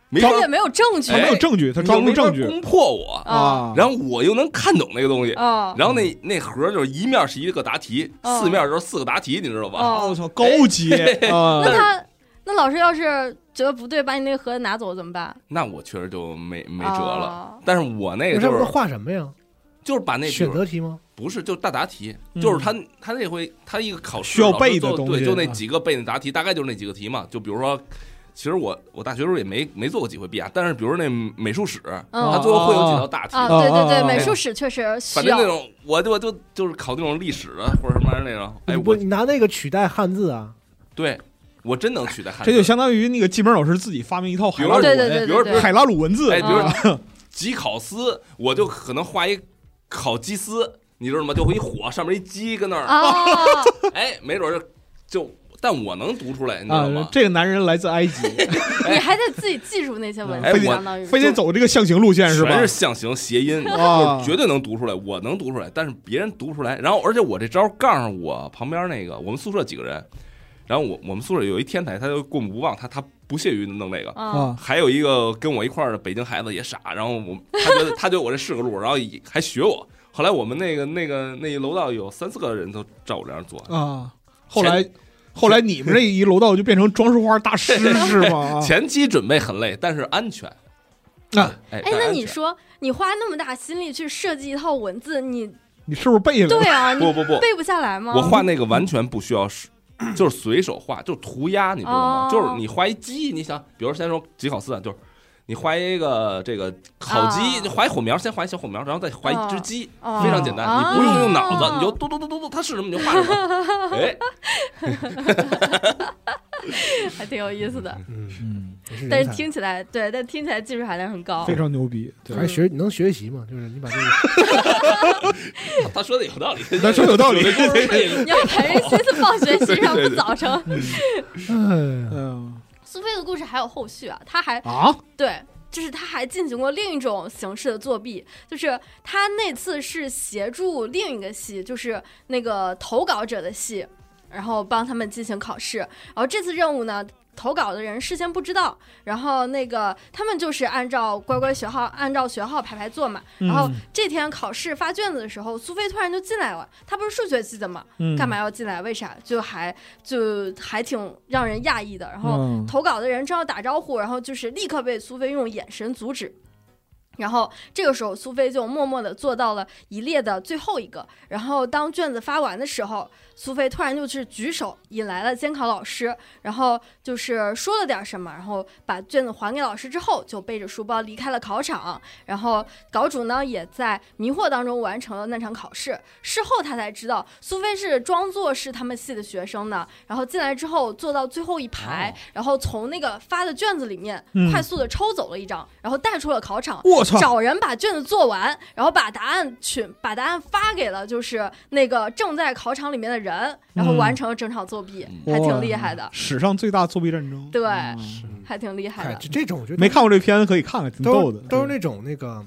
D: 没法
C: 他也没有证据
D: 哎
G: 他没有证据，他抓不
D: 你
G: 住
D: 又
G: 证
D: 没
G: 据
D: 法攻破我，
C: 啊
G: 啊。
D: 然后我又能看懂那个东西。
C: 啊
D: 然后那那盒就是一面是一个答题，
C: 哦
D: 四面就是四个答题，你知道吧？
G: 啊，我
C: 哦，
G: 操，高级
D: 哎
G: 啊！
C: 那他那老师要是觉得不对，把你那个盒子拿走怎么办？
D: 那我确实就没没辙了。
C: 哦。
D: 但是我那
B: 不
D: 个
B: 是
D: 就
B: 不是
D: 是
B: 画什么呀？
D: 就是把那
B: 选择题吗？
D: 不是就是大答题，
G: 嗯
D: 就是他他那回他一个考试
G: 需要背的
D: 老师就
G: 东西啊
D: 对，就那几个背那答题，大概就是那几个题嘛。就比如说，其实我我大学时候也没没做过几回弊啊，但是比如说那美术史，
C: 嗯
D: 他最后会有几道大题，
C: 啊，对对
G: 啊啊啊
C: 对，美术史确实
D: 反正
C: 需要
D: 那种我我就就是考那种历史的或者什么玩意儿那种，哎
B: 你不，
D: 我
B: 你拿那个取代汉字啊？
D: 对我真能取代汉字，
G: 这就相当于那个纪明老师自己发明一套海拉鲁
C: 对对对
G: 文，
D: 比如
C: 对
D: 比如
C: 对，
G: 海拉鲁文字
D: 哎，比如
C: 啊
D: 吉考斯，我就可能画一烤鸡丝，你知道吗？就会一火上面一鸡跟那儿，
C: 啊，
D: 哎，没准儿就就，但我能读出来，你知道
G: 啊
D: 吗，？
G: 这个男人来自埃及，
C: 你还得自己记住那些文
D: 哎
C: 字，
D: 我
C: 相当于
G: 非得走这个象形路线是吧
D: 全是？象形谐音，
G: 啊
D: 我绝对能读出来，我能读出来，但是别人读不出来。然后，而且我这招杠上我旁边那个我们宿舍几个人，然后我我们宿舍有一天才，他就过目不忘，他他不屑于弄这个。
C: 啊
G: 啊，
D: 还有一个跟我一块儿的北京孩子也傻，然后我他觉得他觉得我这是个路，然后也还学我。后来我们那个那个那一楼道有三四个人都照我这样做，
G: 啊！后来后来你们这一楼道就变成装饰花大师是吗？啊
D: 前期准备很累，但是安全。
G: 那
D: 哎，
C: 哎
D: 但，是
C: 那
D: 安
C: 你
D: 全
C: 说你花那么大心力去设计一套文字，你
G: 你是不是背了
C: 对？啊，
D: 不
C: 你
D: 不不，
C: 背不下来吗？
D: 我画那个完全不需要是， 就是随手画，就是涂鸦，你知道吗？
C: 哦
D: 就是你画一鸡，你想，比如先说吉考斯，啊，就是你画一个这个烤鸡，
C: 哦
D: 就画一火苗，先画一小火苗，然后再画一只鸡，
C: 哦
D: 非常简单，
C: 哦
D: 你不用用脑子，你就嘟嘟嘟嘟嘟，它是什么你就画什么。哎，
C: 还挺有意思的，
G: 嗯，
B: 也是人
C: 但是
B: 才
C: 听起来对，但听起来技术含量很高
G: 非。常牛逼。对
B: 还是学你能学习吗？就是你把这 个
D: 他说的有道理，
G: 他说有道理
C: 你 要把人心思放学习上，不早成。
B: 哎呀，
G: 嗯
C: 苏菲的故事还有后续啊，她还
G: 啊，
C: 对，就是他还进行过另一种形式的作弊，就是他那次是协助另一个系，就是那个投稿者的系，然后帮他们进行考试。然后这次任务呢，投稿的人事先不知道，然后那个他们就是按照乖乖学号，按照学号排排坐嘛。然后这天考试发卷子的时候，苏菲突然就进来了，她不是数学系的嘛，
G: 嗯
C: 干嘛？要进来？为啥？就还就还挺让人讶异的。然后
G: 嗯
C: 投稿的人正要打招呼，然后就是立刻被苏菲用眼神阻止。然后这个时候，苏菲就默默地坐到了一列的最后一个。然后当卷子发完的时候，苏菲突然就是举手，引来了监考老师，然后就是说了点什么，然后把卷子还给老师之后，就背着书包离开了考场。然后稿主呢，也在迷惑当中完成了那场考试。事后他才知道，苏菲是装作是他们系的学生呢，然后进来之后坐到最后一排，然后从那个发的卷子里面
G: 嗯
C: 快速的抽走了一张，然后带出了考场。
G: 我操！
C: 找人把卷子做完，然后把答案群把答案发给了就是那个正在考场里面的人，然后
G: 嗯
C: 完成了整场作弊，
G: 嗯
C: 还
G: 哇
C: 挺厉害的，
G: 史上最大作弊战争，
C: 对
G: 嗯
C: 还挺厉害
B: 哎
C: 的。
B: 这这种我觉得
G: 没看过这片子可以看看，挺
B: 都
G: 逗
B: 是
G: 的。
B: 都是那种那个，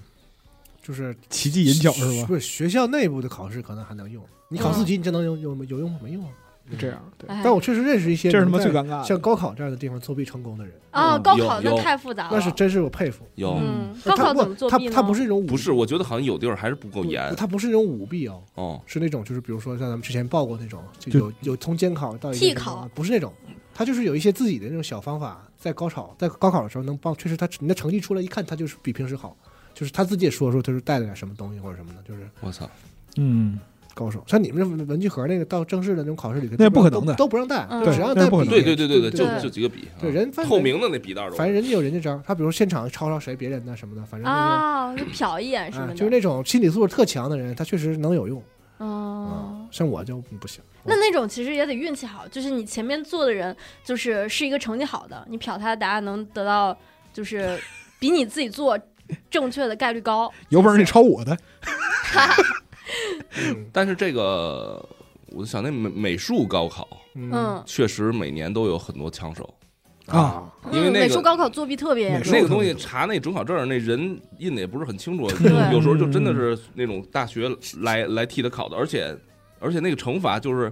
B: 就是
G: 对奇迹引角是吧？
B: 不是学校内部的考试可能还能用，你考四级你真能用有有用吗？没用啊。
G: 这样，对，
C: 哦哎
B: 但我确实认识一些
G: 这是他妈
B: 哎能在
G: 最尴尬的
B: 像高考这样的地方作弊成功的人，
C: 啊，高
D: 有
C: 考那
D: 有
C: 太复杂了，
B: 那是真是我佩服。
D: 有
C: 嗯，
B: 他
C: 啊高考
B: 不
C: 怎么作
B: 他
C: 弊呢？
B: 他不是那种舞
D: 不是？我觉得好像有地儿还是不够严
B: 不他不是那种舞弊哦，
D: 哦。
B: 是那种就是比如说像咱们之前报过那种，就
G: 就
B: 有有从监考到一个
C: 替
B: 什么
C: 考，
B: 不是那种，他就是有一些自己的那种小方法，在高考在高考的时候能帮，确实他你的成绩出来一看，他就是比平时好，就是他自己也说说，他是带了点什么东西或者什么的，就是
D: 我操！
G: 嗯，
B: 高手。像你们这文具盒那个到正式的那种考试里，
G: 那不可能的
B: 都不让带，
C: 嗯
B: 就只让
G: 那
B: 带
G: 是不可
B: 笔。
G: 能的
D: 对对对对对，就
C: 对
D: 就几个笔，
B: 对
D: 啊
B: 人反正
D: 透明的那笔袋儿都，
B: 反正人家有人家招儿，他比如现场抄抄谁别人的什么的，反正就是
C: 啊，就瞟一眼什么
B: 啊
C: 的，
B: 就是那种心理素质特强的人，他确实能有用啊
C: 哦。。
B: 像我就不行，
C: 那那种其实也得运气好，就是你前面坐的人就是是一个成绩好的，你瞟他的答案能得到就是比你自己做正确的概率高。
G: 有本事你抄我的，
B: 嗯
D: 但是这个，我想那美美术高考
B: 嗯
C: 嗯，
D: 确实每年都有很多枪手
G: 啊，
D: 因为
C: 嗯
D: 那
C: 美
D: 个
C: 术高考作弊特别严
B: 美
C: 重
B: 术
D: 那个东西查那准考证儿，那人印的也不是很清楚，
C: 对
D: 有时候就真的是那种大学来来替他考的，而且而且那个惩罚就是。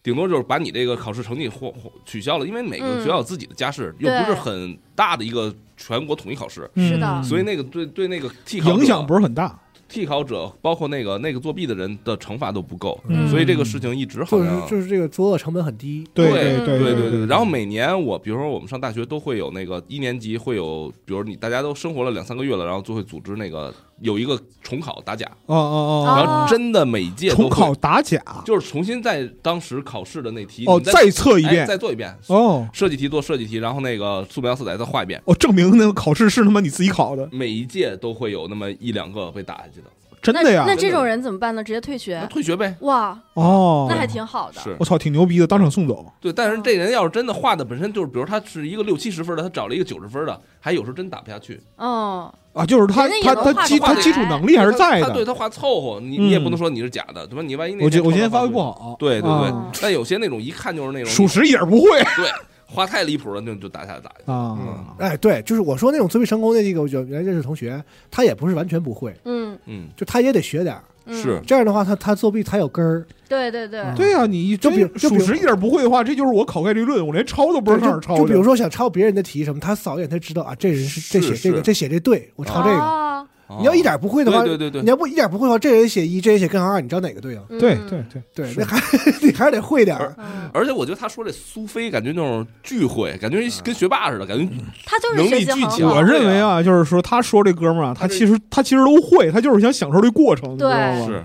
D: 顶多就是把你这个考试成绩或或取消了，因为每个
C: 嗯
D: 学校有自己的加试，又
C: 对
D: 不是很大的一个全国统一考试，
C: 是的
G: 嗯
D: 所以那个对对那个替考者
G: 影响不是很大，
D: 替考者，包括那个那个作弊的人的惩罚都不够，
C: 嗯
D: 所以这个事情一直好
B: 就
D: 像
B: 是就是这个作恶成本很低，
G: 对
D: 对
G: 对
D: 对
G: 对
D: 对。然后每年我，比如说我们上大学都会有那个一年级会有，比如你大家都生活了两三个月了，然后就会组织那个有一个重考打假，
G: 哦哦
D: 然
G: 哦，
D: 后真的每届
G: 重
D: 都会
G: 考打假，
D: 就是重新在当时考试的那题
G: 哦，
D: 你再
G: 再测一
D: 哎
G: 遍，
D: 再做一遍，
G: 哦
D: 设计题做设计题，然后那个素描色彩再画一遍。
G: 哦，证明那个考试是他妈你自己考的，
D: 每一届都会有那么一两个被打下去的，
G: 真的呀
C: 那，这种人怎么办呢？直接退
D: 那
C: 学？
D: 退学呗。
C: 哇，
G: 哦，
C: 那还挺好的。
D: 是
G: 我操，挺牛逼的，当场送走，
D: 对，但是这人要是真的画的本身就是，比如他是一个六七十分的，他找了一个九十分的，还有时候真打不下去。
C: 嗯，
G: 啊，就是他
C: 人家也
G: 他
C: 能
G: 他
C: 画
G: 基
C: 出来
G: 他基础能力还是在
D: 他对
G: 的。
D: 他画凑合，你你也
G: 嗯
D: 不能说你是假的，对吧？你万一那
G: 我今
D: 天
G: 我
D: 抽
G: 今天
D: 到
G: 发挥
D: 好
G: 不好，
D: 对对对
G: 啊，
D: 但有些那种一看就是那种
G: 属实一点不会
D: 对花太离谱了，那就打下打下。
G: 啊
D: 嗯。
B: 哎，对，就是我说那种作弊成功的那个，我就原来认识同学，他也不是完全不会，
C: 嗯，
D: 嗯，
B: 就他也得学点儿。
C: 嗯
D: 是，
B: 这样的话，他他作弊才有根儿。
C: 对对对，
E: 嗯
G: 对呀、你
B: 就
G: 这
B: 比就比
G: 属实一点不会的话，这就是我考概率论，我连抄都不知道上
B: 对
G: 哪
B: 就
G: 儿抄
B: 就比如
G: 说，
B: 说想抄别人的题什么，他扫一眼他知道啊，这人是这
D: 是
B: 写这个，
D: 是
B: 这写这对，我抄这个。
C: 啊
B: 嗯你要一
D: 点
B: 点不会的话，
D: 对对对对
B: 你要不一点不会的话，这人写一，这人写根号二，你知道哪个对啊？
C: 嗯
G: 对对对，
B: 对，
G: 是
B: 那还 你还是得会点儿。
C: 嗯，
D: 而且我觉得他说这苏菲感觉那种聚会，感觉
C: 嗯
D: 跟学霸似的，感觉
C: 他就是
D: 能
C: 学
D: 力
C: 习
D: 聚集
C: 很
D: 了
C: 好
G: 我。认为啊，就是说他说这哥们儿啊，他其实他其实都会，他就是想享受这过程，你知
C: 对
G: 道吗？嗯
D: 是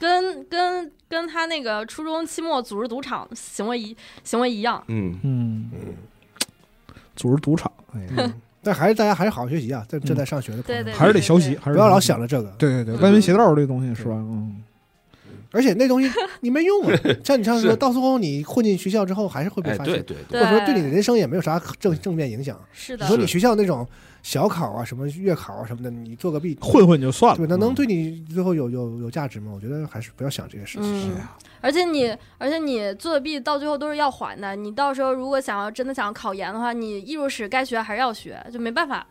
C: 跟跟跟他那个初中期末组织赌场行为一行为一样。
D: 嗯，
G: 嗯，组织赌场，哎呀，
B: 嗯 但还是大家还是好好学习啊，在正在上学的朋友
C: 对对
B: 们，
G: 还是得学习，还是
B: 不要
G: 学
B: 老
G: 习
B: 想着这个。
G: 对对对，
C: 嗯
G: 歪门邪道这东西是吧？嗯，
B: 而且那东西你没用啊，像你上次说，
D: 是
B: 到最后你混进学校之后，还是会被
D: 哎，
B: 发
D: 对
B: 现，
D: 对
B: 或
D: 对，
B: 者说对你的人生也没有啥正正面影响。啊
C: 是
B: 你
C: 的，
B: 说你
D: 是
B: 学校那种小考啊、什么月考啊什么的，你做个弊，
G: 混混就算
B: 对，
G: 了，
B: 那能对你最后有有有价值吗？我觉得还是啊不要想这个事情。
C: 嗯，而且你，而且你作弊到最后都是要还的。你到时候如果想要真的想要考研的话，你艺术史该学还是要学，就没办法。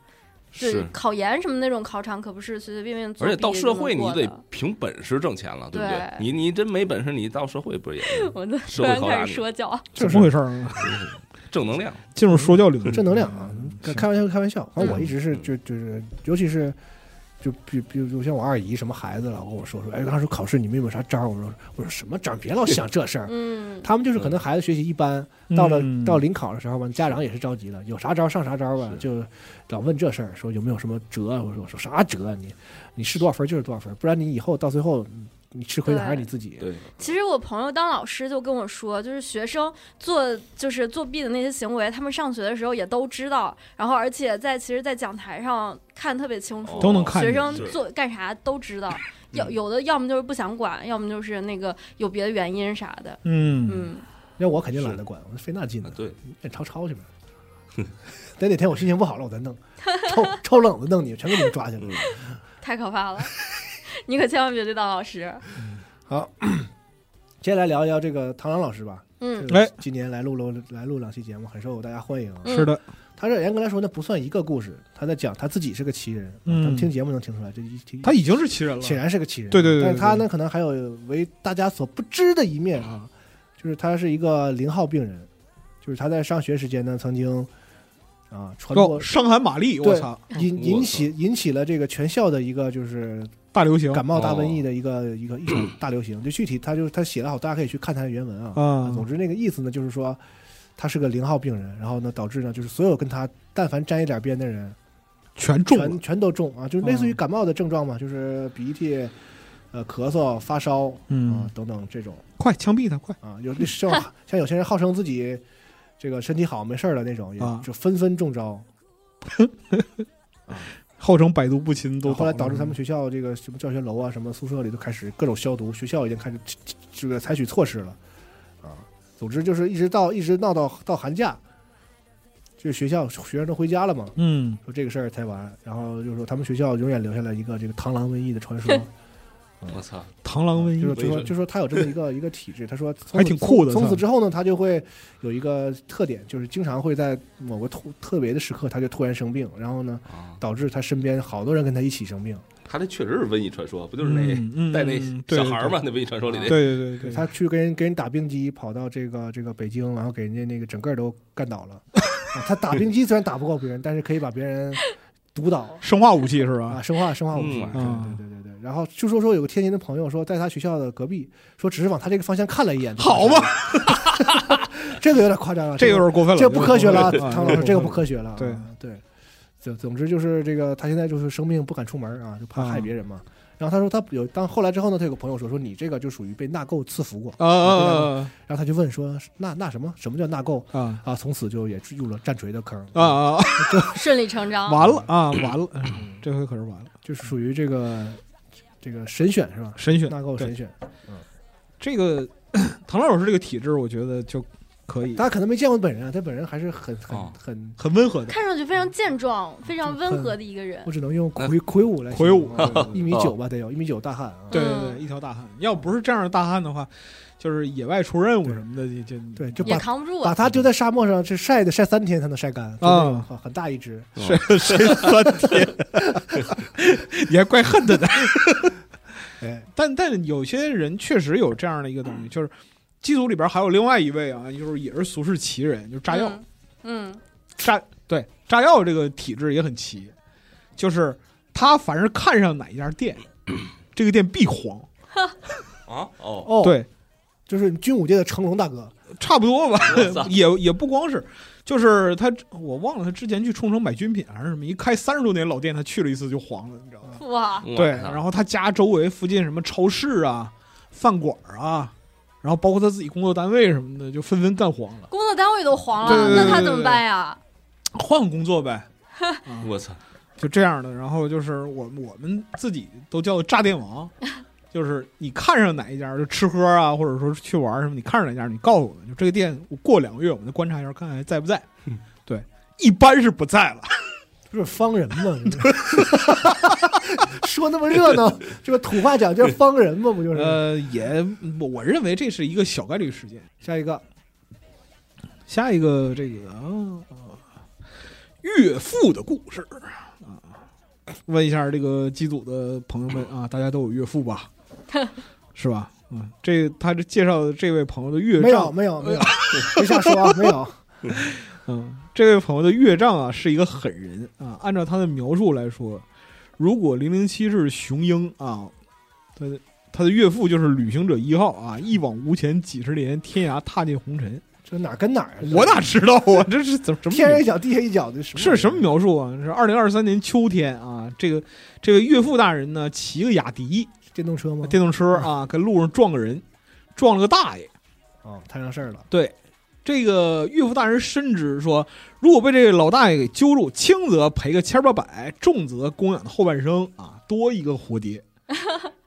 C: 就是
D: 是。
C: 考研什么那种考场可不是随随便便作
D: 而
C: 弊
D: 且到社会
C: 就
D: 你
C: 能过
D: 得
C: 的
D: 凭本事挣钱了，对不对
C: 对？
D: 你你真没本事，你到社会不是也
C: 我都
D: 社
C: 突
D: 会
C: 然
D: 考
C: 开
D: 察
C: 始
D: 你
C: 说教，
G: 怎么回事儿啊？
D: 正能量？
G: 进入说教领域，
B: 正能量啊，开开玩笑开玩笑。反正我一直是
D: 嗯
B: 就就是，尤其是就比比如像我二姨什么孩子老跟我说说，哎，当时考试你们有没有啥招儿？我说我说什么招儿？别老想这事儿。
C: 嗯，
B: 他们就是可能孩子学习一般，
G: 嗯
B: 到了到临考的时候吧，家长也是着急了，有啥招儿上啥招儿吧
D: 是，
B: 就老问这事儿，说有没有什么辙啊？我说我说啥辙啊？你你是多少分儿就是多少分儿，不然你以后到最后你你吃亏的还是你自己。
D: 对，
C: 其实我朋友当老师就跟我说，就是学生做就是作弊的那些行为，他们上学的时候也都知道，然后而且在其实，在讲台上看特别清楚，
G: 都能看
C: 学
G: 见
C: 生
D: 是
C: 做干啥都知道，有有的要么就是不想管，要么就是那个有别的原因啥的，
G: 嗯，
C: 嗯，
B: 那我肯定懒得管，我费那劲
D: 啊
B: 呢。
D: 对，
B: 那抄抄去呗。等哪天我心情不好了，我再弄， 抽抽冷子弄你，全给你们抓起
G: 嗯
B: 来。
C: 太可怕了， 你可千万别去当老师，
B: 接下来聊一聊这个螳螂老师吧。
C: 嗯，
B: 这个
G: 哎
B: 今年来录了来录两期节目，很受大家欢迎啊。
C: 嗯
G: 是的，
B: 他这严格来说，那不算一个故事，他在讲他自己是个奇人。
G: 嗯
B: 咱们听节目能听出来，这一听
G: 他已经是奇人了，
B: 显然是个奇人。啊
G: 对对对对
B: 但是他呢，可能还有为大家所不知的一面啊，就是他是一个零号病人，就是他在上学时间呢，曾经啊传播
G: 哦，伤寒玛丽，我
B: 对
G: 操，
B: 引引起引起了这个全校的一个就是
G: 大流行哦
B: 感冒大瘟疫的一个、一个 一场大流行。就具体他就他写的好，大家可以去看他的原文啊。
G: 啊，
B: 总之那个意思呢，就是说他是个零号病人，然后呢导致呢就是所有跟他但凡沾一点边的人，
G: 全中了嗯
B: 全全都中啊，就是类似于感冒的症状嘛，就是鼻涕。呃咳嗽、发烧啊、
E: 嗯
B: 等等这种
E: 快枪毙他，快！
B: 啊，有的像像有些人号称自己这个身体好没事儿的那种，也
E: 啊
B: 就纷纷中招，
E: 号称百毒不侵都
B: 后来导
E: 倒
B: 致
E: 了
B: 咱们学校这个什么教学楼啊、什么宿舍里都开始各种消毒，学校已经开始这个采取措施了啊。总之就是一直到一直闹到到寒假，就是学校学生都回家了嘛，
E: 嗯，
B: 说这个事儿才完。然后就说他们学校永远留下了一个这个螳螂瘟疫的传说，
D: 我操，
E: 螳螂瘟
B: 就说
E: 疫
B: 就说就说他有这么一个一个体制，他说从此
E: 还挺酷的
B: 从
E: 操
B: 此之后呢，他就会有一个特点，就是经常会在某个突特别的时刻，他就突然生病，然后呢
D: 啊，
B: 导致他身边好多人跟他一起生病。
D: 他那确实是瘟疫传说，不就是那
E: 嗯，
D: 带那
E: 嗯
D: 小孩儿嘛？？那瘟疫传说里
E: 对
D: 那
E: 对对对对，
B: 他去跟人给人打冰机，跑到这个这个北京，然后给人家那个整个都干倒 了。啊他打冰机虽然打不过别人，但是可以把别人毒倒
E: 生化武器是
B: 啊，
E: 吧？
B: 生化生化武器。
D: 嗯
E: 啊
B: 对对对对对。然后据说说有个天津的朋友说，在他学校的隔壁，说只是往他这个方向看了一眼。
E: 好嘛，
B: 这个有点夸张了，
E: 这
B: 个
E: 有点过分了，
B: 这不科学了，
E: 有点过分
B: 唐老师，这个不科学了啊。
E: 对
B: 对，总总之就是这个，他现在就是生病不敢出门啊，就怕害别人嘛。然后他说他有，当后来之后呢，他有个朋友说说你这个就属于被纳垢赐福过。
E: 啊啊
B: 然后他就问说纳纳什么？什么叫纳垢？
E: 啊啊
B: 啊，从此就也入了战锤的坑
E: 啊！啊啊！
C: 顺理成章。
E: 完了啊，完了，嗯这回可是完了，
B: 就是属于这个这个神选是吧？
E: 神选
B: 纳垢
E: 对
B: 神选，
E: 这个唐老师这个体质，我觉得就可以
B: 大，家可能没见过本人啊，他本人还是很很
D: 哦
B: 很，
E: 很温和的。
C: 看上去非常健壮、非常温和的一个人
B: 我，只能用魁魁梧来形
E: 魁
B: 容
E: 梧哦
B: 啊，一米九吧，得有一米九大汉啊。
E: 对对对，一条大汉，要不是这样的大汉的话，就是野外出任务什么的，就就
B: 对，就
C: 也
B: 把
C: 扛不住
B: 把
C: 啊。
B: 它丢在沙漠上，这晒得晒三天才能晒干，就那种
E: 啊
B: 很很大一只。
E: 谁谁酸甜， 你还怪恨他呢。
B: 哎，
E: 但但有些人确实有这样的一个东西，就是机组里边还有另外一位啊，就是也是俗世奇人，就是炸药、
C: 嗯，嗯，
E: 炸对炸药这个体质也很奇，就是他凡是看上哪一家店，这个店必黄，
D: 啊哦，
B: 哦，，
E: 对，
B: 就是军武界的成龙大哥，
E: 差不多吧
D: 我操，
E: 也也不光是，就是他我忘了他之前去冲绳买军品还是什么，一开三十多年老店，他去了一次就黄了，你知道吗？
C: 嗯哇，
D: 我
E: 对，
D: 操
E: 然后他家周围附近什么超市啊、饭馆啊，然后包括他自己工作单位什么的，就纷纷干黄了，
C: 工作单位都黄
E: 对对
C: 了，
E: 对
C: 那
E: 对
C: 他
E: 对
C: 怎么
E: 对
C: 办呀？
E: 换换工作呗，啊
D: 我操，
E: 就这样的。然后就是我我们自己都叫炸店王，就是你看上哪一家就吃喝啊，或者说去玩儿什么，你看上哪家你告诉我们，就这个店我过两个月我们再观察一下，看看还在不在。对，一般是不在了。
B: 不是 方人吗？说那么热闹，这个土话讲就是方人嘛，不就是？
E: 呃，也我我认为这是一个小概率事件。
B: 下一个，
E: 下一个这个啊，岳父的故事啊，问一下这个机组的朋友们啊，大家都有岳父吧？是吧？嗯，这他这介绍的这呃位朋友的岳
B: 没有
E: 丈，
B: 没有没有， 别瞎说啊，没有。
E: 嗯，这位朋友的岳丈啊是一个狠人啊。按照他的描述来说，如果零零七是雄鹰啊，他的他的岳父就是旅行者一号啊，一往无前几十年，天涯踏尽红尘。
B: 这哪儿跟哪儿啊？
E: 我哪知道啊？这是怎么什么
B: 天
E: 人
B: 上一脚地下一脚的什么？
E: 是什么？描述啊？是二零二三年秋天啊，这个这位岳父大人呢，骑个雅迪
B: 电动车吗？
E: 电动车啊，跟路上撞个人，撞了个大爷。
B: 哦，摊上事儿了。
E: 对，这个岳父大人深知说，如果被这老大爷给揪住，轻则赔个千八百，重则供养他后半生啊，多一个 活爹。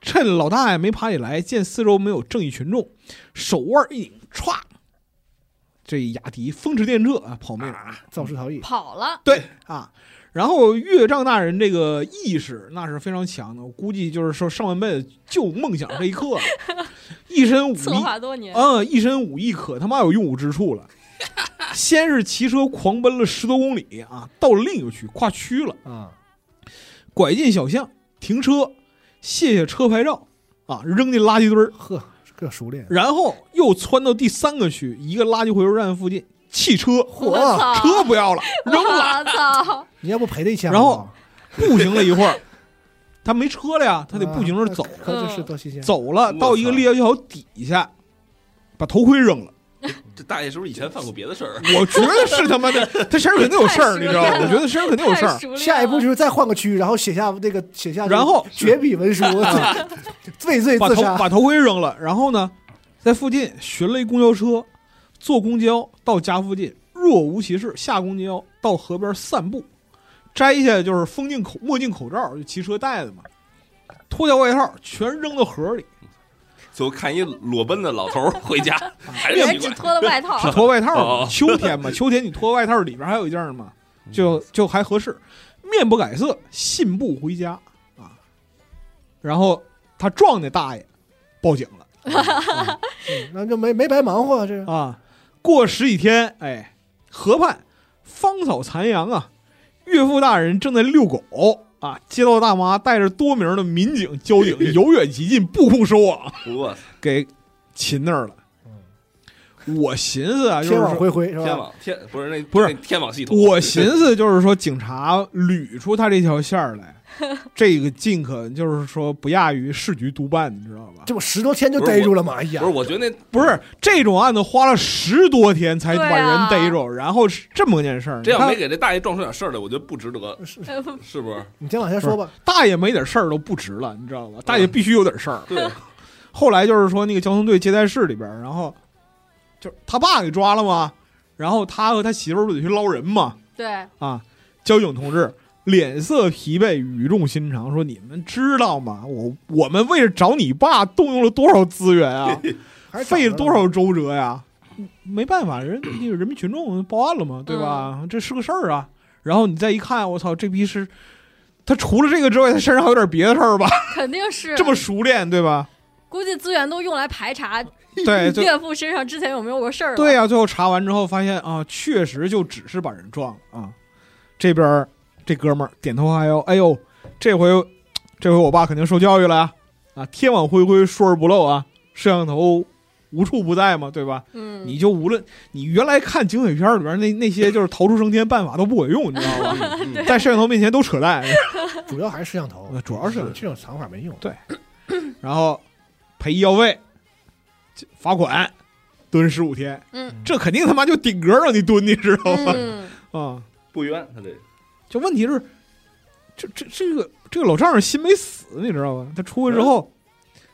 E: 趁老大爷没爬起来，见四周没有正义群众，手腕一拧，歘，这雅迪风驰电掣啊，跑没远了。
B: 肇事逃逸，
C: 跑了，
E: 对啊，然后岳丈大人这个意识那是非常强的，我估计就是说上半辈子就梦想这 一刻了，一身武
C: 策
E: 艺，
C: 划多年，
E: 嗯，一身武艺可他妈有用武之 处了。先是骑车狂奔了十多公里啊，到了另一个区跨区了，
B: 啊，
E: 拐进小巷停车，卸下车牌照啊，扔进垃圾堆儿，
B: 呵，这熟练。
E: 然后又窜到第三个区一个垃圾回收站附近，汽车
C: 我
B: 嚯，
C: 操，
E: 车不要了，扔 了。
C: 我 操，
B: 你要不赔他一枪吧？
E: 然后步行了一会儿，他没车了呀，他得步行着走。
B: 啊可这是多新鲜！
E: 走了
D: 嗯
E: 到一个立交桥底下，把头盔扔了，
D: 这大爷是不是以前犯过别的事儿？啊
H: 我觉得是他妈的，他身上肯定有事儿，你知道吗？我觉得身上肯定有事
C: 太
H: 儿。
C: 熟练了
B: 下一步就是再换个区，然后写下那个写下，
E: 嗯然后
B: 绝笔文书，畏 罪
E: 把
B: 自
E: 头
B: 杀。
E: 把头盔扔了，然后呢，在附近寻了一公交车，坐公交到家附近，若无其事下公交到河边散步，摘下就是风镜口墨镜口罩，就骑车戴的嘛，脱掉外套全扔到河里，
D: 就看一裸奔的老头儿回 家，还是
C: 人
D: 奇
C: 只
D: 怪。
C: 脱了外套
E: 只，脱外
D: 哦
E: 套
D: 哦
E: 嘛，秋天嘛，秋天你脱外套里边还有一件儿嘛，就就还合适，面不改色，信步回家啊。然后他撞那大爷，报警了
B: 那就没没白忙活啊，这个
E: 啊。过十几天，哎，河畔芳草残阳啊，岳父大人正在遛狗啊，街道大妈带着多名的民警交警由远及近，布控收网，
D: 我
E: 给擒那儿了。我寻思啊，就
B: 天
E: 是
B: 网
E: 说
B: 恢恢是
D: 天
B: 吧？
D: 网天不是那
E: 不是
D: 那天网系统，啊
E: 我寻思就是说，警察捋出他这条线儿来，这个进可就是说不亚于市局督办，你知道吧？
B: 这不十多天就逮住了吗？哎 呀
D: 不是，，我觉得那
E: 不是这种案子花了十多天才把
C: 对
E: 人
C: 啊
E: 逮着，然后是这么件事儿。
D: 这
E: 你
D: 要
E: 看
D: 没给这大爷撞出点事儿来，我觉得不值得，是不是？
B: 你先往下说吧。
E: 大爷没点事儿都不值了，你知道吧？
B: 嗯
E: 大爷必须有点事儿。
D: 对，
E: 后来就是说，那个交通队接待室里边儿，然后就是他爸给抓了嘛，然后他和他媳妇儿不得去捞人嘛，
C: 对，
E: 啊，交警同志脸色疲惫，语重心长说：“你们知道吗？我我们为了找你爸，动用了多少资源啊，
B: 还是
E: 费了
B: 找着
E: 多少周折呀、没办法，人那个人民群众报案了嘛，对吧？
B: 嗯
E: 这是个事儿啊。然后你再一看，我操，这逼是他除了这个之外，他身上还有点别的事儿吧？
C: 肯定是
E: 这么熟练，对吧？
C: 估计资源都用来排查
E: 对，就
C: 岳父身上之前有没有过事儿了。
E: 对呀、最后查完之后发现啊，确实就只是把人撞了啊。这边儿这哥们儿点头哈腰，哎呦，这回这回我爸肯定受教育了啊！啊，天网恢恢，疏而不漏啊，摄像头无处不在嘛，对吧？
C: 嗯，
E: 你就无论你原来看警匪片儿里边儿那那些就是逃出升天办法都不管用，你
D: 嗯
E: 知道吧？ 在摄像头面前都扯淡。
B: 主要还是摄像头
E: 呃，主要是
B: 这种想法没用。
E: 然后赔医药费、罚款、蹲十五天，
C: 嗯
E: 这肯定他妈就顶格让你蹲，你知道吗？
C: 嗯，
E: 啊。
D: 不冤 他这
E: 就问题是，这这这个这个老丈人心没死，你知道吧？他出去之后，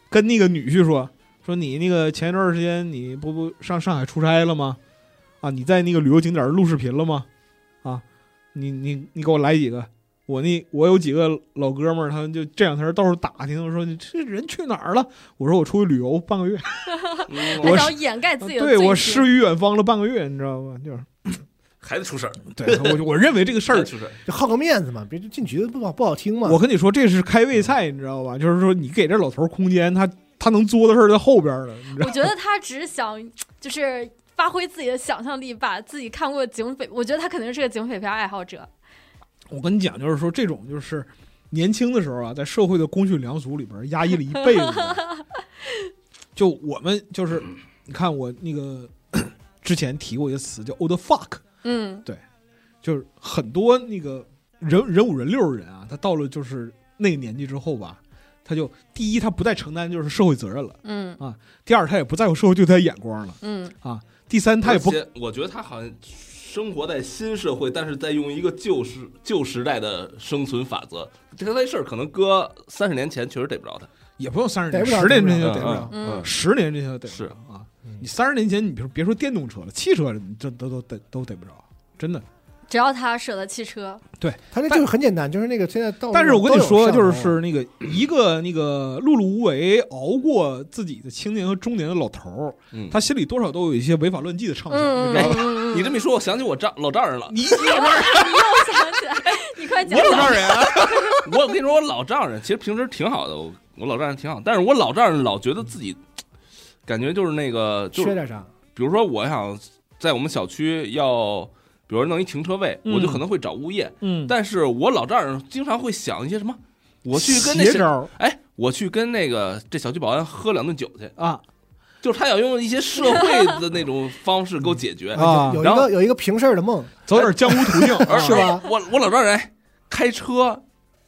E: 跟那个女婿说说你那个前一段时间你不不上上海出差了吗？啊，你在那个旅游景点录视频了吗？啊，你你你给我来几个。我那我有几个老哥们儿，他们就这两天到处打听，我说你这人去哪儿了？我说我出去旅游半个月，
C: 还
D: 嗯
E: 我
C: 想
E: 是
C: 掩盖自己的
E: 对我
C: 是
E: 失于远方了半个月，你知道吗？就是
D: 孩子出事儿，
E: 对我我认为这个事
D: 孩
E: 儿
D: 子出事儿，
B: 就好个面子嘛，别进局子不好不好听嘛。
E: 我跟你说，这是开胃菜，你知道吧？就是说，你给这老头儿空间，他他能作的事儿在后边儿了，你知道
C: 我觉得他只是想就是发挥自己的想象力，把自己看过的警匪，我觉得他肯定是个警匪片爱好者。
E: 我跟你讲，就是说，这种就是年轻的时候啊，在社会的公序良俗里边儿压抑了一辈子 的。就我们就是，你看我那个之前提过一个词叫 “old fuck”，
C: 嗯
E: 就是很多那个人人五人六的人啊，他到了就是那个年纪之后吧，他就第一他不再承担就是社会责任了，
C: 嗯
E: 第二他也不在乎社会对他的眼光了，
C: 嗯，
E: 第三他也不
D: 而且我觉得他好像生活在新社会，但是在用一个旧时旧时代的生存法则。这他那事儿可能搁三十年前确实逮不着他，
E: 也不用三十
B: 逮
E: 年，
B: 不着
E: 十年之前
B: 逮
E: 就
B: 不着
E: 逮不着，
C: 嗯
D: 嗯
E: 十年之前就逮不
D: 是
E: 着啊
B: 嗯！
E: 你三十年前，你别说别说电动车了，汽车你这都都逮都逮不着，真的。
C: 只要他舍得汽车，
B: 他这就是很简单，就是那个现在到处
E: 但是我跟你
B: 都有
E: 说，
B: 摄像头
E: 就是那个一个那个碌碌无为、熬过自己的青年和中年的老头儿，
D: 嗯
E: 他心里多少都有一些违法乱纪的畅想，你
C: 嗯
E: 知道
C: 嗯
E: 吧？
C: 嗯，
D: 你这么一说，我想起我丈老丈人了。
E: 你你老丈
C: 又想起来，你快讲讲，
E: 人啊，
D: 我跟你说，我老丈人其实平时挺好的，我我老丈人挺好，但是我老丈人老觉得自己感觉就是那个，就
B: 缺
D: 是
B: 点啥？
D: 比如说我想在我们小区要，比如说弄一停车位，
E: 嗯
D: 我就可能会找物业，
E: 嗯，
D: 但是我老丈人经常会想一些什么， 我去跟那
E: 邪
D: 谁，
E: 招
D: 哎，我去跟那个这小区保安喝两顿酒去，
E: 啊，
D: 就是他想用一些社会的那种方式给我解
B: 嗯
D: 决，
E: 啊
B: 有有
D: 然
B: 一
D: 后
B: 个有一个平事儿的梦，
E: 走点江湖途 径啊
D: 而
E: 是吧？
D: 我我老丈人哎开车，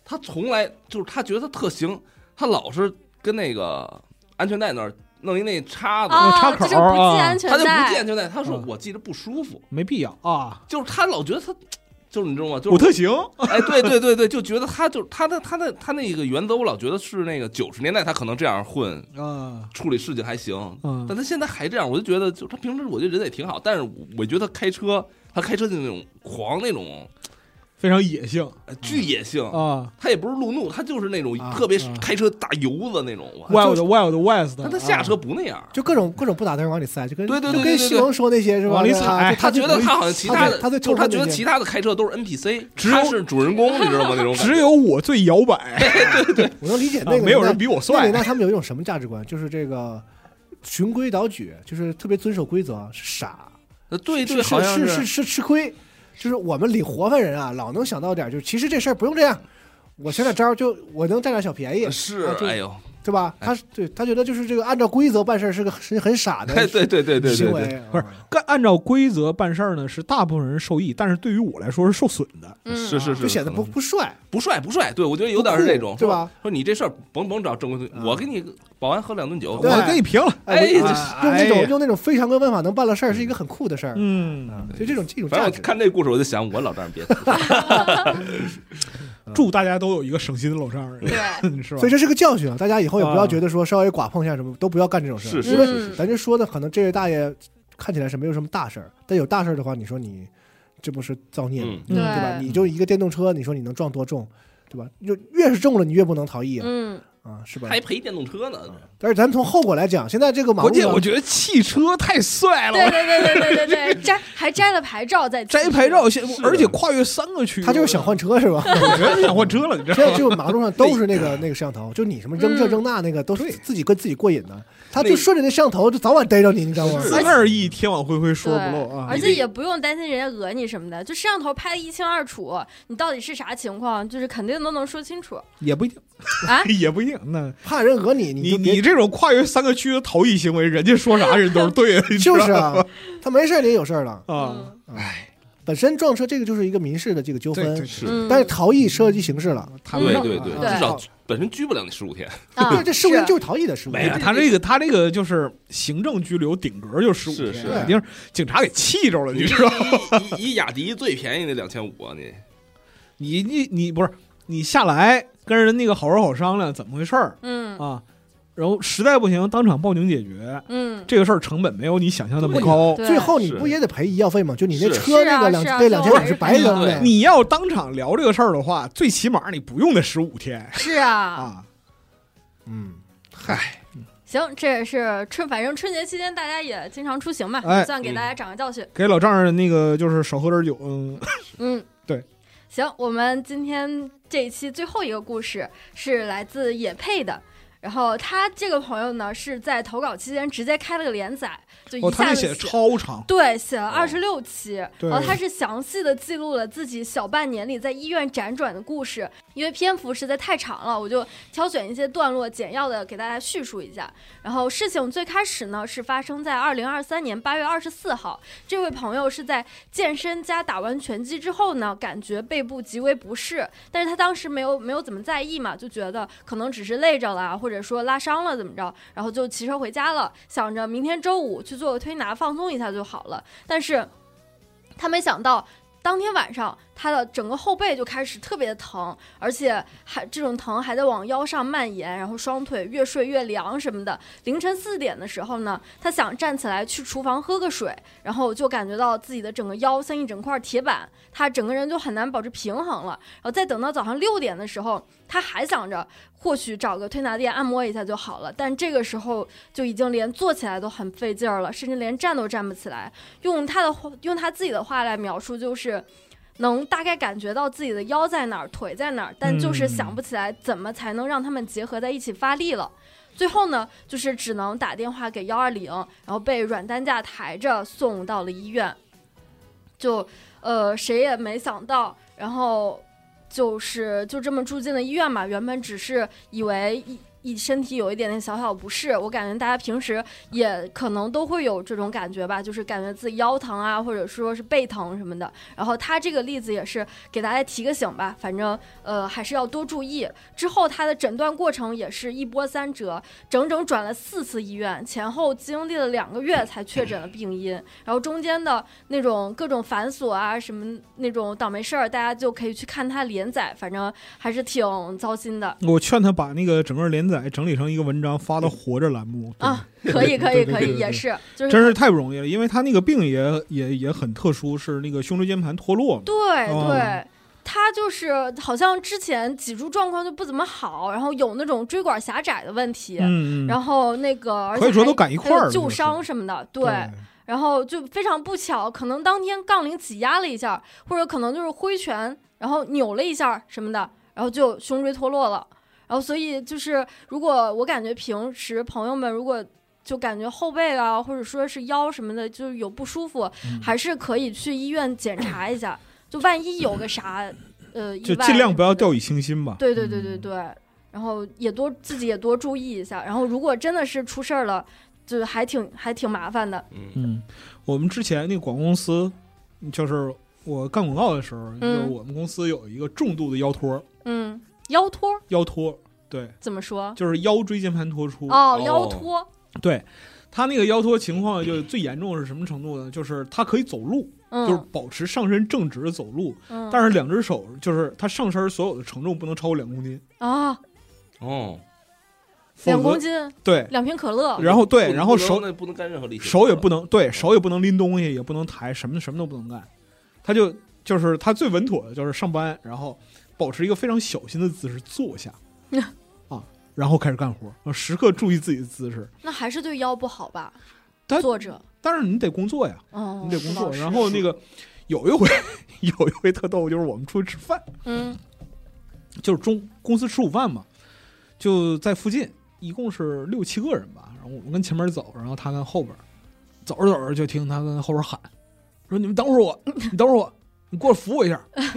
D: 他从来就是他觉得他特行，他老是跟那个安全带那儿弄一那叉子，
C: 啊，
E: 插口
C: 这就不
E: 啊
C: 系安全
D: 他就
C: 带，
D: 哦不系安全带，他说
E: 嗯
D: 我系着不舒服，
E: 没必要啊。
D: 就是他老觉得他。就是你知道吗？就
E: 我
D: 是
E: 特行，
D: 哎，对对对对，就觉得他就是他的他的他那个原则，我老觉得是那个九十年代他可能这样混
E: 啊，
D: 处理事情还行，
E: 嗯
D: 但他现在还这样，我就觉得就他平时我觉得人也挺好，但是我我觉得开车他开车就那种狂那种
E: 非常野性
D: 呃巨野性，
E: 啊
D: 他也不是路怒，他就是那种
B: 啊
D: 特别
E: 啊
D: 开车大油子那种，我
E: ，Wild Wild West 的。
D: 但他下车不那样，
B: 啊就各种各种不打灯往里塞，就跟
D: 对对对
B: 就
D: 对
B: 跟
D: 对
B: 西蒙说那些是吧？
E: 往里
B: 对吧
E: 踩
B: 就
D: 他觉得
B: 就
D: 他好像其他的，
B: 他最
D: 就是他觉得
B: 抽象那些
D: 其他的开车都是 NPC，
E: 只有
D: 他是主人公，你知道吗？那种感觉
E: 只有我最 摇摆，
B: 我能理解那个
E: 啊没有人
B: 年代
E: 比我
B: 那个
E: 帅
B: 年代他们有一种什么价值观？就是这个循规蹈矩，就是特别遵守规则，是傻，
D: 呃对对，
B: 是
D: 好像
B: 是是是吃亏。就是我们理活泛人啊，老能想到点儿，就是其实这事儿不用这样，我想点招儿就我能占点小便宜，
D: 是
B: 啊，就
D: 哎呦，
B: 对吧？他对他觉得就是这个按照规则办事儿是个是很傻的
D: 哎，对对对对对
B: 行
D: 对，
B: 为，啊
E: 不是按按照规则办事儿呢，是大部分人受益，但是对于我来说是受损的。
C: 嗯
D: 是是是，
B: 就显得
D: 可
B: 不
D: 能
B: 不帅。
D: 不帅不帅，对我觉得有点是这种，
B: 对吧？
D: 说你这事儿甭甭找正规途
B: 啊
D: 径，我给你保安喝两顿酒，
E: 我
B: 对
E: 给你评了，
D: 哎
B: 我啊
D: 这
B: 用那
E: 哎
B: 种用那种非常规办法能办了事儿，是一个很酷的事儿。啊
E: 嗯，
B: 所以这种这种
D: 反
B: 价
D: 正
B: 值
D: 我，看这故事，我就想我老丈人别吐，
E: 祝大家都有一个省心的老丈人，
C: 嗯对，
E: 是吧
B: 所以？这是个教训啊！大家以后也不要
E: 啊
B: 觉得说稍微剐碰一下什么都不要干这种事儿，
D: 是
B: 因
D: 是
B: 为
D: 是
C: 嗯
D: 是，
B: 咱这说的可能这位大爷看起来是没有什么大事儿，但有大事儿的话，你说你这不是造孽吗？
D: 嗯，
E: 嗯
C: 对
B: 对吧？你就一个电动车，你说你能撞多重，对吧？就越是重了，你越不能逃逸啊，
C: 嗯，
B: 啊，是吧？
D: 还赔电动车呢，
B: 但是咱们从后果来讲，现在这个马
E: 关
B: 路
E: 键
B: 上
E: 我觉得汽车太帅
C: 对
E: 了，
C: 对对对对对对，摘还摘了牌照再
E: 摘牌照，现而且跨越三个区，
B: 他就是想换车是 吧？
E: 我觉得是想换车了，你知
B: 现在
E: 道吗？
B: 这个马路上都是那个那个摄像头，就你什么扔这
C: 嗯
B: 扔那那个，都是自己跟自己过瘾的。他就
D: 那
B: 顺着那摄像头，就早晚逮着你，你知道吗？
E: 三二一，天网恢恢，
C: 对
E: 疏而不漏啊！
C: 而且也不用担心人家讹你什么的，就摄像头拍的一清二楚，你到底是啥情况，就是肯定都能说清楚。
E: 也不一定
C: 啊
E: 也不一定。那
B: 怕人讹你，
E: 你
B: 就别
E: 你这种跨越三个区的逃逸行为，人家说啥人都是对的，你知道
B: 就
E: 吗
B: 是啊，他没事儿你也有事儿了。
E: 啊，
C: 嗯
B: 本身撞车这个就是一个民事的这个纠
E: 对对
B: 纷，
D: 是，
C: 嗯，
B: 但是逃逸涉及刑事了。
E: 他
D: 对对对，
C: 对
B: 嗯
D: 至少本身拘不了你十五天，
C: 啊
B: 对，，这事故就是逃逸的事故。
D: 没了
E: 哎他这个他这个就是行政拘留，顶格就十五
D: 是
E: 天，
D: 是
E: 肯定是警察给气着了，你知道吗？
D: 以以以雅迪最便宜那两千五，啊你
E: 你你你不是你下来跟人那个好说好商量怎么回事儿
C: 嗯
E: 啊，然后实在不行当场报警解决，
C: 嗯，
E: 这个事儿成本没有你想象那么
D: 对
E: 高。
C: 对
B: 最后你
D: 是
B: 不也得赔医药费吗？就你那
D: 是
B: 车
C: 是啊
B: 那个两
C: 是啊
B: 那两千
C: 最后
B: 五
C: 还
B: 是
C: 是
B: 白扔
D: 赔
B: 的
D: 了，
E: 你要当场聊这个事儿的话，最起码你不用那十五天
C: 是啊，
E: 啊。
B: 嗯，
D: 嗨，
C: 行，这也是春，反正春节期间大家也经常出行嘛，
E: 哎
C: 也算给大家长个教训。
E: 给老丈人那个就是少喝点酒，嗯，
C: 嗯，
E: 对。
C: 行，我们今天这一期最后一个故事是来自野配的。然后他这个朋友呢，是在投稿期间直接开了个连载，就
E: 哦，
C: 一
E: 他
C: 下
E: 这
C: 子写、
E: 写超长，
C: 对，写了
D: 哦
C: 二十六期，
E: 对
C: 然后哦他是详细的记录了自己小半年里在医院辗转的故事，因为篇幅实在太长了，我就挑选一些段落简要的给大家叙述一下。然后事情最开始呢是发生在二零二三年八月二十四号，这位朋友是在健身加打完拳击之后呢，感觉背部极为不适，但是他当时没有没有怎么在意嘛，就觉得可能只是累着了啊，或者说拉伤了怎么着，然后就骑车回家了，想着明天周五去做个推拿放松一下就好了。但是，他没想到当天晚上他的整个后背就开始特别的疼，而且还这种疼还在往腰上蔓延，然后双腿越睡越凉什么的。凌晨四点的时候呢，他想站起来去厨房喝个水，然后就感觉到自己的整个腰像一整块铁板，他整个人就很难保持平衡了。然后再等到早上六点的时候，他还想着或许找个推拿店按摩一下就好了，但这个时候就已经连坐起来都很费劲儿了，甚至连站都站不起来。用他的话，用他自己的话来描述，就是能大概感觉到自己的腰在哪儿，腿在哪儿，但就是想不起来怎么才能让他们结合在一起发力了。最后呢，就是只能打电话给幺二零，然后被软担架抬着送到了医院。就呃，谁也没想到，然后就是就这么住进了医院嘛。原本只是以为一一身体有一点点小小不适，我感觉大家平时也可能都会有这种感觉吧，就是感觉自己腰疼啊，或者说是背疼什么的。然后他这个例子也是给大家提个醒吧，反正呃还是要多注意。之后他的诊断过程也是一波三折，整整转了四次医院，前后经历了两个月才确诊了病因。然后中间的那种各种繁琐啊，什么那种倒霉事儿，大家就可以去看他连载，反正还是挺糟心的
E: 我劝他把那个整个连载整理成一个文章，发到活着栏目。对
C: 啊。可以，可以，
E: 对对
C: 可
E: 对对
C: 以，
E: 对
C: 也是，就是
E: 真是太不容易了，因为他那个病也也也很特殊，是那个胸椎间盘脱落嘛。
C: 对
E: 哦
C: 对。他就是好像之前脊柱状况就不怎么好，然后有那种椎管狭窄的问题，
E: 嗯，嗯
C: 然后那个而
E: 可以
C: 且
E: 说
C: 还
E: 都赶一
C: 还
E: 块
C: 有
E: 儿了就
C: 旧
E: 是
C: 伤什么的，对，
E: 对，
C: 然后就非常不巧，可能当天杠铃挤压了一下，或者可能就是挥拳，然后扭了一下什么的，然后就胸椎脱落了。然后所以就是，如果我感觉平时朋友们如果就感觉后背啊，或者说是腰什么的，就是有不舒服，
E: 嗯
C: 还是可以去医院检查一下，就万一有个啥呃意
E: 就
C: 外，
E: 尽量不要。掉以轻心吧。嗯
C: 对对对对对，然后也多自己也多注意一下。然后如果真的是出事儿了，就还挺还挺麻烦的。
D: 嗯，
E: 嗯，我们之前那个广告公司，就是我干广告的时候，就是
C: 嗯
E: 我们公司有一个重度的腰托，
C: 嗯，腰托儿
E: 腰托，对，
C: 怎么说？
E: 就是腰椎间盘突出。
C: 哦，腰托，
E: 对，他那个腰托情况就最严重是什么程度呢？就是他可以走路，就是
C: 嗯，
E: 保持上身正直的走路，
C: 嗯
E: 但是两只手就是他上身所有的承重不能超过两公斤，
C: 啊，
D: 哦，
E: 否
C: 两
E: 则
C: 公斤，
E: 对，
C: 两瓶可乐，
E: 然后对，
D: 不
E: 然后
D: 不能
E: 手
D: 那不能干任何力气，
E: 手也不能对手也不能拎东西，也不能抬，什么什么都不能干。他就就是他最稳妥的就是上班，然后保持一个非常小心的姿势坐下，啊，然后开始干活，呃时刻注意自己的姿势。
C: 那还是对腰不好吧
E: 他？
C: 坐着，
E: 但是你得工作呀，
C: 嗯，
E: 你得工作。
C: 老实
E: 然后那个有一回 有一回特逗，就是我们出去吃饭，
C: 嗯
E: 就是中公司吃午饭嘛，就在附近，一共是六七个人吧。然后我们跟前面走，然后他跟后边儿，走着走着就听他跟后边儿喊，说：“你们等会儿我，你等会儿我，你过来扶我一下。”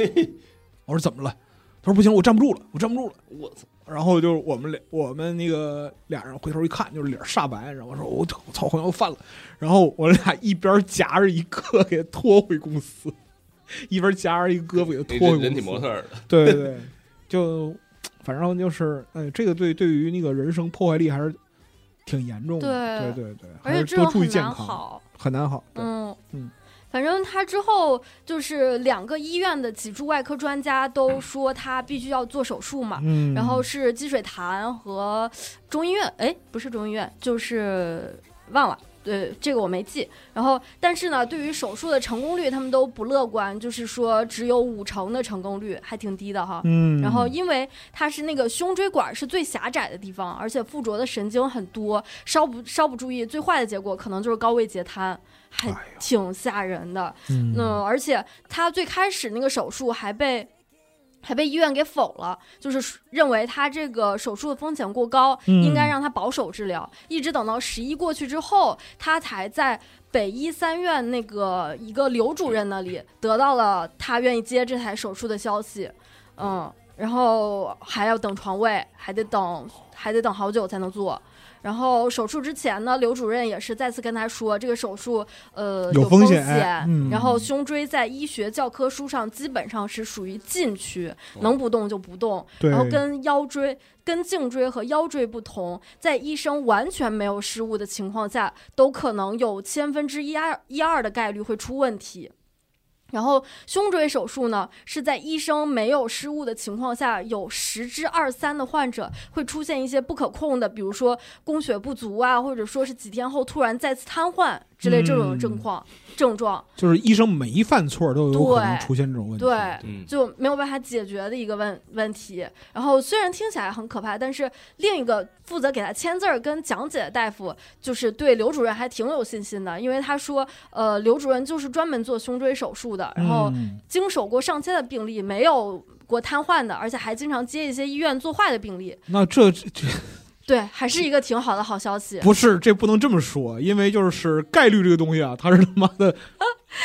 E: 我说：“怎么了？”他说：“不行，我站不住了，我站不住了。”
D: 我操，
E: 然后就是我们俩，我们那个俩人回头一看，就是脸煞白，然后说：“我操，我操，好像犯了。”然后我俩一边夹着一个 给他拖回公司，一边夹着一个胳膊给他
D: 你
E: 拖
D: 这
E: 回
D: 哎人体
E: 公
D: 模。
E: 司
D: 特儿的，
E: 对对对，就反正就是，哎，这个对对于那个人生破坏力还是挺严重的。
C: 对
E: 对对对，
C: 而
E: 还
C: 且
E: 是
C: 这
E: 多
C: 种
E: 注意
C: 很
E: 健
C: 难
E: 康，
C: 好，
E: 很难好。对，
C: 嗯
E: 嗯。
C: 反正他之后就是两个医院的脊柱外科专家都说他必须要做手术嘛，
E: 嗯
C: 然后是积水潭和中医院，哎，不是中医院，就是忘了。对，这个我没记。然后，但是呢，对于手术的成功率，他们都不乐观，就是说只有五成的成功率，还挺低的哈。
E: 嗯，
C: 然后，因为它是那个胸椎管是最狭窄的地方，而且附着的神经很多，稍不稍不注意，最坏的结果可能就是高位截瘫，还
E: 哎
C: 挺吓人的。
E: 嗯
C: 嗯，而且他最开始那个手术还被还被医院给否了，就是认为他这个手术的风险过高，
E: 嗯
C: 应该让他保守治疗。一直等到十一过去之后，他才在北医三院那个一个刘主任那里得到了他愿意接这台手术的消息。嗯，然后还要等床位，还得等，还得等好久才能做。然后手术之前呢，刘主任也是再次跟他说，这个手术呃
E: 有
C: 风
E: 风险嗯
C: 然后胸椎在医学教科书上基本上是属于禁区，能不动就不动。
E: 对
C: 然后跟腰椎、跟颈椎和腰椎不同，在医生完全没有失误的情况下，都可能有千分之一二一二的概率会出问题。然后胸椎手术呢，是在医生没有失误的情况下，有十之二三的患者会出现一些不可控的，比如说供血不足啊，或者说是几天后突然再次瘫痪之类这种
E: 嗯
C: 症况、症状，
E: 就是医生每一犯错都有可能
C: 对
E: 出现这种问题。
C: 对，
D: 嗯，
C: 就没有办法解决的一个问问题。然后虽然听起来很可怕，但是另一个负责给他签字儿跟讲解的大夫，就是对刘主任还挺有信心的，因为他说，呃，刘主任就是专门做胸椎手术的，然后
E: 嗯
C: 经手过上千的病例，没有过瘫痪的，而且还经常接一些医院做坏的病例。
E: 那这这这
C: 对，还是一个挺好的好消息。
E: 不是这不能这么说，因为就是概率这个东西啊，它是他妈的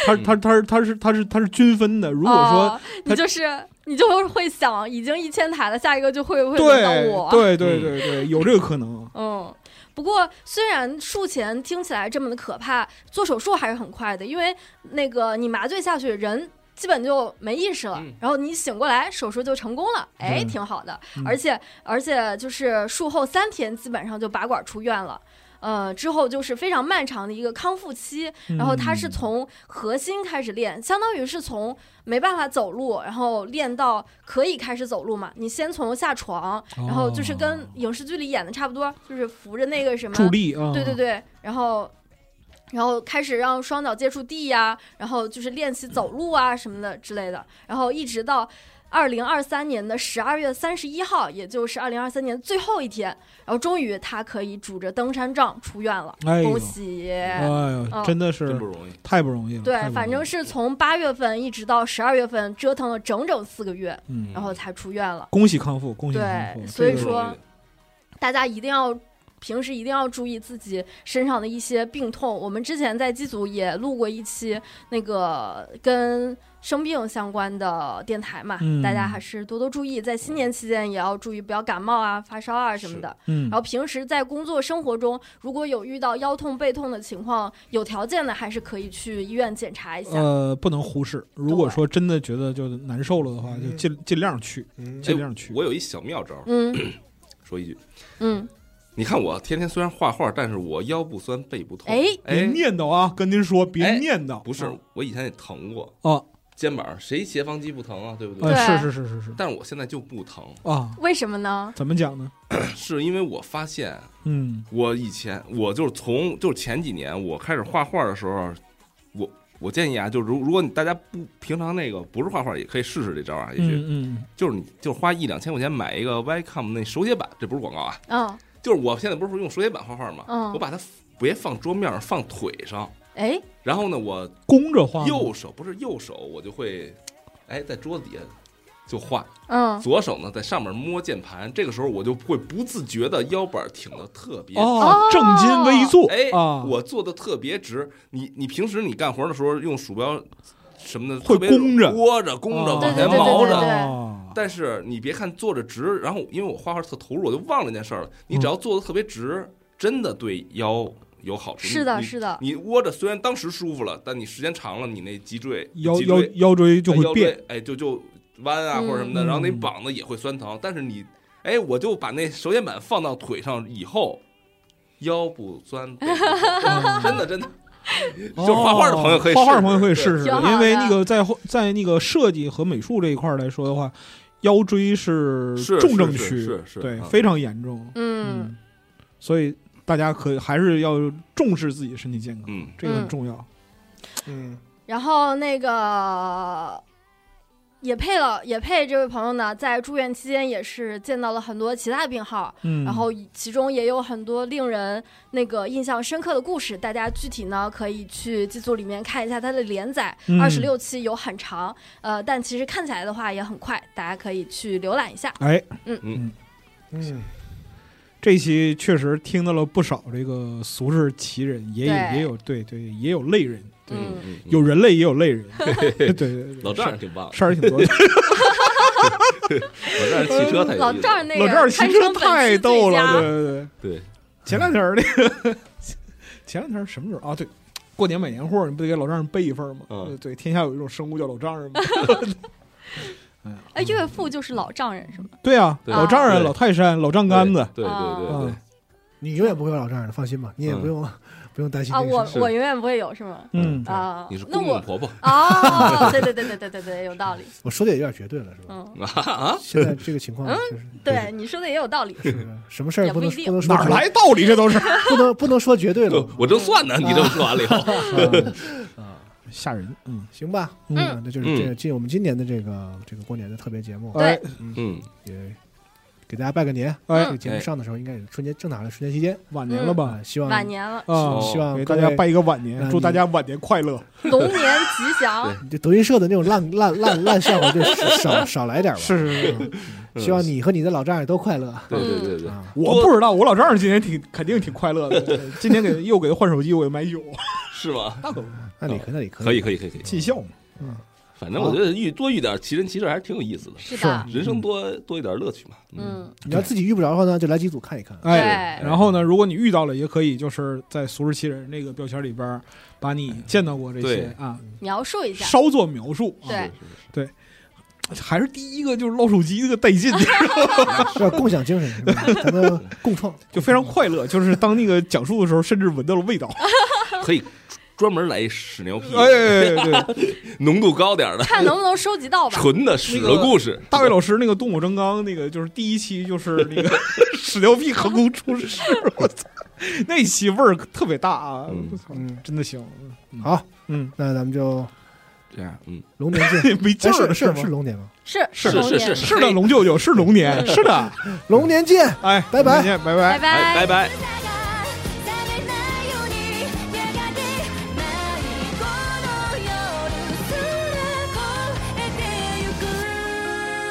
E: 他他他他是他是他是均分的。如果说
C: 哦、你就是你就会想，已经一千台了，下一个就会不会轮到
E: 对
C: 我？
E: 对对对对，有这个可能。
C: 嗯，不过虽然术前听起来这么的可怕，做手术还是很快的，因为那个你麻醉下去人。基本就没意识了，
D: 嗯
C: 然后你醒过来，手术就成功了，哎，
E: 嗯
C: 挺好的。
E: 嗯
C: 而且而且就是术后三天基本上就拔管出院了，呃，之后就是非常漫长的一个康复期，然后他是
E: 嗯
C: 从核心开始练，相当于是从没办法走路，然后练到可以开始走路嘛。你先从下床，然后
E: 哦
C: 就是跟影视剧里演的差不多，就是扶着那个什么
E: 助力啊，
C: 对对对，然后。然后开始让双脚接触地呀、然后就是练习走路啊什么的之类的，然后一直到二零二三年的十二月三十一号，也就是二零二三年最后一天，然后终于他可以拄着登山杖出院了，
E: 哎呦
C: 恭喜！
E: 哎呦，
C: 嗯
E: 真的
D: 真
E: 是
D: 不容易。
E: 太不容易了。嗯太
C: 对，
E: 不
C: 反
E: 容易
C: 正
E: 了
C: 是从八月份一直到十二月份，折腾了整整四个月，
E: 嗯
C: 然后才出院了。
E: 恭喜康复，恭喜
C: 对
E: 康复。
C: 所以
E: 这个
C: 说大家一定要。平时一定要注意自己身上的一些病痛。我们之前在机组也录过一期那个跟生病相关的电台嘛，
E: 嗯
C: 大家还是多多注意，在新年期间也要注意，不要感冒啊、发烧啊什么的。
E: 嗯
C: 然，后平时在工作生活中，如果有遇到腰痛、背痛的情况，有条件的还是可以去医院检查一下。
E: 呃，不能忽视。如果说真的觉得就难受了的
D: 嗯
E: 话，就尽尽量去，
B: 嗯
E: 尽量去。
D: 我有一小妙招，
C: 嗯
D: 说一句，
C: 嗯，
D: 你看我天天虽然画画，但是我腰不酸背不痛。
C: 哎
E: 别
D: 哎，
E: 念叨啊，跟您说，别
D: 哎
E: 念叨。
D: 不是
E: 啊，
D: 我以前也疼过
E: 哦，
D: 肩膀谁斜方肌不疼啊？对不对？
E: 呃，
C: 对
E: 是是是是是
D: 但是我现在就不疼，
E: 啊，
C: 为什么呢？
E: 怎么讲呢？
D: 是因为我发现
E: 嗯
D: 我以前我就是从就是前几年我开始画画的时候，我我建议啊，就是如如果你大家不平常那个不是画画，也可以试试这招啊，也许、
E: 嗯嗯，
D: 就是你就花一两千块钱买一个 Ycom 那手写板，这不是广告啊，
C: 嗯，
D: 就是我现在不是用手写板画画吗？
C: 嗯
D: 我把它别放桌面上，放腿上，
C: 哎，
D: 然后呢，我
E: 弓着画吗，
D: 右手不是右手，我就会哎在桌子底下就画，
C: 嗯，
D: 左手呢在上面摸键盘，这个时候我就会不自觉的腰板挺的特别
E: 哦，正襟危坐
D: 哎，
E: 啊，
D: 我做的特别直。你你平时你干活的时候用鼠标什么的，
E: 会
D: 特别
E: 弓着
D: 窝着、弓着、
E: 啊
D: 往
C: 对
D: 前
C: 对对
D: 毛
C: 对对
D: 着。
C: 对
E: 啊
D: 但是你别看坐着直，然后因为我画画特投入，我就忘了那件事儿了。
E: 嗯
D: 你只要做的特别直，真的对腰有好处。
C: 是的，
D: 你
C: 是。的，
D: 你窝着虽然当时舒服了，但你时间长了，你那脊椎、
E: 啊腰
D: 脊
E: 腰
D: 椎
E: 腰椎就
D: 哎
E: 会
D: 腰
E: 变，
D: 椎哎，就就弯啊
C: 嗯
D: 或者什么的，然后那
E: 嗯
D: 膀子也会酸疼。但是你，哎，我就把那手写板放到腿上以后，腰不酸背不
E: 嗯
D: 痛，真的真的。就是画画的朋友可以试试，
E: 哦画画的朋友可以试试
C: 挺好，的
E: 因为那个在后在那个设计和美术这一块儿来说的话，腰椎是
D: 是
E: 重症
D: 是
E: 区，
D: 是是是
E: 对，
D: 嗯
E: 非常严重。
C: 嗯，，
E: 所以大家可以还是要重视自己的身体健康，
D: 嗯，
E: 这个很
C: 嗯
E: 重要。
B: 嗯，
C: 然后那个也配了，也配这位朋友呢，在住院期间也是见到了很多其他病号，
E: 嗯，
C: 然后其中也有很多令人那个印象深刻的故事，大家具体呢可以去剧组里面看一下它的连载，
E: 嗯
C: 二十六期有很长，呃，但其实看起来的话也很快，大家可以去浏览一下。
E: 哎，
C: 嗯
E: 嗯
D: 嗯，
B: 嗯，
E: 这期确实听到了不少这个俗世奇人，也有
C: 对
E: 也有对对，也有类人，对，
C: 嗯
E: 有人类也 有类人，对对对，对
D: 老丈人挺棒，
E: 事儿挺多的。
D: 老丈人骑车他也
C: 老
D: 厉
C: 丈
D: 害
C: 儿那
E: 老
C: 个
E: 赵骑
C: 堪
E: 车
C: 称本
E: 太
C: 期
E: 逗
C: 最
E: 了，
C: 佳
E: 对对对。
D: 对，
E: 前两天儿那个， 前两天儿什么时候啊？对，过年买年货，你不得给老丈人备一份儿吗？
D: 嗯
E: 对，天下有一种生物叫老丈人吗？
C: 哎，岳父就是老丈人是吗？
E: 对啊，
D: 对
E: 老丈人、
D: 对
E: 老泰山、老丈
D: 对
E: 杆子，
D: 对对对对
E: 啊，
B: 你永远不会有老丈人的，放心吧，你也不用不用担心
C: 啊，
B: 这个
C: 我
B: 事。
D: 是
C: 我永远不会有是吗？
E: 嗯，
C: 啊
D: 你是，
C: 那
D: 公公
C: 我
D: 婆婆
C: 哦，对对对对对对对，有道理。
B: 我说的也有点绝对了，是吧？
C: 嗯，
D: 啊，
B: 现在这个情况
C: 嗯
B: 就是
C: 对，你说的也有道理。
B: 是的什么事儿
C: 也啊
B: 不
C: 不
B: 能
C: 一定
B: 不能说
E: 哪儿来道理？这都是
B: 不能不能说绝对了 啊
D: 就，我正算呢，你这么说完了以 后，
E: 吓人。嗯，
B: 行吧？
E: 嗯
C: 嗯
B: 那就是这进我们今年的这个这个过年的特别节目，
C: 对
E: 哎，
D: 嗯，
B: 也给大家拜个年。
E: 哎
C: 嗯
B: 这个节目上的时候应该也是春节正好是春节期间
E: 晚年了吧
B: 啊，？希望
D: 嗯
C: 晚年了，
E: 啊
D: 哦，
B: 希望
E: 给
B: 各
E: 大家
B: 位
E: 拜一个晚年，
B: 嗯
E: 祝大家晚年快乐。
C: 龙年吉祥
D: 对。
B: 这德云社的那种烂烂烂烂笑话就 少少来点吧。
E: 是是是，
B: 嗯，希望你和你的老丈人都快乐
D: 对对对对，
B: 啊！
E: 我不知道，我老丈人今年挺肯定挺快乐 的，今年给又给换手机，又给买 酒，
D: 是吗？
E: 那可不
B: 那你可那你可
D: 可以可以可以可以，
E: 尽孝嘛。
D: 反正我觉得遇多遇点奇人奇事还是挺有意思的，
C: 是的，
D: 人生多多一点乐趣嘛。嗯，
C: 嗯，
B: 你要自己遇不着的话呢，就来几组看一看。
E: 哎，
C: 对，
E: 然后呢，如果你遇到了，也可以就是在“俗世奇人”那个标签里边儿，把你见到过这
D: 对
E: 些啊，
C: 描述一下，
E: 稍作描述啊。
C: 嗯对，
E: 还是第一个就是捞手机这个带 劲，
B: 是啊吧共享精神，是 吧咱们共创，
E: 就非常快乐。就是当那个讲述的时候，甚至闻到了味道。
D: 可以专门来屎牛屁，
E: 哎，对，
D: 浓度高点的，
C: 看能不能收集到吧。
D: 纯的屎的故事。
E: 大卫老师那个《动物真刚》那个就是第一期，就是那 个屎尿屁横空出世，我操，那期味儿特别大啊！
D: 嗯
E: 我操，
B: 嗯，
E: 真的行，
B: 好，
E: 嗯，
B: 那咱们就
D: 这样，嗯，
B: 龙年 见。
E: 没劲
B: 哎
E: 儿
B: 是
E: 了
B: 是
E: 吗
B: 是？龙年吗？
C: 是
D: 是
C: 龙
D: 是
C: 年
D: 是，
E: 是的，龙舅舅是龙 年，是的，
B: 龙年见。
E: 哎，
B: 拜拜
E: 再见，拜
C: 拜
E: 拜。
D: 哎，拜拜。
F: 「されないようにやがて迷子の夜すら越えてゆく」